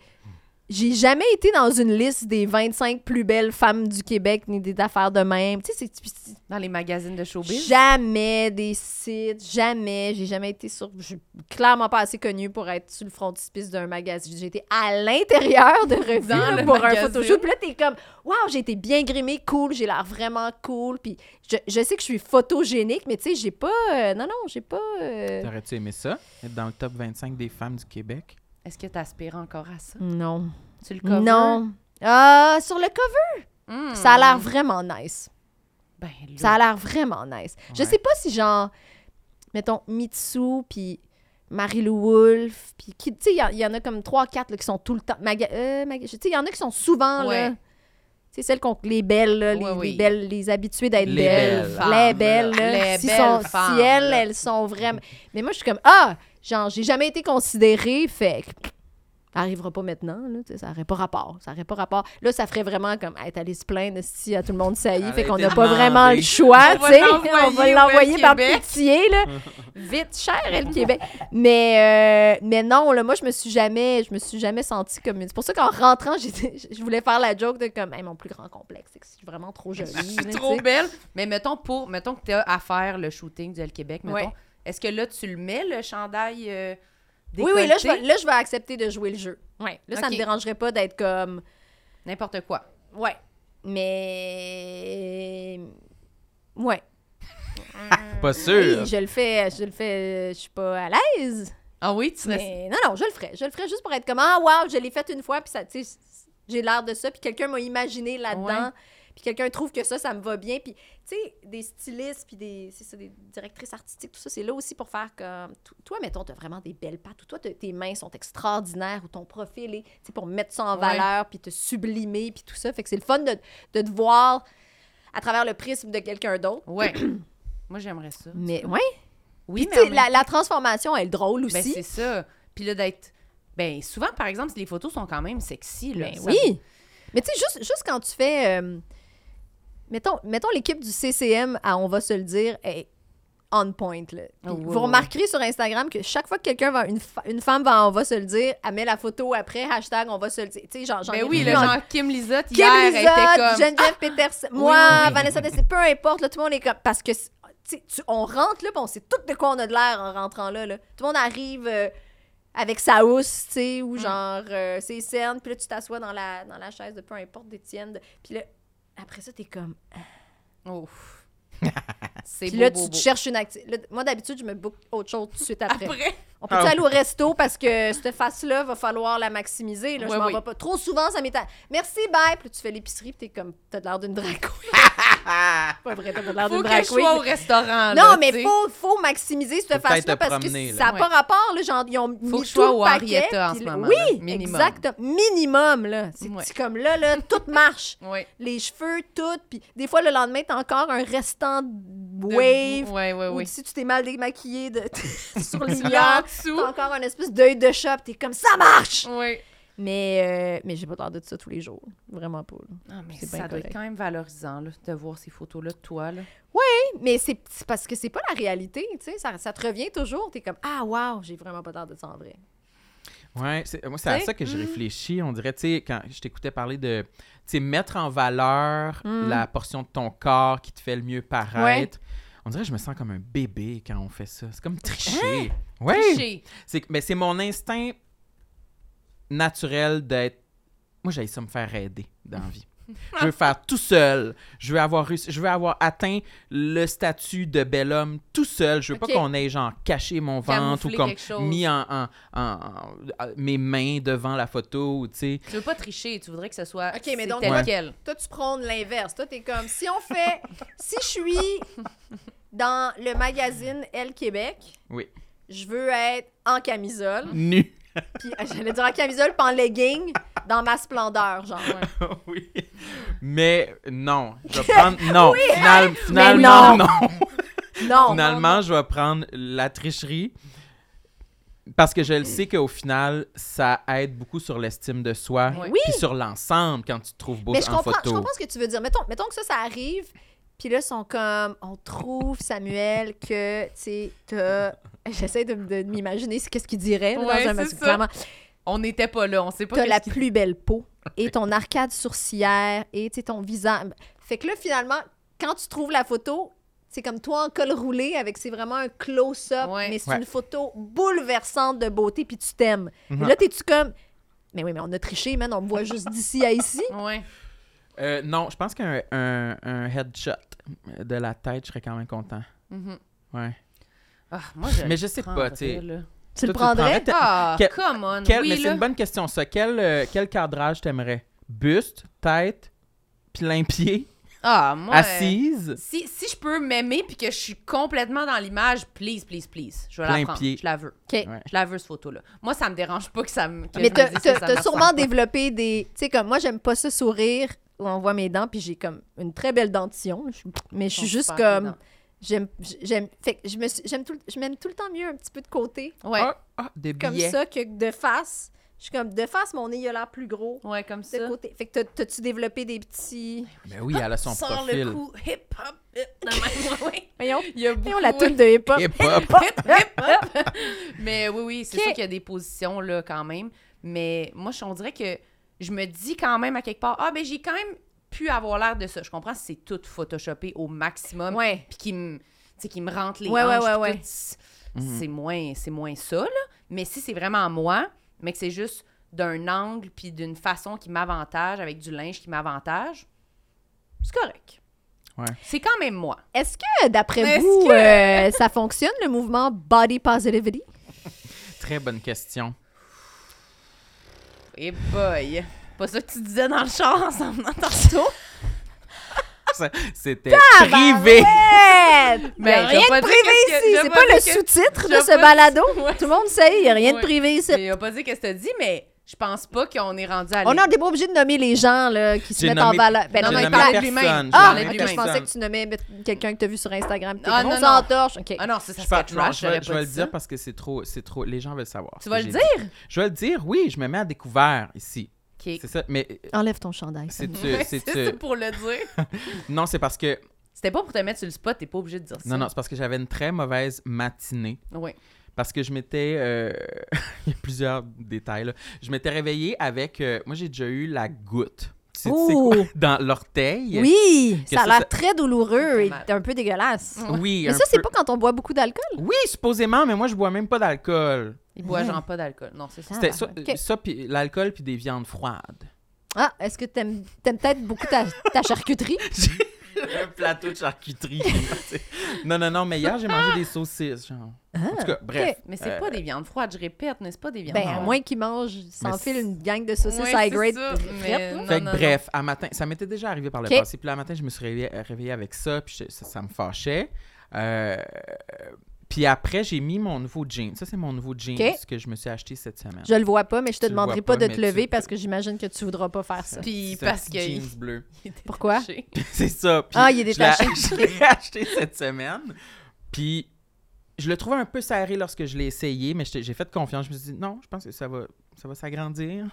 S4: j'ai jamais été dans une liste des 25 plus belles femmes du Québec ni des affaires de même. Tu sais, c'est- c'est
S1: Dans les magazines de showbiz.
S4: Jamais des sites, jamais. J'ai jamais été sur. Je suis clairement pas assez connue pour être sur le frontispice d'un magazine. J'ai été à l'intérieur de revues
S1: Dans
S4: là,
S1: le
S4: pour
S1: magazine.
S4: un photoshoot. Puis là, t'es comme, waouh, j'ai été bien grimée, cool, j'ai l'air vraiment cool. Puis je, je sais que je suis photogénique, mais tu sais, j'ai pas. euh, non, non, j'ai pas. euh,
S2: T'aurais-tu aimé ça? Être dans le top 25 des femmes du Québec?
S1: Est-ce que tu aspires encore à ça?
S4: Non.
S1: Tu le covres?
S4: Non. Ah, sur le cover,
S1: Hmm.
S4: ça a l'air vraiment nice.
S1: Ben,
S4: Ça a l'air vraiment nice. Je
S2: Ouais.
S4: sais pas si genre, mettons, Mitsu, puis Marie-Lou Wolfe, puis qui, tu sais, il y a- il y, en a comme 3-4 qui sont tout le temps. Maga- euh, Maga- tu sais, il y en a qui sont souvent là.
S1: Ouais.
S4: Tu sais, celles qu'on. Les belles, là, les,
S1: Ouais,
S4: les
S1: oui.
S4: belles, les habituées d'être
S2: Les
S4: belles.
S2: belles
S1: femmes,
S4: les belles,
S1: là.
S4: là.
S1: Les
S4: si,
S1: belles
S4: sont-
S1: femmes,
S4: si elles,
S1: là.
S4: elles sont vraiment. Mais moi, je suis comme, ah, genre, j'ai jamais été considérée, fait que ça arrivera pas maintenant, là, tu sais, ça aurait pas rapport, ça aurait pas rapport. Là, ça ferait vraiment comme, hey, t'allais se plaindre si à tout le monde ça y est, fait
S2: Arrêtez
S4: qu'on n'a
S2: de
S4: pas
S2: demander.
S4: vraiment le choix,
S1: On va
S4: tu sais,
S1: l'envoyer
S4: on va
S1: au
S4: l'envoyer par
S1: Québec.
S4: pitié, là, vite, cher, le Québec. Mais, euh, mais non, là, moi, je me suis jamais, je me suis jamais sentie comme une... C'est pour ça qu'en rentrant, j'étais- je voulais faire la joke de comme, hey, mon plus grand complexe, c'est que je suis vraiment trop jolie,
S1: Je suis
S4: là, tu
S1: trop
S4: sais.
S1: belle. Mais mettons, pour, mettons que tu as à faire le shooting du Hell Québec, mettons.
S4: Ouais.
S1: Est-ce que là, tu le mets, le chandail euh,
S4: Oui, oui, là, je vais,
S1: décolleté?
S4: là, je vais accepter de jouer le jeu. Ouais. Là, ça
S1: Ok.
S4: me dérangerait pas d'être comme...
S1: N'importe quoi.
S4: Ouais. Mais. Ouais.
S2: Pas
S4: Oui,
S2: sûr!
S4: je le fais, je le fais, euh, je suis pas à l'aise.
S1: Ah oui, tu serais...
S4: Mais non, non, je le ferais. Je le ferais juste pour être comme Ah, waouh, je l'ai fait une fois, puis ça, tu sais, j'ai l'air de ça, puis quelqu'un m'a imaginé là-dedans,
S1: Ouais.
S4: puis quelqu'un trouve que ça, ça me va bien. Puis, tu sais, des stylistes, puis des, c'est ça, des directrices artistiques, tout ça, c'est là aussi pour faire comme. to- Toi, mettons, t'as vraiment des belles pattes, ou toi, t'as- tes mains sont extraordinaires, ou ton profil est, tu sais, pour mettre ça en
S1: Ouais.
S4: valeur, puis te sublimer, puis tout ça. Fait que c'est le fun de, de te voir à travers le prisme de quelqu'un d'autre.
S1: Ouais. Moi, j'aimerais ça.
S4: Mais ouais,
S1: Oui,
S4: Puis,
S1: mais
S4: tu
S1: en
S4: sais,
S1: même
S4: la, la transformation, elle est drôle
S1: Ben,
S4: aussi.
S1: c'est ça. Puis là, d'être. Ben, souvent, par exemple, les photos sont quand même sexy. Là.
S4: Ben
S1: Ça-
S4: oui. Mais tu sais, juste, juste quand tu fais. euh, mettons mettons l'équipe du CCM à On va se le dire est on point. Là. Puis
S1: Ah oui,
S4: vous
S1: oui,
S4: remarquerez sur Instagram que chaque fois que quelqu'un va. Une, fa- une femme va à On va se le dire, elle met la photo après, hashtag On va se le dire. Tu sais, j'en j'en ai
S1: Ben oui,
S4: vu
S1: le
S4: en-
S1: genre Kim Lizotte,
S4: Kim
S1: hier,
S4: Lizotte,
S1: était comme. ah!
S4: Geneviève Peterson, moi,
S1: Oui, oui, oui.
S4: Vanessa Dessin, peu importe, là, tout le monde est comme. Parce que c'est- tu sais, tu- on rentre là, puis on sait tout de quoi on a de l'air en rentrant là. là. Tout le monde arrive euh, avec sa housse, tu sais,
S1: Mm.
S4: ou genre euh, ses cernes, puis là, tu t'assois dans la, dans la chaise de peu importe des tiennes. de- Puis là, après ça, t'es comme.
S1: Ouf. c'est
S4: Puis
S1: beau,
S4: là,
S1: beau,
S4: tu te
S1: beau.
S4: cherches une activité. Moi, d'habitude, je me book autre chose tout de suite après.
S1: Après,
S4: On peut-tu
S2: Ah.
S4: aller au resto parce que cette face-là, va falloir la maximiser. Là, je
S1: Ouais,
S4: m'en
S1: oui.
S4: vais pas. Trop souvent, ça m'est. à- Merci, bye. Puis là, tu fais l'épicerie, puis t'es comme. T'as l'air d'une drag queen. pas vrai, t'as l'air d'une
S1: faut que
S4: drag
S1: je sois au
S4: queen.
S1: restaurant.
S4: Non,
S1: là,
S4: mais
S1: tu sais.
S4: faut, faut maximiser cette
S2: peut-être te
S4: face-là parce
S2: promener,
S4: que
S2: là.
S4: ça n'a pas
S1: Ouais.
S4: rapport. Là, genre, ils ont mis
S1: Faut que je
S4: tout
S1: sois
S4: le
S1: au
S4: paquet,
S1: Henrietta en
S4: puis
S1: ce
S4: là-
S1: moment, là.
S4: Oui,
S1: Minimum.
S4: exact. Minimum, là. C'est
S1: Ouais.
S4: petit comme là, là, tout marche.
S1: Ouais.
S4: Les cheveux, tout. Puis des fois, le lendemain, t'as encore un restant de
S1: De-
S4: wave.
S1: Ouais, ouais,
S4: Ou
S1: oui.
S4: si tu t'es mal démaquillé de... sur les
S1: Là, en
S4: lumières,
S1: dessous.
S4: T'as encore un espèce d'œil de chat, pis t'es comme ça marche!
S1: Ouais.
S4: Mais, euh, mais j'ai pas peur de ça tous les jours. Vraiment pas. là.
S1: Ah, mais
S4: C'est
S1: ça
S4: bien
S1: doit être
S4: correct.
S1: quand même valorisant là, de voir ces photos-là de toi. Là.
S4: Mais c'est c'est parce que c'est pas la réalité, tu sais. Ça, ça te revient toujours. T'es comme Ah, waouh, j'ai vraiment pas peur de ça en vrai.
S2: Ouais, c'est- moi, c'est à
S1: T'sais,
S2: ça que je réfléchis. On dirait, tu sais, quand je t'écoutais parler de, tu sais, mettre en valeur la portion de ton corps qui te fait le mieux paraître. On dirait que je me sens comme un bébé quand on fait ça. C'est comme tricher. Ouais.
S1: Tricher.
S2: C'est, que- mais c'est mon instinct naturel d'être. Moi, j'ai ça me faire aider dans la vie. Je veux faire tout seul. Je veux avoir réussi- je veux avoir atteint le statut de bel homme tout seul. Je veux
S1: Ok.
S2: pas qu'on ait genre caché mon ventre
S1: Camoufler
S2: ou comme
S1: quelque chose.
S2: mis en, en- en- en- euh, mes mains devant la photo ou tu sais.
S1: Tu veux pas tricher, tu voudrais que ce soit
S4: Ok, mais
S1: c'est
S4: donc,
S1: tel
S2: Ouais.
S1: quel.
S4: Toi, tu prônes l'inverse. Toi, t'es comme Si on fait. si je suis dans le magazine Elle Québec,
S2: Oui.
S4: je veux être en camisole.
S2: Nu.
S4: Puis j'allais dire en camisole, puis en legging, dans ma splendeur, genre.
S2: oui. Mais non, je vais prendre non. Final-
S4: non.
S2: finalement non.
S4: Non!
S2: Finalement, je vais prendre la tricherie parce que je le sais qu'au final, ça aide beaucoup sur l'estime de soi
S1: Oui.
S2: puis sur l'ensemble quand tu te trouves beau
S4: Mais je
S2: en
S4: comprends, je
S2: photo.
S4: comprends ce que tu veux dire. Mettons, mettons que ça, ça arrive, puis là, ils sont comme, on trouve, Samuel, que, tu sais, t'as... J'essaie de, de m'imaginer ce- qu'est-ce qu'il dirait là,
S1: Ouais,
S4: dans un
S1: c'est
S4: parce que
S1: ça.
S4: clairement,
S1: On n'était pas là, on sait pas
S4: T'as
S1: qu'est-ce
S4: la
S1: qui-
S4: plus belle peau et ton arcade sourcilière et tu sais, ton visage. Fait que là, finalement, quand tu trouves la photo, c'est comme toi en col roulé avec c'est vraiment un close-up,
S1: Ouais.
S4: mais c'est
S2: Ouais.
S4: une photo bouleversante de beauté puis tu t'aimes.
S2: Mhm.
S4: Et là, t'es-tu comme. Mais oui, mais on a triché, man, on me voit juste d'ici à ici.
S1: Ouais.
S2: Euh, non, je pense qu'un un, un headshot de la tête, je serais quand même content.
S1: Mhm.
S2: Ouais.
S1: Ah, moi, je
S2: Mais
S1: le
S2: je sais pas, tu sais.
S1: prendrais, là.
S2: Toi, tu
S4: Tu le
S2: le
S4: prendrais?
S2: prendrais? T'as-
S1: Ah,
S2: quel-
S1: come on.
S2: Quel-
S1: oui,
S2: mais c'est
S1: là.
S2: une bonne question, ça. Quel, euh, quel cadrage t'aimerais? Buste, tête, plein pied,
S1: Ah, moi. euh,
S2: assise?
S1: Si, si je peux m'aimer puis que je suis complètement dans l'image, please, please, please. Je vais
S2: Plein
S1: la prendre.
S2: pied.
S1: Je la veux.
S4: OK.
S2: Ouais.
S1: Je la veux, cette photo-là. Moi, ça me dérange pas que ça me. que
S4: Mais
S1: je me
S4: t'as
S1: dise que ça
S4: t'as- t'as
S1: me
S4: sûrement
S1: ressemble pas.
S4: développé des. Tu sais, comme moi, j'aime pas ce sourire où on voit mes dents, puis j'ai comme une très belle dentition. Je suis- Mais je suis
S1: Sont
S4: juste
S1: super
S4: comme.
S1: évidentes.
S4: J'aime. J'aime. Fait que je me suis- j'aime tout, le- je m'aime tout le temps mieux un petit peu de côté,
S1: Ouais.
S2: Ah, ah, des
S4: comme
S2: billets.
S4: ça, que de face. Je suis comme. De face, mon nez, il a l'air plus gros.
S1: Ouais, comme ça.
S4: De côté. Fait que t'as- t'as-tu développé des petits.
S2: Ben oui, elle a son
S1: Sans
S2: profil.
S1: le coup hip-hop. hip, de même, ouais, ouais.
S4: Voyons.
S1: Il y a beaucoup.
S4: Voyons la
S1: ouais.
S4: tune de hip-hop.
S1: Eh ben.
S2: Hip-hop.
S1: Hip, hip, hop. Mais oui, oui, c'est
S4: Ok.
S1: sûr qu'il y a des positions, là, quand même. Mais moi, je- on dirait que je me dis quand même à quelque part, ah, ben j'ai quand même pu avoir l'air de ça. Je comprends si c'est tout photoshopé au maximum.
S4: Ouais.
S1: Puis qui me, tu sais, qui me rentre les
S4: Ouais, ouais,
S1: hanches,
S4: ouais,
S1: puis
S4: ouais.
S1: tout, c'est- C'est moins, c'est moins ça, là. Mais si c'est vraiment moi, mais que c'est juste d'un angle puis d'une façon qui m'avantage, avec du linge qui m'avantage, c'est correct.
S2: Ouais.
S1: C'est quand même moi.
S4: Est-ce que, d'après
S1: Est-ce
S4: vous,
S1: que-
S4: euh, ça fonctionne, le mouvement body positivity?
S2: Très bonne question.
S1: Et Eh boy! Pas ça que tu disais dans le char ensemble, dans ton
S2: Ça, C'était privé.
S4: Arrête!
S1: Mais
S4: Mais
S1: j'ai
S4: rien
S1: pas
S4: de
S1: dit
S4: privé
S1: qu'est-ce que-
S4: ici!
S1: j'ai
S4: C'est
S1: pas
S4: pas
S1: dit
S4: le
S1: que-
S4: sous-titre de
S1: j'ai
S4: ce
S1: pas dit-
S4: balado!
S1: Ouais.
S4: Tout le monde sait, il n'y a rien de
S1: Ouais.
S4: privé ici.
S1: Mais il a pas dit qu'est-ce que t'as dit, mais je pense pas qu'on est rendu à
S4: On
S1: l'é-
S4: n'est pas obligé de nommer les gens là, qui se
S2: J'ai
S4: mettent en
S2: nommé-
S4: valeur. Ben
S1: j'ai
S4: non, non, il
S1: nommé
S4: parle-
S1: de lui-même.
S2: personne.
S1: Ah,
S2: J'ai
S1: ok, je
S2: nommé
S4: je pensais
S2: personne.
S4: que tu nommais quelqu'un que tu as vu sur Instagram. T'es
S1: Ah,
S4: gros
S1: non, non.
S4: sans torche. OK.
S1: Ah non, ça, ça
S2: Je, par-
S1: serait
S2: je, pense-
S1: trash,
S2: je vais,
S1: j'aurais
S2: je
S1: pas
S2: vais le
S1: dit
S2: dire
S1: ça.
S2: parce que c'est trop, c'est trop. Les gens veulent savoir.
S1: Tu
S2: ce
S1: vas
S2: que
S1: le
S2: j'ai dit. Je vais le dire. Oui, je me mets à découvert ici.
S1: Ok.
S2: C'est ça. Mais euh,
S4: Enlève ton chandail.
S2: c'est
S4: Samuel.
S1: Ouais,
S2: c'est-
S1: C'est
S2: c'est-
S1: ça pour le dire.
S2: non, c'est parce que
S1: C'était pas pour te mettre sur le spot, t'es pas obligé de dire ça.
S2: non, non, c'est parce que j'avais une très mauvaise matinée
S1: Oui.
S2: parce que je m'étais euh, il y a plusieurs détails. là. Je m'étais réveillée avec. euh, moi, j'ai déjà eu la goutte. Tu sais, tu sais quoi?
S4: Ouh.
S2: dans l'orteil.
S4: Oui,
S2: Que
S4: ça a
S2: ça,
S4: l'air
S2: ça-
S4: très douloureux
S1: fait
S4: et
S1: mal. Mm.
S4: un peu dégueulasse.
S2: Oui.
S4: Mais
S2: un
S4: ça, c'est
S2: peu.
S4: pas quand on boit beaucoup d'alcool.
S2: Oui, supposément, mais moi, je bois même pas d'alcool.
S1: Il boit
S4: Ouais.
S1: genre pas d'alcool. Non, c'est ça.
S4: Ah,
S2: C'était ça,
S4: ok.
S2: ça puis l'alcool puis des viandes froides.
S4: Ah, est-ce que t'aimes t'aimes peut-être beaucoup ta, ta charcuterie?
S2: un plateau de charcuterie. non, non, non, mais hier, j'ai mangé des saucisses, genre. En tout cas, bref.
S4: Ah, ok.
S1: hein. Mais c'est
S2: Euh,
S1: pas des viandes froides, je répète, mais c'est pas des viandes
S4: Ben, à
S1: froides.
S4: moins qu'ils mangent, s'enfilent
S2: c'est-
S4: une gang de saucisses
S1: Ouais, c'est
S4: high grade.
S1: ça,
S4: frites,
S1: mais-
S4: là.
S1: Non,
S2: Fait que
S1: non,
S2: bref, à matin, ça m'était déjà arrivé par le
S4: Ok.
S2: passé. Puis là, à matin, je me suis réveillée, réveillée avec ça, puis je- ça, ça me fâchait. Euh, puis après, j'ai mis mon nouveau jean. Ça, c'est mon nouveau jean
S4: Ok.
S2: que je me suis acheté cette semaine.
S4: Je le vois pas, mais je te
S2: Tu le
S4: demanderai
S2: vois
S4: pas,
S2: pas,
S4: de te
S2: mais tu-
S4: lever parce que j'imagine que tu voudras pas faire ça.
S1: Puis
S2: C'est un
S1: parce
S2: petit
S1: que.
S2: jeans bleu.
S1: il était
S4: Pourquoi?
S1: taché.
S2: C'est ça. puis
S4: Ah, il est
S2: je l'ai-
S4: détaché.
S2: Je l'ai acheté cette semaine. Puis je le trouvais un peu serré lorsque je l'ai essayé, mais j'étais- j'ai fait confiance. Je me suis dit, non, je pense que ça va, ça va s'agrandir.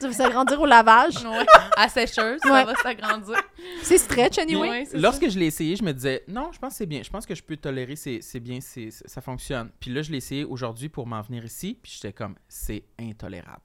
S4: Tu veux s'agrandir au lavage?
S1: Ouais. À sécheuse,
S4: Ouais.
S1: ça va s'agrandir.
S4: C'est stretch, anyway.
S1: Ouais, c'est
S2: Lorsque je l'ai essayé, je me disais, non, je pense que c'est bien. Je pense que je peux tolérer, c'est c'est bien, c'est- c'est- ça fonctionne. Puis là, je l'ai essayé aujourd'hui pour m'en venir ici, puis j'étais comme, c'est intolérable.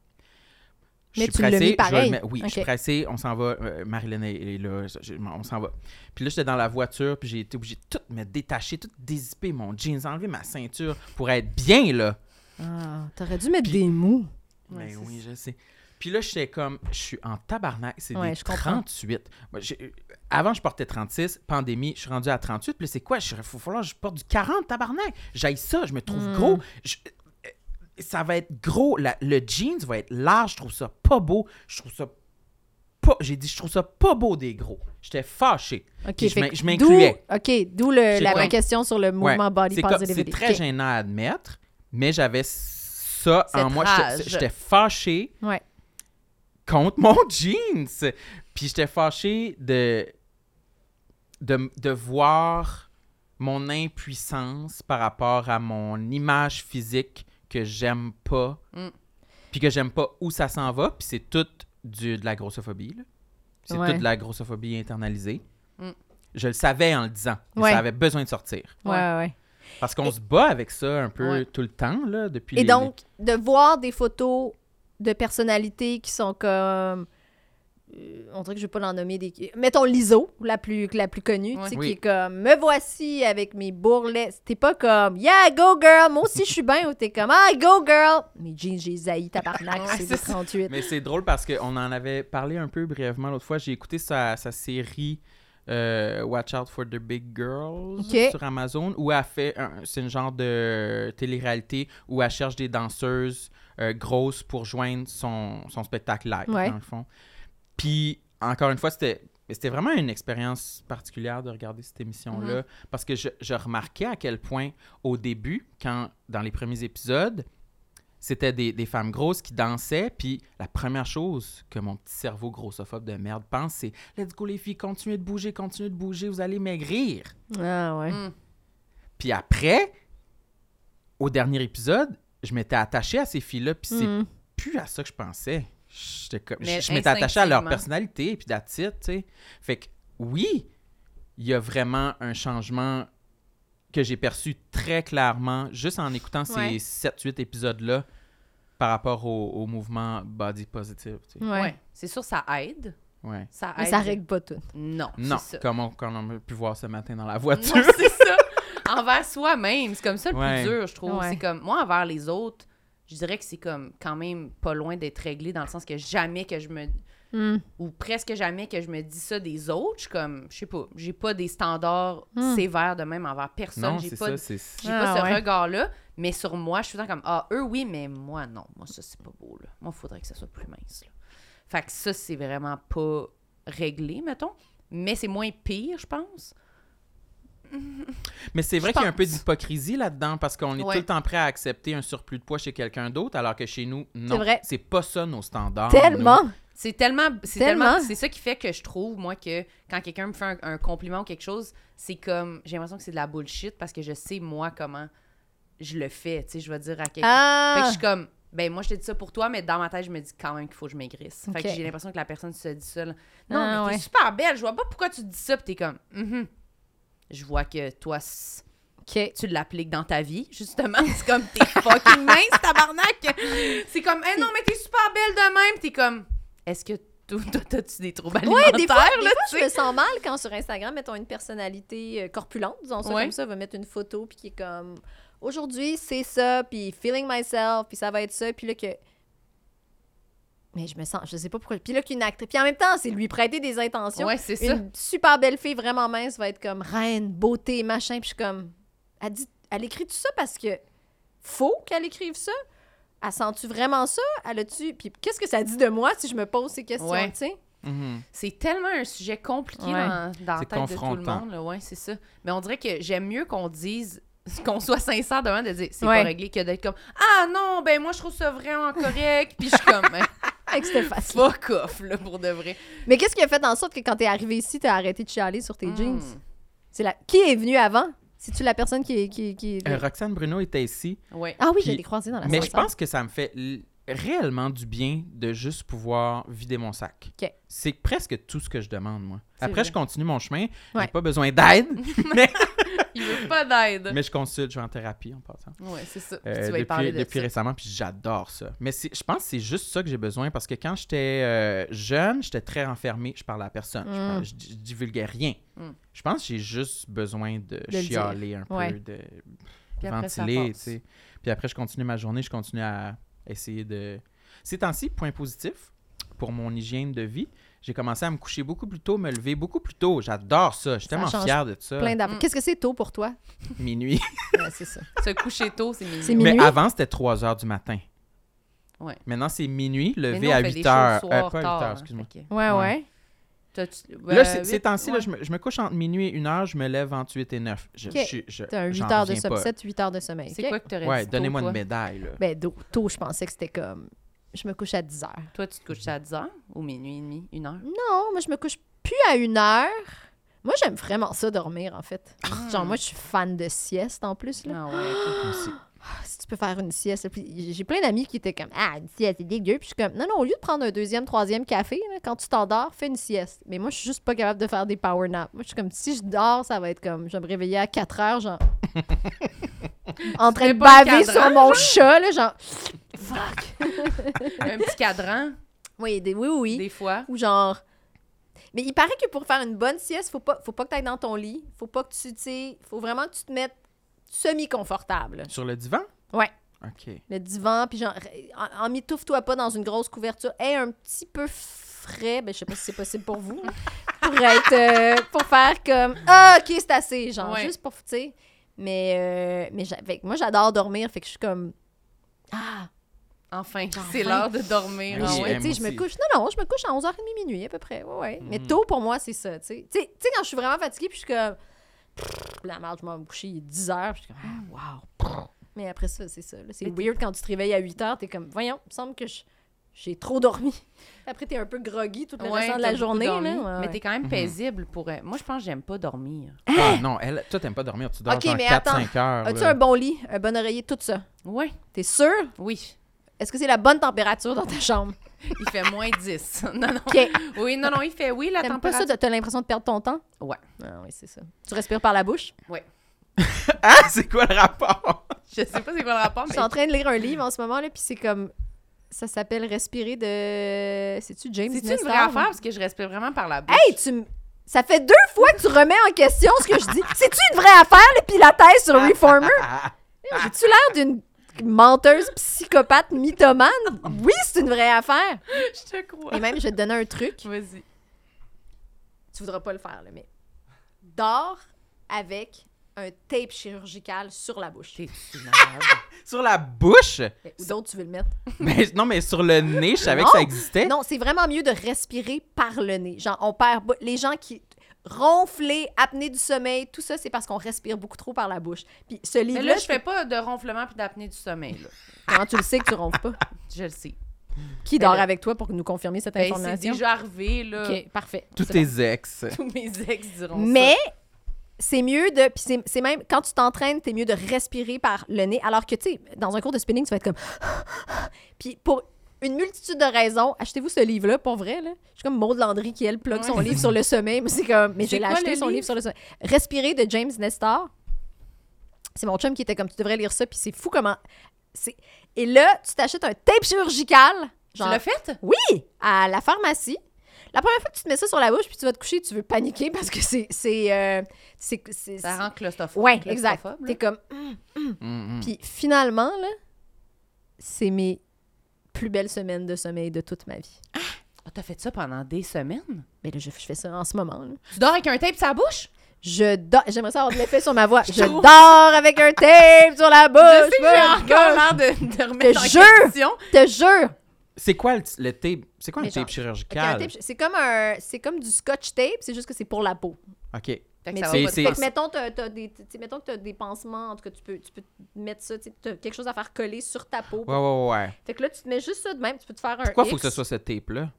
S2: Je
S4: Mais
S2: suis
S4: tu l'as
S2: pressée,
S4: mis
S2: je vais
S4: pareil.
S2: le mettre- oui, je suis
S4: Ok.
S2: pressée, on s'en va. euh, Marilyn est, est là, je- je- on s'en va. Puis là, j'étais dans la voiture, puis j'ai été obligée de tout me détacher, tout dézipper mon jeans, enlever ma ceinture pour être bien, là.
S4: Ah, t'aurais dû mettre des mous.
S1: Ouais,
S2: Mais
S1: c'est
S2: Ben oui, je sais. Puis là, j'étais comme, je suis en tabarnak. C'est
S4: Ouais,
S2: des
S4: je comprends.
S2: 38. Moi, j'ai- avant, je portais 36. Pandémie, je suis rendu à 38. Puis là, c'est quoi? Il faut falloir que je porte du 40, tabarnak. J'aille ça, je me trouve
S4: Mm.
S2: gros. Je- euh, ça va être gros. La- le jeans va être large. Je trouve ça pas beau. Je trouve ça pas... J'ai dit, je trouve ça pas beau des gros. J'étais fâché.
S4: OK,
S2: Puis je
S4: fait
S2: m'in-
S4: que
S2: je m'incluais.
S4: d'où- OK, d'où le-
S2: J'ai
S4: la ma
S2: comme-
S4: question sur le mouvement
S2: Ouais.
S4: body
S2: C'est co- C'est
S4: positivity.
S2: très
S4: OK.
S2: gênant à admettre, mais j'avais ça
S1: Cette
S2: en moi. J'étais-
S1: rage.
S2: J'étais fâché.
S4: Ouais.
S2: contre mon jeans. Puis j'étais fâché de, de, de voir mon impuissance par rapport à mon image physique que j'aime pas.
S1: Mm.
S2: Puis que j'aime pas où ça s'en va. Puis c'est tout du, de la grossophobie. là. C'est
S4: Ouais.
S2: tout de la grossophobie internalisée.
S1: Mm.
S2: Je le savais en le disant. mais
S4: Ouais.
S2: Ça avait besoin de sortir.
S4: Ouais, ouais, ouais.
S2: Parce qu'on se bat avec ça un peu
S1: Ouais.
S2: tout le temps, là, depuis
S4: Et
S2: les-
S4: donc, de voir des photos de personnalités qui sont comme. euh, on dirait que je vais pas l'en nommer des. Mettons l'ISO, la plus, la plus connue, tu
S1: Ouais.
S4: sais,
S2: Oui.
S4: qui est comme Me voici avec mes bourrelets. T'es pas comme Yeah, go girl, moi aussi je suis bien, ou t'es comme Ah, go girl. Mes jeans, j'ai zaï, tabarnak,
S1: Ouais,
S4: c'est
S1: c'est
S4: des
S1: ça.
S4: 38.
S2: Mais c'est drôle parce qu'on en avait parlé un peu brièvement l'autre fois. J'ai écouté sa, sa série euh, Watch Out for the Big Girls
S4: Ok.
S2: sur Amazon où elle fait. un- C'est une genre de télé-réalité où elle cherche des danseuses euh, grosses pour joindre son, son spectacle live,
S4: Ouais.
S2: dans le fond. Puis, encore une fois, c'était. mais C'était vraiment une expérience particulière de regarder cette émission-là parce que je, je remarquais à quel point au début, quand dans les premiers épisodes, c'était des, des femmes grosses qui dansaient, puis la première chose que mon petit cerveau grossophobe de merde pense, c'est « Let's go les filles, continuez de bouger, continuez de bouger, vous allez maigrir!
S4: Ah ouais.
S1: Mm. »
S2: Puis après, au dernier épisode, je m'étais attachée à ces filles-là, puis c'est
S4: Mm.
S2: plus à ça que je pensais. J'étais comme-
S1: Hmm. Mais
S2: je je m'étais attaché à leur
S1: instinctivement.
S2: personnalité, puis d'attitude, tu sais. Fait que, oui, il y a vraiment un changement que j'ai perçu très clairement, juste en écoutant
S1: Ouais.
S2: ces 7-8 épisodes-là, par rapport au, au mouvement body positive, tu sais.
S4: Ouais.
S1: Ouais. C'est sûr, ça aide.
S2: Ouais.
S1: Ça
S4: Mais
S1: aide.
S4: ça règle pas tout.
S1: Non.
S2: Non,
S1: Hmm. c'est ça.
S2: comme on, comme on a pu voir ce matin dans la
S1: Non,
S2: voiture.
S1: c'est ça. Envers soi-même, c'est comme ça le
S2: Ouais.
S1: plus dur, je trouve.
S4: Ouais.
S1: C'est comme moi envers les autres, je dirais que c'est comme quand même pas loin d'être réglé dans le sens que jamais que je me
S4: Mm.
S1: ou presque jamais que je me dis ça des autres, je suis comme je sais pas, j'ai pas des standards
S4: Hmm.
S1: sévères de même envers personne,
S2: Non,
S1: j'ai
S2: c'est
S1: pas
S2: ça,
S1: de-
S2: c'est...
S1: j'ai
S4: Ah,
S1: pas ce
S4: ouais.
S1: regard-là, mais sur moi, je suis tout le temps comme Ah, eux oui, mais moi non. Moi, ça, c'est pas beau. Là. Moi, il faudrait que ça soit plus mince. Là. Fait que ça, c'est vraiment pas réglé, mettons. Mais c'est moins pire, je pense.
S2: Mais c'est vrai
S1: Je
S2: qu'il y a un peu
S1: pense.
S2: d'hypocrisie là-dedans parce qu'on est
S1: Ouais.
S2: tout le temps prêt à accepter un surplus de poids chez quelqu'un d'autre alors que chez nous, non.
S4: vrai.
S2: C'est pas ça nos
S1: Ah,
S2: standards.
S4: Tellement!
S1: C'est tellement. C'est tellement.
S4: Tellement.
S1: C'est ça qui fait que je trouve, moi, que quand quelqu'un me fait un, un compliment ou quelque chose, c'est comme. J'ai l'impression que c'est de la bullshit parce que je sais, moi, comment je le fais. Tu sais, je vais dire à quelqu'un. Fait que je
S4: Ah!
S1: suis comme, ben moi je te dis ça pour toi, mais dans ma tête, je me dis quand même qu'il faut que je maigrisse. Fait
S4: Ok.
S1: que j'ai l'impression que la personne se dit ça. là, Non,
S4: Ah,
S1: mais t'es
S4: ouais.
S1: super belle, je vois pas pourquoi tu te dis ça, pis t'es comme, Mhm. je vois que toi, c-
S4: OK.
S1: tu l'appliques dans ta vie, justement. C'est comme, t'es fucking mince, tabarnak. C'est comme, hey, non, mais t'es super belle de même, t'es comme, est-ce que toi, toi, t'as-tu des troubles alimentaires?
S4: Ouais, des fois, des
S1: là,
S4: fois,
S1: tu
S4: je
S1: sais?
S4: me sens mal quand sur Instagram, mettons une personnalité euh, corpulente, disons ça
S1: Ouais.
S4: comme ça, va mettre une photo, puis qui est comme aujourd'hui, c'est ça, puis feeling myself, puis ça va être ça, puis là que. Mais je me sens, je sais pas pourquoi. Puis là qu'une actrice. Puis en même temps, c'est lui prêter des intentions.
S1: Ouais, c'est ça.
S4: une super belle fille vraiment mince va être comme reine, beauté, machin, puis je suis comme. Elle, dit, elle écrit tout ça parce que faut qu'elle écrive ça? Elle sent-tu vraiment ça? Elle a-tu. Puis qu'est-ce que ça dit de moi si je me pose ces questions,
S1: Ouais.
S4: tu sais?
S2: Mhm.
S1: C'est tellement un sujet compliqué
S4: Ouais.
S1: dans, dans la
S2: C'est
S1: tête de tout le
S2: confrontant.
S1: monde. là. Ouais, c'est ça. Mais on dirait que j'aime mieux qu'on dise qu'on soit sincère devant de dire c'est
S4: Ouais.
S1: pas réglé que d'être comme ah non ben moi je trouve ça vraiment correct puis je suis comme Ben,
S4: Fait que c'était facile.
S1: fuck off là pour de vrai
S4: Mais qu'est-ce qui a fait en sorte que quand t'es arrivé ici, t'as arrêté de chialer sur tes jeans?
S1: Hmm.
S4: C'est la... Qui est venu avant? C'est-tu la personne qui... est- qui, qui...
S2: Euh, Roxane Bruno était ici.
S1: ouais
S4: Ah oui,
S2: Puis-
S4: je l'ai croisée dans la
S2: Mais je pense que ça me fait l- réellement du bien de juste pouvoir vider mon sac.
S4: Ok.
S2: C'est presque tout ce que je demande, moi.
S1: C'est
S2: Après,
S1: vrai.
S2: je continue mon chemin. J'ai
S4: Ouais.
S2: pas besoin d'aide,
S1: il veut pas d'aide
S2: mais je consulte, je vais en thérapie en passant.
S1: ouais c'est ça Puis
S2: Euh,
S1: tu vas y
S2: depuis
S1: parler de
S2: depuis
S1: ça.
S2: récemment, puis j'adore ça. Mais c'est- je pense que c'est juste ça que j'ai besoin parce que quand j'étais euh, jeune, j'étais très enfermé. Je parlais à personne. Je
S4: Mm.
S2: par- Je, je divulguais rien.
S1: Mm.
S2: Je pense que j'ai juste besoin de,
S4: le
S2: chialer un peu,
S4: Ouais.
S2: de
S1: Puis après, ça
S2: ventiler.
S1: passe.
S2: tu sais. Puis après, je continue ma journée, je continue à essayer de. Ces temps-ci, point positif pour mon hygiène de vie, j'ai commencé à me coucher beaucoup plus tôt, me lever beaucoup plus tôt. J'adore ça. Je suis
S4: Ça
S2: tellement
S4: change
S2: fier de ça.
S4: Plein d'avant.
S1: Mm.
S4: Qu'est-ce que c'est tôt pour toi?
S2: Minuit.
S4: Ouais, c'est ça.
S1: se coucher tôt c'est
S4: C'est
S1: mignon
S4: mi-
S2: Mais
S4: Minuit?
S2: avant, c'était 3 heures du matin.
S1: Ouais.
S2: Maintenant, c'est minuit,
S1: Mais
S2: levé
S1: nous, on
S2: à
S1: fait des
S2: 8
S1: choses
S2: heures.
S1: soir,
S2: Euh, pas à 8
S4: hein.
S1: tard, hein,
S2: heures, excuse-moi.
S1: Fait que-
S4: Ouais, ouais.
S2: Ouais.
S1: T'as-tu-
S2: Là,
S1: euh,
S2: c'est- ces
S1: huit-
S2: temps-ci, là,
S1: ouais.
S2: je, me, je me couche entre minuit et 1 heure, je me lève entre 8 et 9. Je,
S4: Ok.
S2: je- je-
S4: T'as un 8
S2: j'en
S4: heures de
S2: reviens
S4: sommeil.
S2: pas.
S4: 7, 8 heures de sommeil.
S1: c'est
S4: OK?
S1: quoi que t'aurais
S2: Ouais,
S1: dit
S2: donnez-moi une
S1: toi?
S2: médaille. Là.
S4: Ben, tôt, tôt, je pensais que c'était comme... Je me couche à 10 heures.
S1: toi tu te couches à 10 heures ou minuit et demi une heure
S4: Non, moi, je me couche plus à une heure. Moi, j'aime vraiment ça, dormir, en fait. Genre, moi, je suis fan de sieste, en plus,
S1: ah
S4: là.
S1: ouais ok.
S2: Aussi.
S4: Ah, si tu peux faire une sieste. Puis j'ai plein d'amis qui étaient comme Ah, une sieste, c'est dégueu. Puis je suis comme Non, non, au lieu de prendre un deuxième, troisième café, là, quand tu t'endors, fais une sieste. Mais moi, je suis juste pas capable de faire des power naps. Moi, je suis comme Si je dors, ça va être comme Je vais me réveiller à 4 heures, genre. en train de
S1: pas le
S4: baver
S1: cadran,
S4: sur mon chat, là, genre. fuck.
S1: Un petit cadran,
S4: Oui, des, oui, oui, oui.
S1: des fois.
S4: Ou genre. Mais il paraît que pour faire une bonne sieste, faut pas, faut pas que tu ailles dans ton lit. Faut pas que tu, tu sais, faut vraiment que tu te mettes semi-confortable.
S2: Sur le divan?
S4: Ouais. Hein?
S2: OK.
S4: Le divan, puis genre, en, en mitouffe-toi pas dans une grosse couverture. et un petit peu frais, ben je sais pas si c'est possible pour vous, pour être, euh, pour faire comme, ah, ok, c'est assez, genre,
S1: Ouais.
S4: juste pour, tu sais. Mais, euh, mais j'a- fait que moi, j'adore dormir, fait que je suis comme, ah,
S1: Enfin,
S4: Enfin.
S1: c'est l'heure de dormir.
S2: Oui,
S1: Ah
S4: je,
S1: ouais.
S2: euh,
S4: tu sais,
S2: moi
S4: je me
S2: aussi.
S4: couche. Non, non, je me couche à 11h30 minuit à peu près. Ouais, ouais. Mais
S2: Mm.
S4: tôt pour moi, c'est ça. Tu sais, Tu sais- tu sais, quand je suis vraiment fatiguée, puis je suis comme. Pff, La merde, je m'en vais me coucher, il est 10h. Je suis comme, ah, wow. Pff. Mais après ça, c'est ça. là. C'est weird quand tu te réveilles à 8h, t'es comme, voyons, il me semble que je- J'ai trop dormi. Après, t'es un peu groggy tout le
S1: Ouais,
S4: restant de
S1: t'as
S4: la
S1: beaucoup
S4: journée. là.
S1: dormi,
S4: Ouais,
S1: Mais
S4: ouais.
S1: t'es quand même
S2: Mhm.
S1: paisible pour. euh, Moi, je pense que j'aime pas dormir.
S2: Ah non, elle, toi, t'aimes pas dormir. Tu dors
S4: Ok,
S2: genre
S4: mais
S2: 4-5
S4: attends.
S2: heures.
S4: As-tu
S2: là.
S4: un bon lit, un bon oreiller, tout ça?
S1: Oui,
S4: T'es sûr?
S1: oui.
S4: Est-ce que c'est la bonne température dans ta chambre?
S1: Il fait moins 10. Non, non.
S4: Ok.
S1: Oui, non, non, il fait. Oui, la
S4: T'aimes pas ça?
S1: température.
S4: de- T'as l'impression de perdre ton temps?
S1: Ouais.
S4: Ah oui, c'est ça. Tu respires par la bouche?
S2: Ah, c'est quoi le rapport?
S1: Je sais pas c'est quoi le rapport,
S4: Je
S1: mais.
S4: suis en train de lire un livre en ce moment, là, puis c'est comme. Ça s'appelle Respirer de. C'est-tu James
S1: C'est-tu une
S4: Nestor?
S1: vraie affaire? Parce que je respire vraiment par la bouche.
S4: Hey, tu m- Ça fait deux fois que tu remets en question ce que je dis. C'est-tu une vraie affaire, le pilates sur Reformer?
S2: Ah,
S4: J'ai-tu l'air d'une menteuse psychopathe mythomane? Oui, c'est une vraie affaire.
S1: je te crois.
S4: Et même, je vais te donner un truc.
S1: Vas-y.
S4: Tu voudras pas le faire, là, mais. Dors avec un tape chirurgical sur la bouche.
S1: T'es-tu malade?
S2: sur la bouche?
S4: Mais Où d'autre tu veux le mettre?
S2: Mais, non, mais sur le nez, je savais
S4: Non,
S2: que ça existait.
S4: Non, c'est vraiment mieux de respirer par le nez. Genre, on perd. bo- Les gens qui. Ronfler, apnée du sommeil, tout ça, c'est parce qu'on respire beaucoup trop par la bouche. Puis ce
S1: Mais
S4: livre-là,
S1: là, je fais pas de ronflement puis d'apnée du sommeil. là.
S4: Comment tu le sais que tu ronfles pas?
S1: Je le sais.
S4: Qui dort avec toi pour nous confirmer cette
S1: Ben, c'est
S4: information?
S1: déjà arrivé, là.
S4: Ok, parfait.
S2: Tous
S4: C'est bon.
S2: tes ex.
S1: Tous mes ex diront
S4: Mais c'est mieux de. Puis c'est- c'est même. Quand tu t'entraînes, t'es mieux de respirer par le nez. Alors que, tu sais, dans un cours de spinning, tu vas être comme. Puis pour. Une multitude de raisons. Achetez-vous ce livre-là, pour vrai. Là. Je suis comme Maud Landry qui, elle, plug son
S1: Ouais.
S4: livre sur le sommeil. Mais c'est comme. Mais
S1: C'est
S4: j'ai
S1: quoi
S4: acheté
S1: le
S4: son
S1: livre?
S4: livre sur le sommeil. Respirer de James Nestor. C'est mon chum qui était comme tu devrais lire ça, puis c'est fou comment. c'est- Et là, tu t'achètes un tape chirurgical.
S1: ça. Tu l'as fait?
S4: Oui, à la pharmacie. La première fois que tu te mets ça sur la bouche puis tu vas te coucher, tu veux paniquer parce que c'est c'est euh, c'est c'est-
S1: Ça
S4: c'est-
S1: rend claustrophobe.
S4: Ouais, exact.
S1: claustrophobe, là.
S4: T'es comme
S2: Mm, mm.
S4: puis finalement là, c'est mes plus belles semaines de sommeil de toute ma vie.
S1: Ah, T'as fait ça pendant des semaines?
S4: Mais là, je, je fais ça en ce moment. là.
S1: Tu dors avec un tape sa bouche?
S4: Je dors. J'aimerais ça avoir de l'effet sur ma voix. Je
S1: trouve-
S4: dors avec un tape sur la bouche.
S1: je sais que j'ai
S4: Euh, je
S1: encore l'air de, de remettre en
S4: jure!
S1: question.
S4: te jure.
S2: C'est quoi le, le tape? C'est quoi un
S4: Mais genre,
S2: tape
S4: Ok, un
S2: chirurgical?
S4: tape, C'est comme un, c'est comme du scotch tape. C'est juste que c'est pour la peau.
S2: Ok.
S1: Fait que
S4: Mais
S1: ça va
S2: c'est-
S1: pas te
S2: c'est-
S1: faire-
S4: Fait que mettons, t'as, t'as des, t'sais, mettons que tu as des pansements, en tout cas, tu peux, tu peux te mettre ça, tu as quelque chose à faire coller sur ta peau.
S2: Ouais, ouais, ouais.
S4: Fait que là, tu te mets juste ça de même, tu peux te faire un.
S2: Pourquoi
S4: X.
S2: faut que ce soit ce tape-là?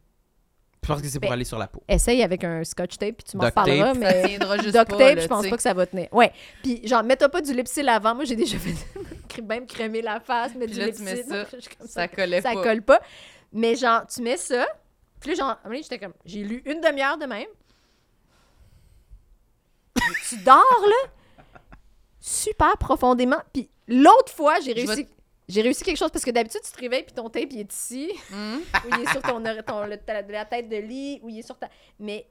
S2: Je pense que c'est pour
S4: Ben,
S2: aller sur la peau.
S4: Essaye avec un scotch tape, puis tu m'en
S2: Duct tape.
S4: reparleras,
S1: Ça
S4: mais.
S1: tiendra juste
S4: Duct
S1: pas,
S4: tape,
S1: là,
S4: je pense
S1: tu
S4: pas que ça va tenir. Ouais. Puis, genre, mets-toi pas du lipsil avant. Moi, j'ai déjà fait cré- même crémer la face, mais
S1: Puis
S4: du
S1: là, tu
S4: lipsil.
S1: mets ça.
S4: Je suis comme
S1: sais. Ça collait
S4: ça
S1: pas.
S4: colle pas. Mais genre, tu mets ça. Puis là, genre, à un moment donné, j'étais comme, j'ai lu une demi-heure de même. tu dors, là, super profondément. Puis l'autre fois, j'ai
S1: Je vais
S4: réussi. J'ai réussi quelque chose parce que d'habitude, tu te réveilles puis ton tape, il est ici,
S1: Mhm.
S4: ou il est sur ton, ore- ton- le- ta- la tête de lit, ou il est sur ta. Mais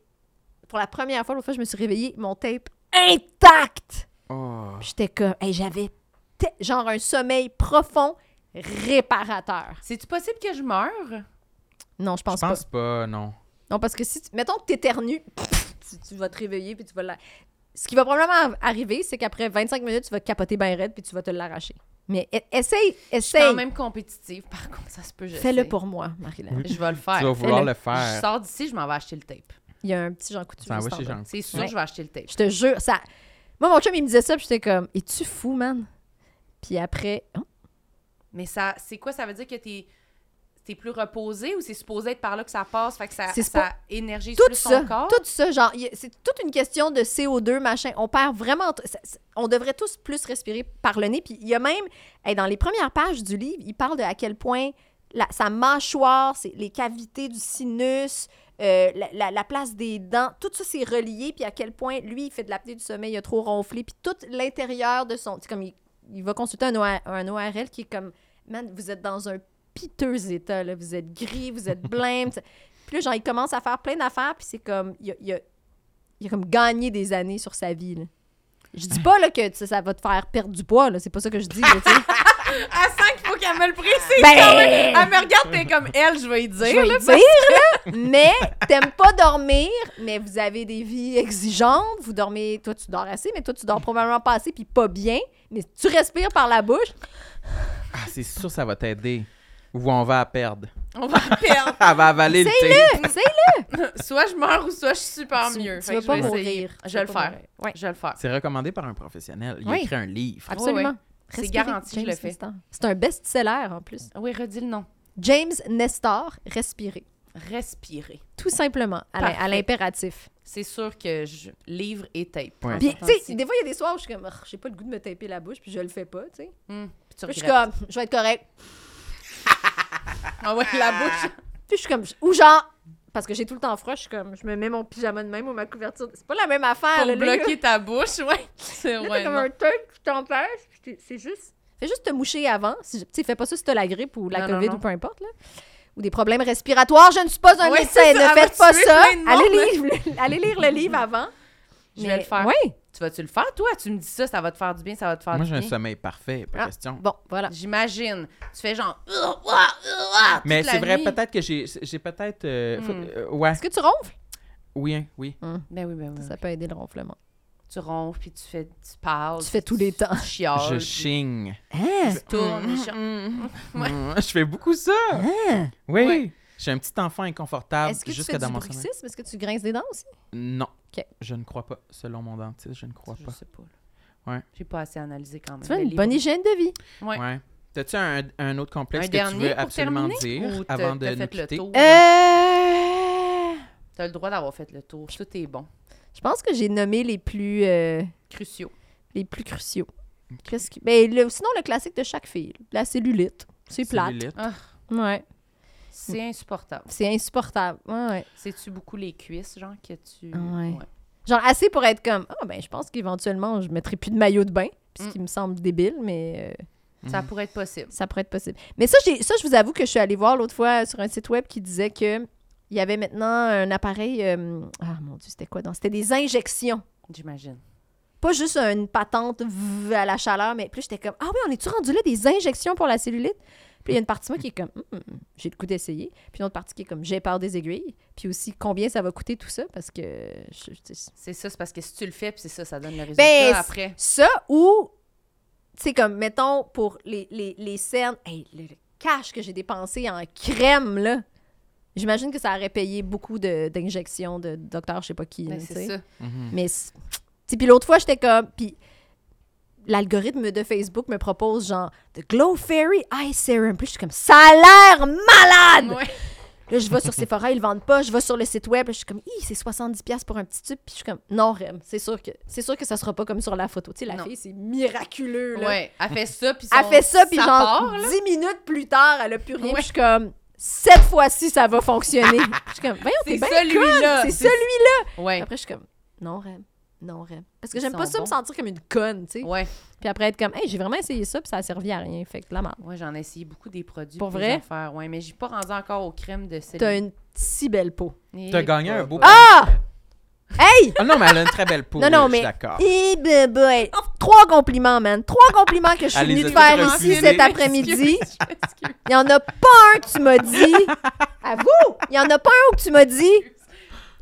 S4: pour la première fois, l'autre fois, je me suis réveillée, mon tape intact!
S2: Oh.
S4: Puis J'étais comme, hey, j'avais te- genre un sommeil profond réparateur.
S1: C'est-tu possible que je meure?
S4: Non, je
S2: Je
S4: pense,
S2: pense
S4: pas.
S2: pas, non.
S4: Non, parce que si, tu, mettons que t'éternues, tu, tu vas te réveiller puis tu vas la... Ce qui va probablement ar- arriver, c'est qu'après 25 minutes, tu vas capoter bien raide puis tu vas te l'arracher. Mais e- essaye,
S1: Je suis quand
S4: essaye.
S1: même compétitive, par contre, ça se peut, je
S4: Fais-le
S1: sais.
S4: pour moi, Marie-Laure.
S1: Je vais le
S2: Tu vas
S1: faire.
S2: vouloir
S1: Je
S2: le faire.
S1: sors d'ici, je m'en vais acheter le tape.
S4: Il y a un petit Jean Coutu.
S2: Ça va
S4: juste en
S2: chez
S4: bas.
S2: Jean.
S1: C'est sûr,
S4: Ouais.
S1: je vais acheter le tape.
S4: Je te jure, ça... Moi, mon chum, il me disait ça puis j'étais comme, es-tu fou, man? Puis après, oh,
S1: Mais ça, c'est quoi? Ça veut dire que t'es t'es plus reposé ou c'est supposé être par là que ça passe? Fait que ça,
S4: C'est
S1: ça énergise
S4: tout
S1: plus
S4: ça,
S1: son corps?
S4: tout ça, genre, il y a- c'est toute une question de CO2, machin. On perd vraiment. t- ça- ça- on devrait tous plus respirer par le nez. Puis il y a même, hey, dans les premières pages du livre, il parle de à quel point la- sa mâchoire, c'est les cavités du sinus, euh, la, la- la place des dents, tout ça, c'est relié. Puis à quel point lui, il fait de l'apnée du sommeil, il a trop ronflé. Puis tout l'intérieur de son. C'est comme il, il va consulter un, O- un ORL qui est comme, man, vous êtes dans un piteux état. Là. Vous êtes gris, vous êtes blême. t'sais. puis là, genre, il commence à faire plein d'affaires, puis c'est comme. Il a, il a- il a comme gagné des années sur sa vie. là. Je dis pas là, que tu sais, ça va te faire perdre du poids, là. c'est pas ça que je dis. là, tu sais.
S1: À 5, il faut qu'elle me le précise.
S4: Ben-
S1: quand même. Elle me regarde, t'es comme elle, je vais y dire.
S4: Je vais
S1: là, ben,
S4: le
S1: parce-
S4: dire, là, mais t'aimes pas dormir, mais vous avez des vies exigeantes, vous dormez, toi tu dors assez, mais toi tu dors probablement pas assez, puis pas bien, mais tu respires par la bouche.
S2: Ah, c'est sûr, ça va t'aider. Ou on va la perdre.
S1: On va perdre.
S2: Elle Ah, va avaler le thé.
S4: Tu sais, là,
S1: Soit je meurs ou soit je suis super
S4: Tu-
S1: mieux.
S4: tu
S1: Fait
S4: vas
S1: que
S4: pas
S1: je vais
S4: mourir.
S1: essayer.
S4: Tu
S1: Je vais
S4: vas
S1: le
S4: pas
S1: faire.
S4: mourir. Ouais.
S1: Je vais le faire.
S2: C'est recommandé par un professionnel. Il a
S1: Oui.
S2: écrit un livre.
S1: Ouais,
S4: absolument.
S1: ouais. C'est
S4: Respirez,
S1: garanti, je
S4: James
S1: le fais.
S4: Nestor. C'est un best-seller en plus.
S1: Oui, redis le nom.
S4: James Nestor, respirer.
S1: Respirer.
S4: Tout simplement, à l'im- à
S1: Parfait.
S4: l'impératif.
S1: C'est sûr que je livre et tape.
S2: Ouais.
S4: Puis,
S1: Important
S4: tu sais,
S1: aussi.
S4: des fois, il y a des soirs où je suis comme, Ah, j'ai pas le goût de me taper la bouche, puis je le fais pas, tu sais.
S1: Hum, puis tu
S4: Puis Je suis
S1: regrettes.
S4: comme, je vais être correct.
S1: Ah ouais, la bouche.
S4: Puis je suis comme, ou genre, parce que j'ai tout le temps froid, je suis comme, je me mets mon pyjama de même ou ma couverture. de- C'est pas la même affaire,
S1: Pour
S4: là. là,
S1: bloquer ta bouche, ouais. C'est
S4: là, t'as
S1: ouais,
S4: comme
S1: non.
S4: un truc qui t'empêche, puis t'es- c'est juste. Fais juste te moucher avant. Si, tu sais, fais pas ça si t'as la grippe ou la
S1: Non, non,
S4: COVID
S1: non.
S4: ou peu importe, là. Ou des problèmes respiratoires. Je ne suis pas un
S1: Ouais,
S4: médecin,
S1: c'est
S4: ne
S1: ça, elle
S4: faites
S1: va
S4: pas
S1: tuer
S4: ça.
S1: plein de monde,
S4: Allez
S1: hein.
S4: lire, le- allez lire le livre avant.
S1: Je vais
S4: Mais-
S1: le faire.
S4: Ouais.
S1: Tu vas-tu le faire, toi? Tu me dis ça, ça va te faire du bien, ça va te faire
S2: Moi,
S1: du
S2: j'ai
S1: bien.
S2: un sommeil parfait, pas
S4: Ah.
S2: question.
S4: Bon, voilà.
S1: J'imagine. Tu fais genre. euh, Ouah, ouah,
S4: Ah,
S1: ouah toute
S2: Mais
S1: la
S2: c'est vrai,
S1: nuit.
S2: peut-être que j'ai j'ai peut-être. euh, faut-
S1: Hmm.
S2: euh, ouais.
S4: Est-ce que tu ronfles?
S2: Oui, hein, oui.
S1: Ben oui, ben oui.
S4: Ça peut aider le ronflement.
S1: Tu ronfles, puis tu fais. Tu parles.
S4: Tu fais tous les temps. Mm,
S1: Tu chiales.
S2: Je
S1: puis
S2: chigne.
S1: Tu tournes. je- Ouais.
S2: Mm, Je fais beaucoup ça. Oui.
S1: Ouais.
S2: Je suis un petit enfant inconfortable
S4: Est-ce que tu
S2: Ah, jusque
S4: fais
S2: dans
S4: du
S2: mon sommeil.
S4: bruxisme? Est-ce que tu grinces des dents aussi?
S2: Non.
S4: Ok.
S2: Je ne crois pas. Selon mon dentiste, je ne crois
S1: Je
S2: pas.
S1: sais pas. là.
S2: Ouais.
S1: J'ai pas assez analysé quand même.
S4: Tu veux
S1: Mais
S4: une
S1: les-
S4: bonne hygiène de vie.
S1: Ouais.
S2: Ouais. T'as-tu un, un autre complexe
S1: Un
S2: que tu
S1: dernier
S2: veux
S1: pour
S2: absolument
S1: terminer?
S2: dire
S1: Ou t'as-
S2: avant de
S1: t'as
S2: nous
S1: fait le
S2: quitter?
S1: tour?
S4: Euh...
S1: T'as le droit d'avoir fait le tour. Tout est bon.
S4: Je pense que j'ai nommé les plus, euh,
S1: Cruciaux.
S4: les plus cruciaux. Qu'est-ce qui- ben, le- sinon, le classique de chaque fille, la cellulite. C'est plate.
S2: Cellulite.
S4: Ouais.
S1: C'est
S4: Mm.
S1: insupportable.
S4: C'est insupportable. Ouais, ouais.
S1: C'est-tu beaucoup les cuisses, genre, que tu.
S4: Ouais. Genre assez pour être comme, ah ben je pense qu'éventuellement, je mettrai plus de maillot de bain, puis
S2: Mm.
S4: ce qui me semble débile, mais euh,
S1: Ça
S2: Mhm.
S1: pourrait être possible.
S4: ça pourrait être possible. Mais ça, j'ai- ça je vous avoue que je suis allée voir l'autre fois sur un site web qui disait que il y avait maintenant un appareil... euh, ah mon dieu, c'était quoi? donc? C'était des injections.
S1: J'imagine.
S4: pas juste une patente v- à la chaleur, mais plus j'étais comme Ah oui, on est-tu rendu là des injections pour la cellulite? Puis il y a une partie de moi qui est comme Hum, hum, hum, j'ai le coup d'essayer. Puis une autre partie qui est comme j'ai peur des aiguilles. Puis aussi combien ça va coûter tout ça parce que je- je- je-
S1: C'est ça, c'est parce que si tu le fais, puis c'est ça, ça donne le résultat
S4: Ben,
S1: après.
S4: ça ou tu sais comme mettons pour les, les, les cernes, hey, le, le cash que j'ai dépensé en crème là. J'imagine que ça aurait payé beaucoup de- d'injections de, docteur je sais pas qui.
S1: Ben,
S4: là, tu
S1: c'est
S4: sais.
S1: ça.
S2: Mhm.
S4: Mais c'est- t'sais, puis l'autre fois, j'étais comme puis l'algorithme de Facebook me propose genre The Glow Fairy Eye Serum. Puis je suis comme ça a l'air malade.
S1: Ouais.
S4: Là, je vais sur Sephora, ils le vendent pas, je vais sur le site web, là, je suis comme Hi, c'est 70 pièces pour un petit tube. Puis je suis comme non Rem, c'est sûr que c'est sûr que ça sera pas comme sur la photo. Tu sais la
S1: Non.
S4: fille, c'est miraculeux là.
S1: Ouais. Elle fait ça, puis
S4: Elle
S1: son-
S4: fait ça puis genre
S1: part, là.
S4: 10 minutes plus tard, elle a plus rien.
S1: Ouais.
S4: Puis je suis comme cette fois-ci, ça va fonctionner. Puis je suis comme voyons,
S1: C'est
S4: t'es bien
S1: celui-là.
S4: conne, Ben C'est celui
S1: Ouais.
S4: après, je suis comme, non, Rem. Non, Rem. Parce que
S1: Ils
S4: j'aime pas
S1: sont
S4: ça me
S1: bons.
S4: sentir comme une conne, tu sais.
S1: Ouais.
S4: Puis après, être comme, hey, j'ai vraiment essayé ça, puis ça a servi à rien. Fait que la merde.
S1: Ouais, j'en ai essayé beaucoup des produits.
S4: Pour
S1: puis
S4: vrai?
S1: des affaires, ouais, mais j'ai pas rendu encore aux crèmes de
S4: T'as
S1: cellulite.
S4: une si belle peau.
S1: Eh,
S2: T'as gagné
S1: pas-
S2: un beau
S1: pas-
S4: Ah! Hey!
S2: Ah non, mais elle a une très belle peau.
S4: Non, non,
S2: oui, je suis
S4: mais-
S2: D'accord.
S4: Eh ben, ben, hey. Trois compliments, man. Trois compliments que je suis
S2: Elle les
S4: venue te
S2: a
S4: faire
S2: toutes
S4: ici
S2: refusés.
S4: cet après-midi.
S1: Excuse, je m'excuse.
S4: Il y en a pas un que tu m'as dit. Avoue! Il y en a pas un où que tu m'as dit.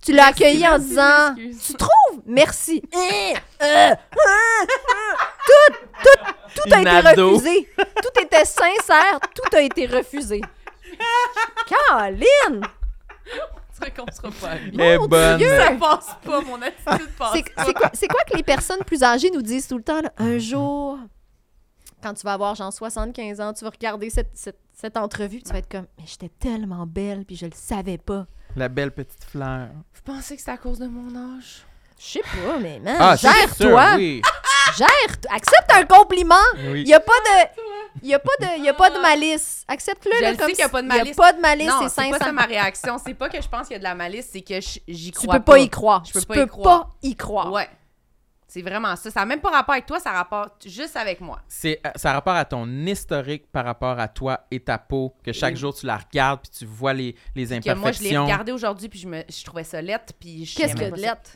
S4: Tu l'as accueilli en
S1: merci,
S4: disant,
S1: m'excuse.
S4: tu trouves? Merci. Eh, euh, tout a été
S2: Inado.
S4: refusé. Tout était sincère, tout a été refusé. Caroline!
S1: Tu sais qu'on sera pas amis.
S2: Elle est
S4: Mon
S2: bonne.
S4: Dieu!
S1: Ça passe pas, mon attitude passe
S4: C'est c'est quoi, c'est quoi que les personnes plus âgées nous disent tout le temps? là?
S2: Mm-hmm.
S4: Un jour, quand tu vas avoir genre 75 ans, tu vas regarder cette, cette, cette entrevue, puis tu vas être comme, mais j'étais tellement belle, puis je le savais pas.
S2: La belle petite fleur.
S1: Vous pensez que c'est à cause de mon âge?
S4: Je sais pas, mais man,
S1: Ah,
S2: Ah, c'est sûr,
S4: gère-toi!
S2: oui.
S4: Gère! Accepte un compliment!
S2: oui.
S4: Il y a pas de... Il y a, pas de, y a pas de malice. Accepte-le
S1: Je
S4: là,
S1: le
S4: comme
S1: sais qu'il y a pas de
S4: si-
S1: malice.
S4: Y a pas de malice,
S1: non,
S4: c'est
S1: c'est pas
S4: sincère.
S1: ça ma réaction. C'est pas que je pense qu'il y a de la malice, c'est que je- j'y
S4: Tu
S1: crois
S4: peux pas y croire.
S1: Je peux
S4: tu
S1: pas y
S4: peux
S1: croire.
S4: pas y croire.
S1: Ouais. C'est vraiment ça. Ça n'a même pas rapport avec toi, ça rapporte juste avec moi.
S2: C'est, euh, ça a rapport à ton historique par rapport à toi et ta peau, que chaque
S1: Et-
S2: jour tu la regardes puis tu vois les, les
S1: Que moi, je l'ai
S2: imperfections.
S1: regardé aujourd'hui, puis je, me, je trouvais ça lettre, puis je
S4: Qu'est-ce
S1: j'aimais
S4: que
S1: pas
S4: de
S1: ça.
S4: lettre?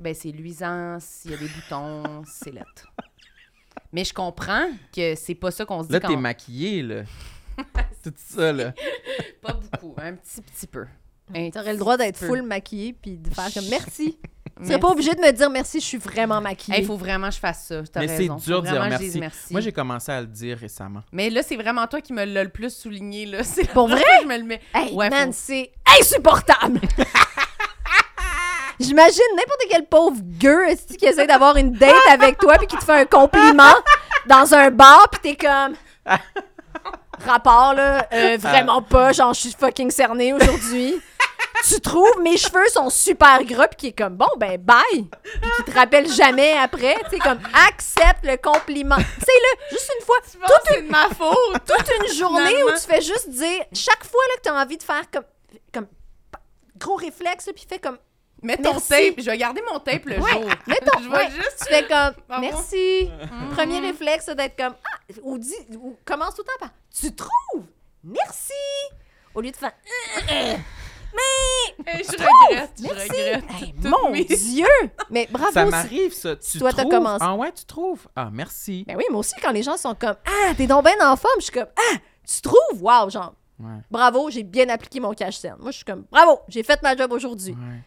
S1: Ben, c'est luisant, s'il y a des boutons, c'est lettre. Mais je comprends que c'est pas ça qu'on se dit
S2: là,
S1: quand
S2: t'es
S1: on-
S2: maquillée, là. Tout ça, là.
S1: Pas beaucoup, un petit, petit peu. Un
S4: T'aurais le droit d'être
S1: petit peu.
S4: full maquillée puis de faire comme merci. Tu serais
S1: Merci.
S4: pas obligé de me dire merci, je suis vraiment maquillée.
S1: Il faut vraiment que je fasse ça. T'as
S2: Mais c'est
S1: raison.
S2: dur
S1: Faut
S2: de dire
S1: vraiment que je
S2: merci.
S1: dise merci.
S2: Moi, j'ai commencé à le dire récemment.
S1: Mais là, c'est vraiment toi qui me l'as le plus souligné. Là. C'est
S4: Pour vrai?
S1: Je me le mets.
S4: Hey,
S1: Ouais,
S4: man,
S1: faut-
S4: c'est insupportable! J'imagine n'importe quel pauvre gueux esti, qui essaie d'avoir une date avec toi puis qui te fait un compliment dans un bar puis t'es comme... Rapport, là,
S1: Ah.
S4: euh, vraiment pas, genre je suis fucking cernée aujourd'hui. tu trouves mes cheveux sont super gras puis qui est comme bon ben bye puis qui te rappelle jamais après, tu sais comme accepte le compliment. C'est le juste une fois
S1: Tu penses que c'est de ma faute.
S4: toute une journée où
S1: Finalement.
S4: tu fais juste dire chaque fois là, que tu as envie de faire comme comme gros réflexe là, puis fais comme
S1: Mets ton
S4: Merci.
S1: tape. Je vais garder mon tape le
S4: Ouais,
S1: jour.
S4: mets ton-
S1: je vais
S4: ouais.
S1: juste.
S4: tu fais comme
S1: Bravo.
S4: merci
S1: Mhm.
S4: premier réflexe c'est d'être comme ah ou dis ou commence tout le temps par tu trouves merci au lieu de faire
S1: Hey, je regrette. Je
S4: merci
S1: regrette.
S4: Hey,
S1: Toutes
S4: mon
S1: mes-
S4: dieu mais
S1: Ah,
S4: bravo
S2: ça
S4: c'est-
S2: m'arrive, ça. Tu
S4: Toi, t'as
S2: trouves?
S4: commencé.
S2: Ah ouais, tu trouves? Ah, merci.
S4: ben oui moi aussi quand les gens sont comme ah t'es donc ben en forme je suis comme ah tu trouves wow genre
S2: Ouais,
S4: bravo j'ai bien appliqué mon cash scène moi je suis comme bravo j'ai fait ma job aujourd'hui
S2: ouais.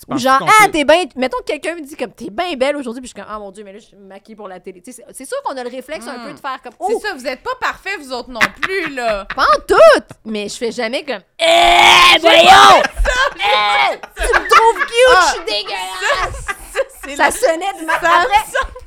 S2: Tu
S4: Ou
S2: penses-tu
S4: genre,
S2: qu'on
S4: ah,
S2: peut-
S4: t'es bien. Mettons que quelqu'un me dit comme, t'es bien belle aujourd'hui, puis je suis comme, ah mon Dieu, mais là, je suis maquillée pour la télé. Tu sais, C'est c'est sûr qu'on a le réflexe un
S2: Hmm.
S1: Mm.
S4: peu de faire comme,
S1: C'est
S4: oh,
S1: ça, vous êtes pas parfaits, vous autres non plus, là.
S4: pas en tout! Mais je fais jamais comme, eh, voyons! Eh, tu me trouves cute, je suis dégueulasse!
S1: C'est
S4: Ah, Ça sonnait de ma. Après,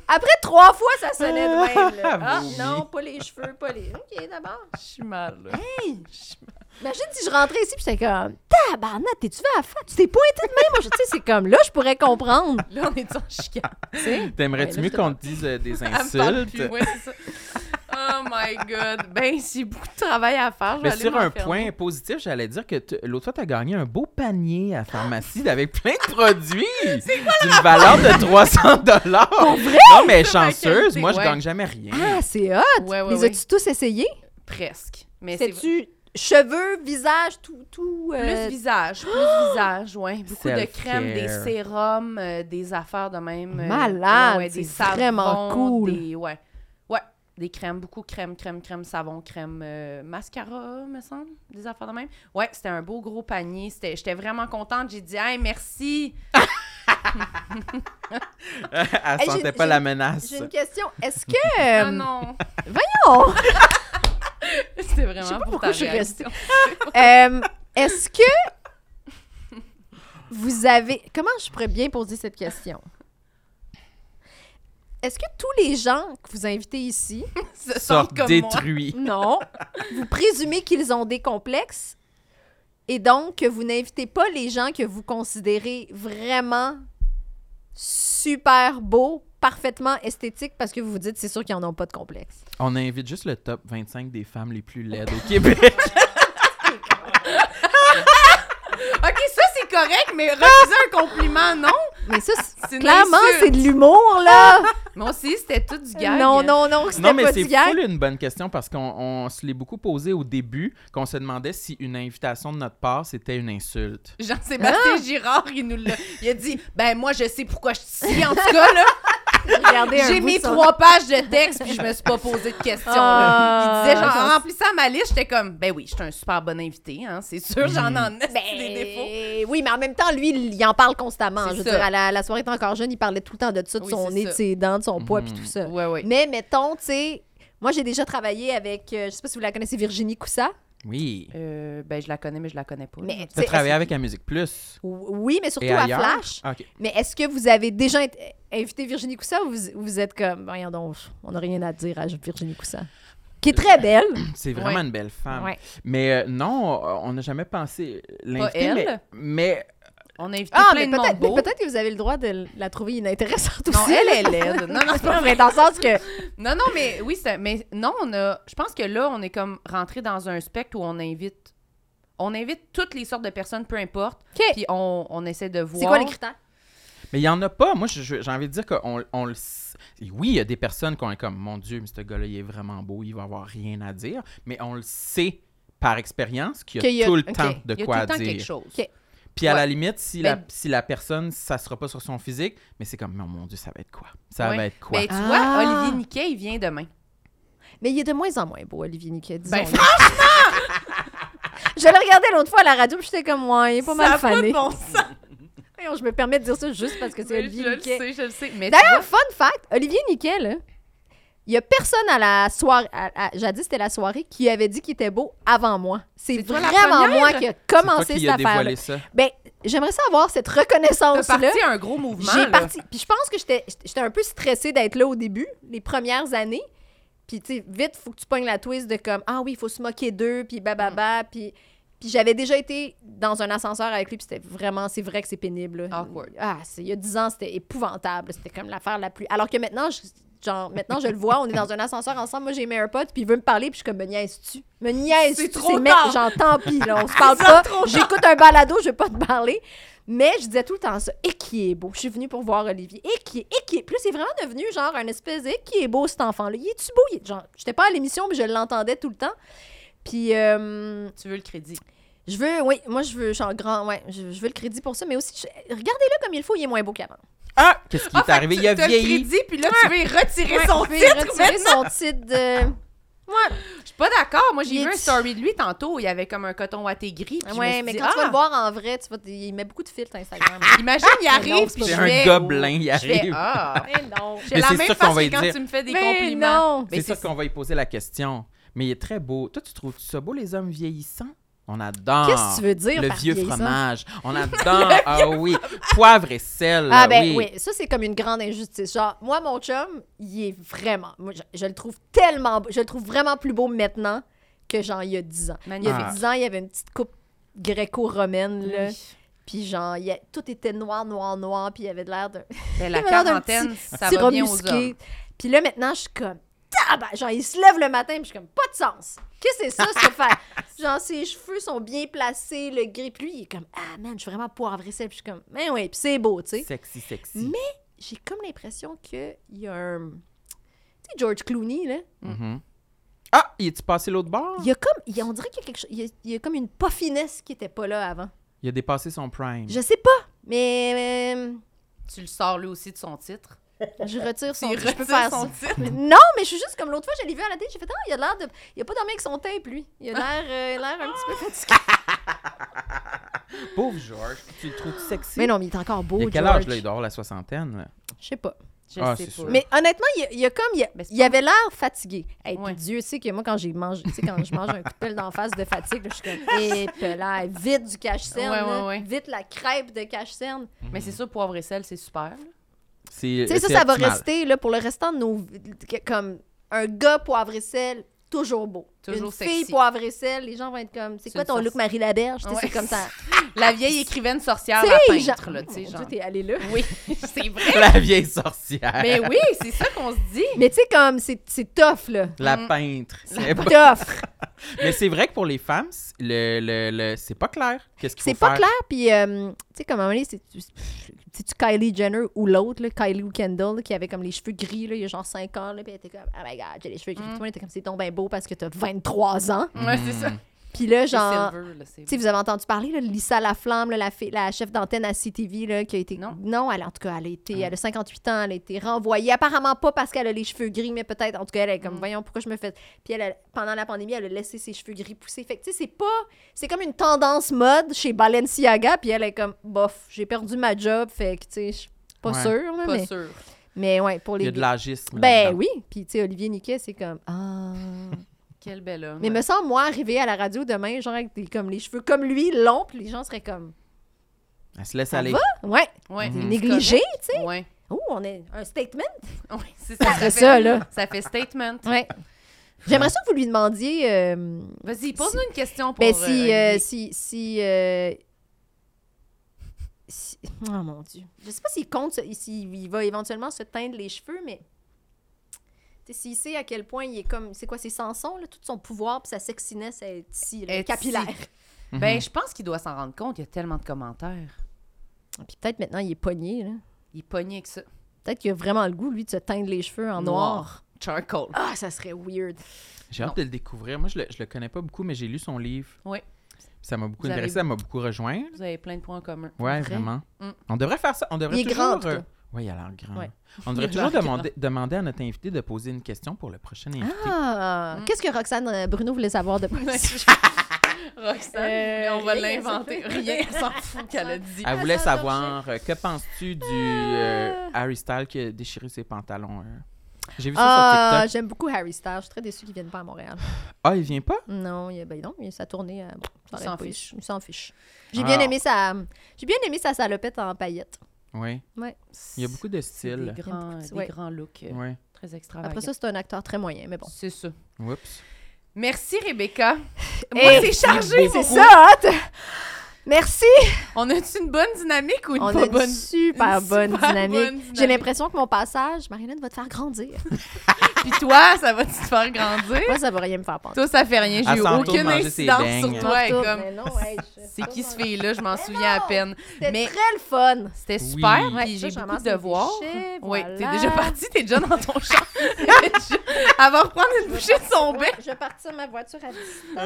S4: après trois fois, ça sonnait de même. là. Ah,
S2: Vomi.
S4: non, pas les cheveux, pas les. Ok, d'abord.
S1: Je suis mal, là. Je suis mal.
S4: Imagine si je rentrais ici, puis j'étais comme, tabarnak, t'es-tu fait à la fin? Tu t'es pointé de même? moi, je- Tu sais, c'est comme, là, je pourrais comprendre.
S1: Là, on est en chicane.
S2: T'aimerais-tu
S4: Ouais, là,
S2: mieux
S4: je te
S2: qu'on te dise euh, des
S1: Elle me parle
S2: insultes?
S1: plus, ouais, c'est ça. Oh my God. Ben, j'ai beaucoup de travail à faire. Je vais
S2: Mais
S1: aller
S2: sur un
S1: m'enfermer.
S2: point positif, j'allais dire que t- l'autre fois, tu as gagné un beau panier à la pharmacie avec plein de produits d'une valeur de 300 dollars. Non, mais
S1: C'est ma
S2: chanceuse,
S1: qualité,
S2: moi, je
S1: ouais.
S2: gagne jamais rien.
S4: Ah, c'est hot!
S1: Ouais, ouais,
S4: les
S1: ouais.
S4: as-tu tous essayés?
S1: Presque. Mais c'est
S4: C'est-tu cheveux, visage, tout, tout?
S1: plus
S4: euh,
S1: visage, plus visage, ouais. Beaucoup de crèmes, des
S2: Self-care.
S1: sérums, euh, des affaires de même. euh,
S4: Malade,
S1: ouais, ouais, des
S4: c'est vraiment
S1: savons,
S4: cool.
S1: Des, ouais. Ouais, des crèmes, beaucoup crème, crème, crème, savon, crème, euh, mascara, me semble, des affaires de même. Ouais, c'était un beau gros panier. C'était- J'étais vraiment contente. J'ai dit, hey, merci. Ah,
S2: Elle
S4: Hey, j'ai-
S2: sentait pas
S4: j'ai-
S2: la menace.
S4: J'ai une question. Est-ce que... euh,
S1: Ah non.
S4: non!
S1: C'était vraiment
S4: Je sais pas
S1: pour
S4: pourquoi
S1: ta
S4: je suis
S1: réaction.
S4: Euh, Est-ce que vous avez... Comment je pourrais bien poser cette question? Est-ce que tous les gens que vous invitez ici,
S1: Se
S2: Sorte
S1: sentent comme moi.
S2: détruit.
S4: non, vous présumez qu'ils ont des complexes et donc que vous n'invitez pas les gens que vous considérez vraiment super beaux, parfaitement esthétiques parce que vous vous dites c'est sûr qu'ils n'en ont pas de complexe.
S2: On invite juste le top 25 des femmes les plus laides au Québec.
S1: OK, ça, c'est correct, mais refuser un compliment, non?
S4: Mais ça, c'est-
S1: C'est une
S4: clairement,
S1: insulte.
S4: c'est de l'humour, là!
S1: Moi aussi, c'était tout du gag.
S4: Non, non, non, c'était
S2: non, mais
S4: pas
S2: c'est
S4: du gag.
S2: full une bonne question parce qu'on on se l'est beaucoup posé au début, qu'on se demandait si une invitation de notre part, c'était une insulte.
S4: Ah!
S1: Jean-Sébastien Girard, il nous l'a. Il a dit Ben, moi, je sais pourquoi je suis ici, en tout cas, là.
S4: Regardez un
S1: J'ai
S4: bout
S1: mis
S4: de son-
S1: trois pages de texte, puis je me suis pas posé de questions, là.
S4: Ah,
S1: Je disais, genre,
S4: j'en-
S1: en remplissant ma liste, j'étais comme Ben oui, je suis un super bon invité, hein, c'est sûr, j'en en ai
S4: Ben,
S1: des défauts.
S4: Oui, mais en même temps, lui, il il en parle constamment.
S1: C'est
S4: Je veux
S1: ça.
S4: dire, à la, la soirée était encore jeune, il parlait tout le temps de ça, de
S1: Oui,
S4: son
S1: c'est
S4: nez, de
S1: ça.
S4: ses dents, de son poids, puis
S2: Mhm.
S4: tout ça.
S1: Ouais, ouais.
S4: Mais mettons, tu sais, moi, j'ai déjà travaillé avec, euh, je sais pas si vous la connaissez, Virginie Coussa,
S2: Oui.
S1: Euh, ben, je la connais, mais je la connais pas.
S4: mais... tu
S2: T'as
S4: sais,
S2: travaillé
S4: est-ce-
S2: avec la musique plus.
S4: Oui, mais surtout
S2: Et
S4: à
S2: ailleurs?
S4: Flash.
S2: Ah, OK.
S4: Mais est-ce que vous avez déjà été- invité Virginie Coussa ou vous, vous êtes comme, voyons donc, on n'a rien à dire à Virginie Coussa? Qui est très belle.
S2: C'est vraiment
S1: Ouais.
S2: une belle femme.
S4: Ouais.
S2: Mais euh, non, euh, on n'a jamais pensé l'inviter.
S1: Pas
S2: Mais,
S1: elle?
S2: mais
S1: On a invité
S4: Ah,
S1: plein
S4: mais
S1: de monde
S4: peut-être
S1: beau.
S4: mais peut-être que vous avez le droit de la trouver inintéressante aussi.
S1: non, elle est laide. Non, non, c'est pas
S4: Non,
S1: vrai.
S4: mais dans le sens que.
S1: Non, non, mais oui, c'est- mais non, on a. Je pense que là, on est comme rentré dans un spectre où on invite. On invite toutes les sortes de personnes, peu importe.
S4: OK.
S1: Puis on, on essaie de voir.
S4: C'est quoi les critères?
S2: Mais il n'y en a pas. Moi, je- je- j'ai envie de dire qu'on on le. s- Oui, il y a des personnes qui ont été comme Mon Dieu, mais ce gars-là, il est vraiment beau, il va avoir rien à dire. Mais on le sait par expérience qu'il y a,
S4: Qu'il y a-
S2: tout le
S4: ok,
S2: temps de
S1: Il y a tout
S2: quoi
S1: le temps
S2: dire.
S1: quelque chose.
S4: Ok.
S2: Puis à
S1: Ouais.
S2: la limite, si,
S1: Ben-
S2: la, si la personne, ça sera pas sur son physique, mais c'est comme, non, mon Dieu, ça va être quoi? Ça
S1: Ouais.
S2: va être quoi?
S1: Ben, tu
S4: Ah.
S1: vois, Olivier Niquet, il vient demain.
S4: Mais il est de moins en moins beau, Olivier Niquet. disons-le.
S1: Ben,
S4: je le regardais l'autre fois à la radio, puis j'étais comme, ouais, il est pas
S1: ça
S4: mal
S1: a pas de
S4: fané.
S1: bon sens.
S4: Voyons, Je me permets de dire ça juste parce que c'est
S1: Oui, je
S4: Olivier
S1: le
S4: Niquet.
S1: sais, je le sais. Mais tu
S4: D'ailleurs, fun fact, Olivier Niquet, là, il y a personne à la soirée, à- à- jadis c'était la soirée, qui avait dit qu'il était beau avant moi. C'est
S1: C'est toi la
S4: vraiment
S1: première?
S4: moi qui a
S2: C'est
S4: commencé
S2: toi qui
S4: cette
S2: a
S4: affaire.
S2: dévoilé ça.
S4: Ben, j'aimerais ça avoir cette
S1: vois, t'as
S4: reconnaissance-là.
S1: parti un gros mouvement.
S4: J'ai
S1: là.
S4: parti. Puis je pense que j'étais j'étais un peu stressée d'être là au début, les premières années. Puis tu sais, vite, faut que tu pognes la twist de comme ah oui, il faut se moquer d'eux, puis
S1: Mm.
S4: bababa, puis puis j'avais déjà été dans un ascenseur avec lui, puis c'était vraiment c'est vrai que c'est pénible. là.
S1: Awkward.
S4: Ah, c'est il y a 10 ans, c'était épouvantable, c'était comme l'affaire la plus alors que maintenant je Genre, maintenant, je le vois, on est dans un ascenseur ensemble. Moi, j'ai mes AirPods, puis il veut me parler, puis je suis comme, me niaises-tu? Me niaises-tu?
S1: C'est trop
S4: mec-
S1: tard.
S4: Genre, tant pis, là, on se parle pas. J'écoute un balado, je vais pas te parler. Mais je disais tout le temps ça. Et qui est beau. Je suis venue pour voir Olivier. Et qui est. Et qui est. Plus c'est vraiment devenu genre un espèce. Et qui est beau cet enfant-là. Il est-tu beau? Il est- Genre, j'étais pas à l'émission, mais je l'entendais tout le temps. Puis, euh,
S1: Tu veux le crédit.
S4: je veux. Oui, moi, je veux. Genre, grand. Ouais, je, je veux le crédit pour ça. Mais aussi, je- regardez-le comme il faut. Il est moins beau qu'avant.
S2: Ah! Qu'est-ce qui
S1: Ah,
S2: est arrivé?
S1: fait que
S2: Il a
S1: tu- t'as le
S2: vieilli.
S1: crédit, puis là, tu veux y retirer
S4: Ouais,
S1: son
S4: je vais
S1: titre.
S4: retirer
S1: maintenant.
S4: son titre de.
S1: Je suis pas d'accord. Moi, j'ai
S4: Il
S1: vu
S4: est-
S1: un story de lui tantôt. Il avait comme un coton watté gris. Puis je me
S4: Ouais,
S1: suis
S4: mais
S1: dit,
S4: quand tu vas
S1: ah,
S4: le voir en vrai, tu vas. Il met beaucoup de filtres Instagram.
S1: Imagine, il
S4: Mais non,
S1: arrive,
S4: c'est
S1: puis
S4: pas
S1: je
S2: Ah, C'est
S1: vais
S2: un
S1: au-
S2: gobelin, il
S1: Je fais,
S2: arrive.
S1: ah.
S4: mais non.
S1: J'ai la
S2: c'est
S1: même
S2: sûr
S1: face
S2: qu'on va
S1: que
S2: y
S1: quand
S2: dire.
S1: tu me fais des
S4: Mais
S1: compliments.
S4: non.
S1: Mais
S2: C'est sûr qu'on va y poser la question. Mais il est très beau. Toi, tu trouves ça beau, les hommes vieillissants? On adore.
S4: Qu'est-ce que tu veux dire
S2: Ah, Le
S4: par
S2: vieux
S4: vieillissant?
S2: fromage. On adore. ah oui. Poivre et sel.
S4: Ah ben
S2: oui.
S4: oui, ça c'est comme une grande injustice. Genre, moi, mon chum, il est vraiment... Moi, je, je le trouve tellement beau. Je le trouve vraiment plus beau maintenant que genre il y a 10 ans. Il y
S1: Magnifique.
S4: a
S2: Ah.
S4: 10 ans, il y avait une petite coupe gréco-romaine, là.
S1: Oui.
S4: Puis genre, il y a- tout était noir, noir, noir, puis il avait de l'air d'un
S1: Ben, la
S4: Il avait l'air d'un
S1: quarantaine, ça
S4: petit
S1: va bien aux
S4: remusqué.
S1: hommes.
S4: Puis là, maintenant, je suis comme... tabarnak! Genre, il se lève le matin, puis je suis comme, pas de sens. Qu'est-ce que c'est ça, cette affaire? Genre, ses cheveux sont bien placés, le gris. Puis lui, il est comme, ah, man, je suis vraiment poivré, sel. Puis je suis comme, mais oui, puis c'est beau, tu sais.
S2: Sexy, sexy.
S4: Mais- j'ai comme l'impression qu'il y a un. Tu sais, George Clooney, là,
S2: Mhm. Ah! Il est-tu passé l'autre bord?
S4: il y a comme. il y a- on dirait qu'il y a quelque chose. Il y a, il y a comme une puffiness qui était pas là avant.
S2: Il a dépassé son prime.
S4: Je sais pas, mais. euh,
S1: Tu le sors lui aussi de son titre.
S4: je retire son.
S1: Il
S4: je peux
S1: retire
S4: faire
S1: son
S4: ça.
S1: titre.
S4: Mais Non, mais je suis juste comme l'autre fois, je l'ai vu à la télé, j'ai fait Ah, il a l'air de. Il a pas dormi avec son tape, lui. Il a l'air euh, il a l'air un petit peu fatigué.
S2: Pauvre George. Tu le trouves sexy?
S4: Mais non, Oh, mais il est encore beau.
S2: Il a quel
S4: George.
S2: âge, là? Il doit avoir la soixantaine, là.
S4: Je sais pas.
S1: Je
S2: Ah,
S1: sais
S2: c'est
S1: pas.
S2: sûr.
S4: Mais honnêtement, il, y a- il y a comme. Il, y a-
S1: Mais c'est
S4: il avait l'air fatigué. Hey, puis
S1: Ouais.
S4: Dieu sait que moi, quand j'ai mangé, tu sais, quand je mange un coup de pelle d'en face de fatigue, là, je suis comme épelard. Vite du cache-cerne.
S1: Ouais, ouais,
S4: là.
S1: ouais.
S4: Vite la crêpe de cache-cerne.
S1: Mais c'est sûr, poivre et sel, c'est super. là.
S2: C'est euh,
S4: Tu sais, ça,
S2: c'est
S4: ça va
S2: optimal.
S4: rester là, pour le restant de nos. que- Comme un gars poivre et sel, toujours beau.
S1: Toujours
S4: Une fille
S1: sexy.
S4: poivre et sel, les gens vont être comme. C'est
S1: C'est
S4: quoi
S1: une
S4: ton
S1: sorci-
S4: look Marie Laberge? Tu sais,
S1: Ouais.
S4: C'est comme ça.
S1: La vieille écrivaine sorcière,
S4: Tu
S1: la
S4: sais,
S1: peintre, là, tu sais,
S4: Mon Dieu,
S1: genre.
S4: t'es allé là.
S1: Oui, c'est vrai.
S2: La vieille sorcière.
S1: Mais oui, c'est ça qu'on se dit.
S4: Mais tu sais, comme, c'est c'est tough, là.
S2: La
S1: Mm.
S2: peintre. C'est pas-
S4: Tough.
S2: Mais c'est vrai que pour les femmes, c- le, le, le- c'est pas clair. Qu'est-ce qu'il faut
S4: C'est pas
S2: faire?
S4: clair, puis euh, tu sais, comme à un moment donné, c'est- pff, c'est-tu Kylie Jenner ou l'autre, là, Kylie ou Kendall, là, qui avait comme les cheveux gris, là, il y a genre 5 ans, là, puis elle était comme, oh my god, j'ai les cheveux gris.
S1: Mm.
S4: Tout le monde était comme, c'est donc bien beau parce que t'as 23 ans.
S1: Ouais, c'est
S2: Hmm.
S1: ça.
S4: Puis là,
S1: Genre...
S4: genre, tu sais, vous avez entendu parler, là, de Lisa Laflamme, là, la, fille- la chef d'antenne à CTV, là, qui a été.
S1: Non.
S4: elle, en tout cas, elle a, été,
S1: Mm.
S2: Hein?
S4: elle a 58 ans, elle a été renvoyée. Apparemment pas parce qu'elle a les cheveux gris, mais peut-être, en tout cas, elle est comme,
S1: Mm.
S4: voyons, pourquoi je me fais. Puis elle, a- pendant la pandémie, elle a laissé ses cheveux gris pousser. Fait que, tu sais, c'est pas. C'est comme une tendance mode chez Balenciaga, puis elle est comme, bof, j'ai perdu ma job, fait que, tu sais, je suis pas
S2: Ouais.
S4: sûre, là,
S1: Pas
S4: mais,
S1: sûr.
S4: mais ouais, pour
S2: Il y
S4: les.
S2: a de l'agisme.
S4: Ben
S2: là-dedans.
S4: oui, puis tu sais, Olivier Niquet, c'est comme, ah.
S1: Quel bel homme.
S4: Mais me semble, moi, arriver à la radio demain, genre, avec des- comme les cheveux comme lui, longs, puis les gens seraient comme,
S2: Elle se laisse
S4: ça
S2: aller.
S4: va? Ouais.
S1: Ouais,
S2: Mhm.
S1: c'est
S4: négligé.
S1: correct. Ouais.
S4: Oh, on est un statement.
S1: Ouais, c'est
S4: Ça
S1: ça.
S4: serait
S1: fait-
S4: ça, là.
S1: Ça fait statement.
S4: Ouais. J'aimerais ça que vous lui demandiez euh,
S1: Vas-y, pose-nous une question pour.
S4: ben,
S1: euh,
S4: si, euh,
S1: Olivier.
S4: si si euh, si- Oh mon dieu. Je sais pas s'il compte se- s'il il va éventuellement se teindre les cheveux mais tu sais, s'il sait à quel point il est comme c'est quoi ses Sansons là, tout son pouvoir puis sa sexiness elle est ici, là,
S1: Est
S4: capillaire.
S1: ici.
S2: Mhm.
S1: Ben, je pense qu'il doit s'en rendre compte. Il y a tellement de commentaires.
S4: Puis peut-être maintenant il est pogné là.
S1: Il est pogné avec ça.
S4: Peut-être qu'il a vraiment le goût, lui, de se teindre les cheveux en noir.
S1: Charcoal.
S4: Ah, ça serait weird.
S2: J'ai hâte de le découvrir. Moi, je le, je le connais pas beaucoup, mais j'ai lu son livre.
S1: Oui.
S2: Ça m'a beaucoup
S1: Vous avez-
S2: intéressé, ça m'a beaucoup rejoint.
S1: Vous avez plein de points en commun.
S2: Ouais,
S4: Vrai? Hum.
S2: vraiment.
S1: Mm.
S2: On devrait faire ça. On devrait
S4: Il est
S2: toujours.
S4: grand, en tout cas.
S2: Oui, il a l'air grand.
S1: Ouais.
S2: On devrait
S1: Il a l'air
S2: toujours demander, demander à notre invité de poser une question pour le prochain invité.
S4: Ah!
S1: Mm.
S4: Qu'est-ce que Roxane euh, Bruno voulait savoir de plus?
S1: Roxane,
S4: Euh,
S1: on va
S4: rien,
S1: l'inventer.
S4: ça-
S1: Rien, elle s'en fout qu'elle a dit.
S2: Elle voulait
S4: ça a
S2: savoir euh, que penses-tu du
S1: Ah.
S2: euh, Harry Styles qui a déchiré ses pantalons. euh? J'ai vu ça sur
S4: Ah,
S2: TikTok.
S4: j'aime beaucoup Harry Styles. Je suis très déçue qu'il vienne pas à Montréal.
S2: Ah, il vient pas?
S4: Non, il, ben non, il sa tournée. euh, bon, ça
S1: Il
S4: aurait
S1: s'en
S4: pas eu-
S1: fiche.
S4: Il s'en fiche. J'ai bien
S2: Ah.
S4: aimé sa, j'ai bien aimé sa salopette en paillettes.
S2: Oui. Il y a beaucoup de
S1: C'est
S2: styles.
S1: Des
S4: Il y a
S1: grands,
S4: beaucoup de-
S1: des
S4: ouais.
S1: grands looks euh,
S2: Oui.
S1: très extravagants.
S4: Après ça, c'est un acteur très moyen, mais bon.
S1: c'est ça.
S2: Oups.
S1: Merci, Rebecca.
S4: Moi,
S1: Hey,
S4: c'est
S1: chargé,
S4: C'est
S1: beaucoup.
S4: ça. hein, t- Merci.
S1: On a-tu une bonne dynamique ou une
S4: On
S1: pas
S4: a
S1: bonne?
S4: une super
S1: une
S4: bonne
S1: super bonne
S4: dynamique.
S1: dynamique.
S4: J'ai l'impression que mon passage, Marilyn va te faire grandir.
S1: Puis toi, ça va-tu te faire grandir?
S4: Moi, ça va rien me faire penser.
S1: Toi, ça fait rien.
S2: Elle
S1: J'ai eu
S2: s'en retourne
S1: aucune
S2: manger ses
S1: incidence
S2: beignes.
S1: sur toi.
S4: Tout,
S1: Comme,
S4: mais non, hey, je-
S1: c'est qui ce fille-là? Je m'en souviens à peine.
S4: C'était
S1: mais-
S4: très le fun.
S1: C'était
S2: Oui.
S1: super.
S4: Ouais,
S1: Puis
S4: ça,
S1: j'ai
S4: je
S1: beaucoup
S4: ramasse
S1: de
S4: mes
S1: devoirs.
S4: déchets,
S1: Oui, t'es
S4: voilà.
S1: déjà parti, t'es déjà dans ton champ. Elle va reprendre une bouchée de son bec.
S4: Je vais partir ma voiture à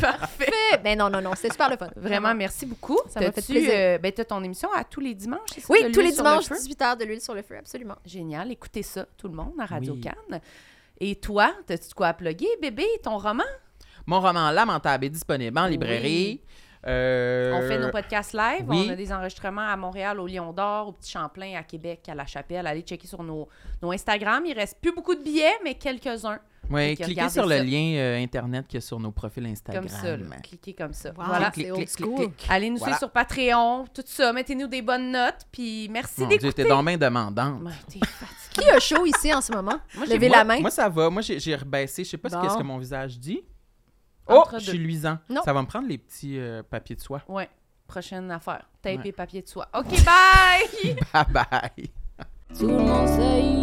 S1: Parfait.
S4: Mais ben non, non, non, c'était super le fun.
S1: Vraiment, merci beaucoup.
S4: Ça m'a fait
S1: T'as-tu,
S4: plaisir.
S1: euh, ben, t'as ton émission à tous les dimanches, c'est ça, de
S4: Oui, tous
S1: l'huile
S4: les
S1: sur le
S4: dimanches,
S1: feu?
S4: 18h de l'huile sur le feu, absolument.
S1: Génial. Écoutez ça, tout le monde, à Radio
S2: Oui.
S1: Cannes. Et toi, t'as-tu de quoi à plugger, bébé? Ton roman?
S2: Mon roman Lamentable est disponible en librairie. Euh,
S1: On fait nos podcasts live.
S2: oui.
S1: On a des enregistrements à Montréal, au Lion d'Or, au Petit Champlain, à Québec, à La Chapelle. Allez checker sur nos, nos Instagram. Il reste plus beaucoup de billets, mais quelques-uns.
S2: Ouais,
S1: Fait que
S2: cliquez
S1: regardez
S2: sur le
S1: ça.
S2: lien euh, Internet qu'il y a sur nos profils Instagram.
S1: Comme ça, là. cliquez comme ça.
S4: Wow.
S1: Voilà.
S4: C'est old school.
S1: Allez nous
S2: Voilà.
S1: suivre sur Patreon, tout ça. Mettez-nous des bonnes notes, puis merci
S2: Mon Dieu,
S1: d'écouter.
S2: t'es donc bien demandante.
S1: Ouais, t'es fatiguée.
S4: Qui a chaud ici en ce moment?
S1: Moi, j'ai-
S4: Levez
S2: moi,
S4: la main.
S2: Moi, ça va. Moi, j'ai j'ai rebaissé. Je sais pas ce
S4: Bon.
S2: qu'est-ce que mon visage dit. Oh,
S1: Entre
S2: je
S1: deux.
S2: suis luisant.
S4: Non.
S2: Ça va me prendre les petits euh, papiers de soie.
S1: Ouais. Prochaine affaire. Tape
S2: Ouais.
S1: et papier de soie. OK, bye!
S2: Bye bye.
S3: Tout le monde sait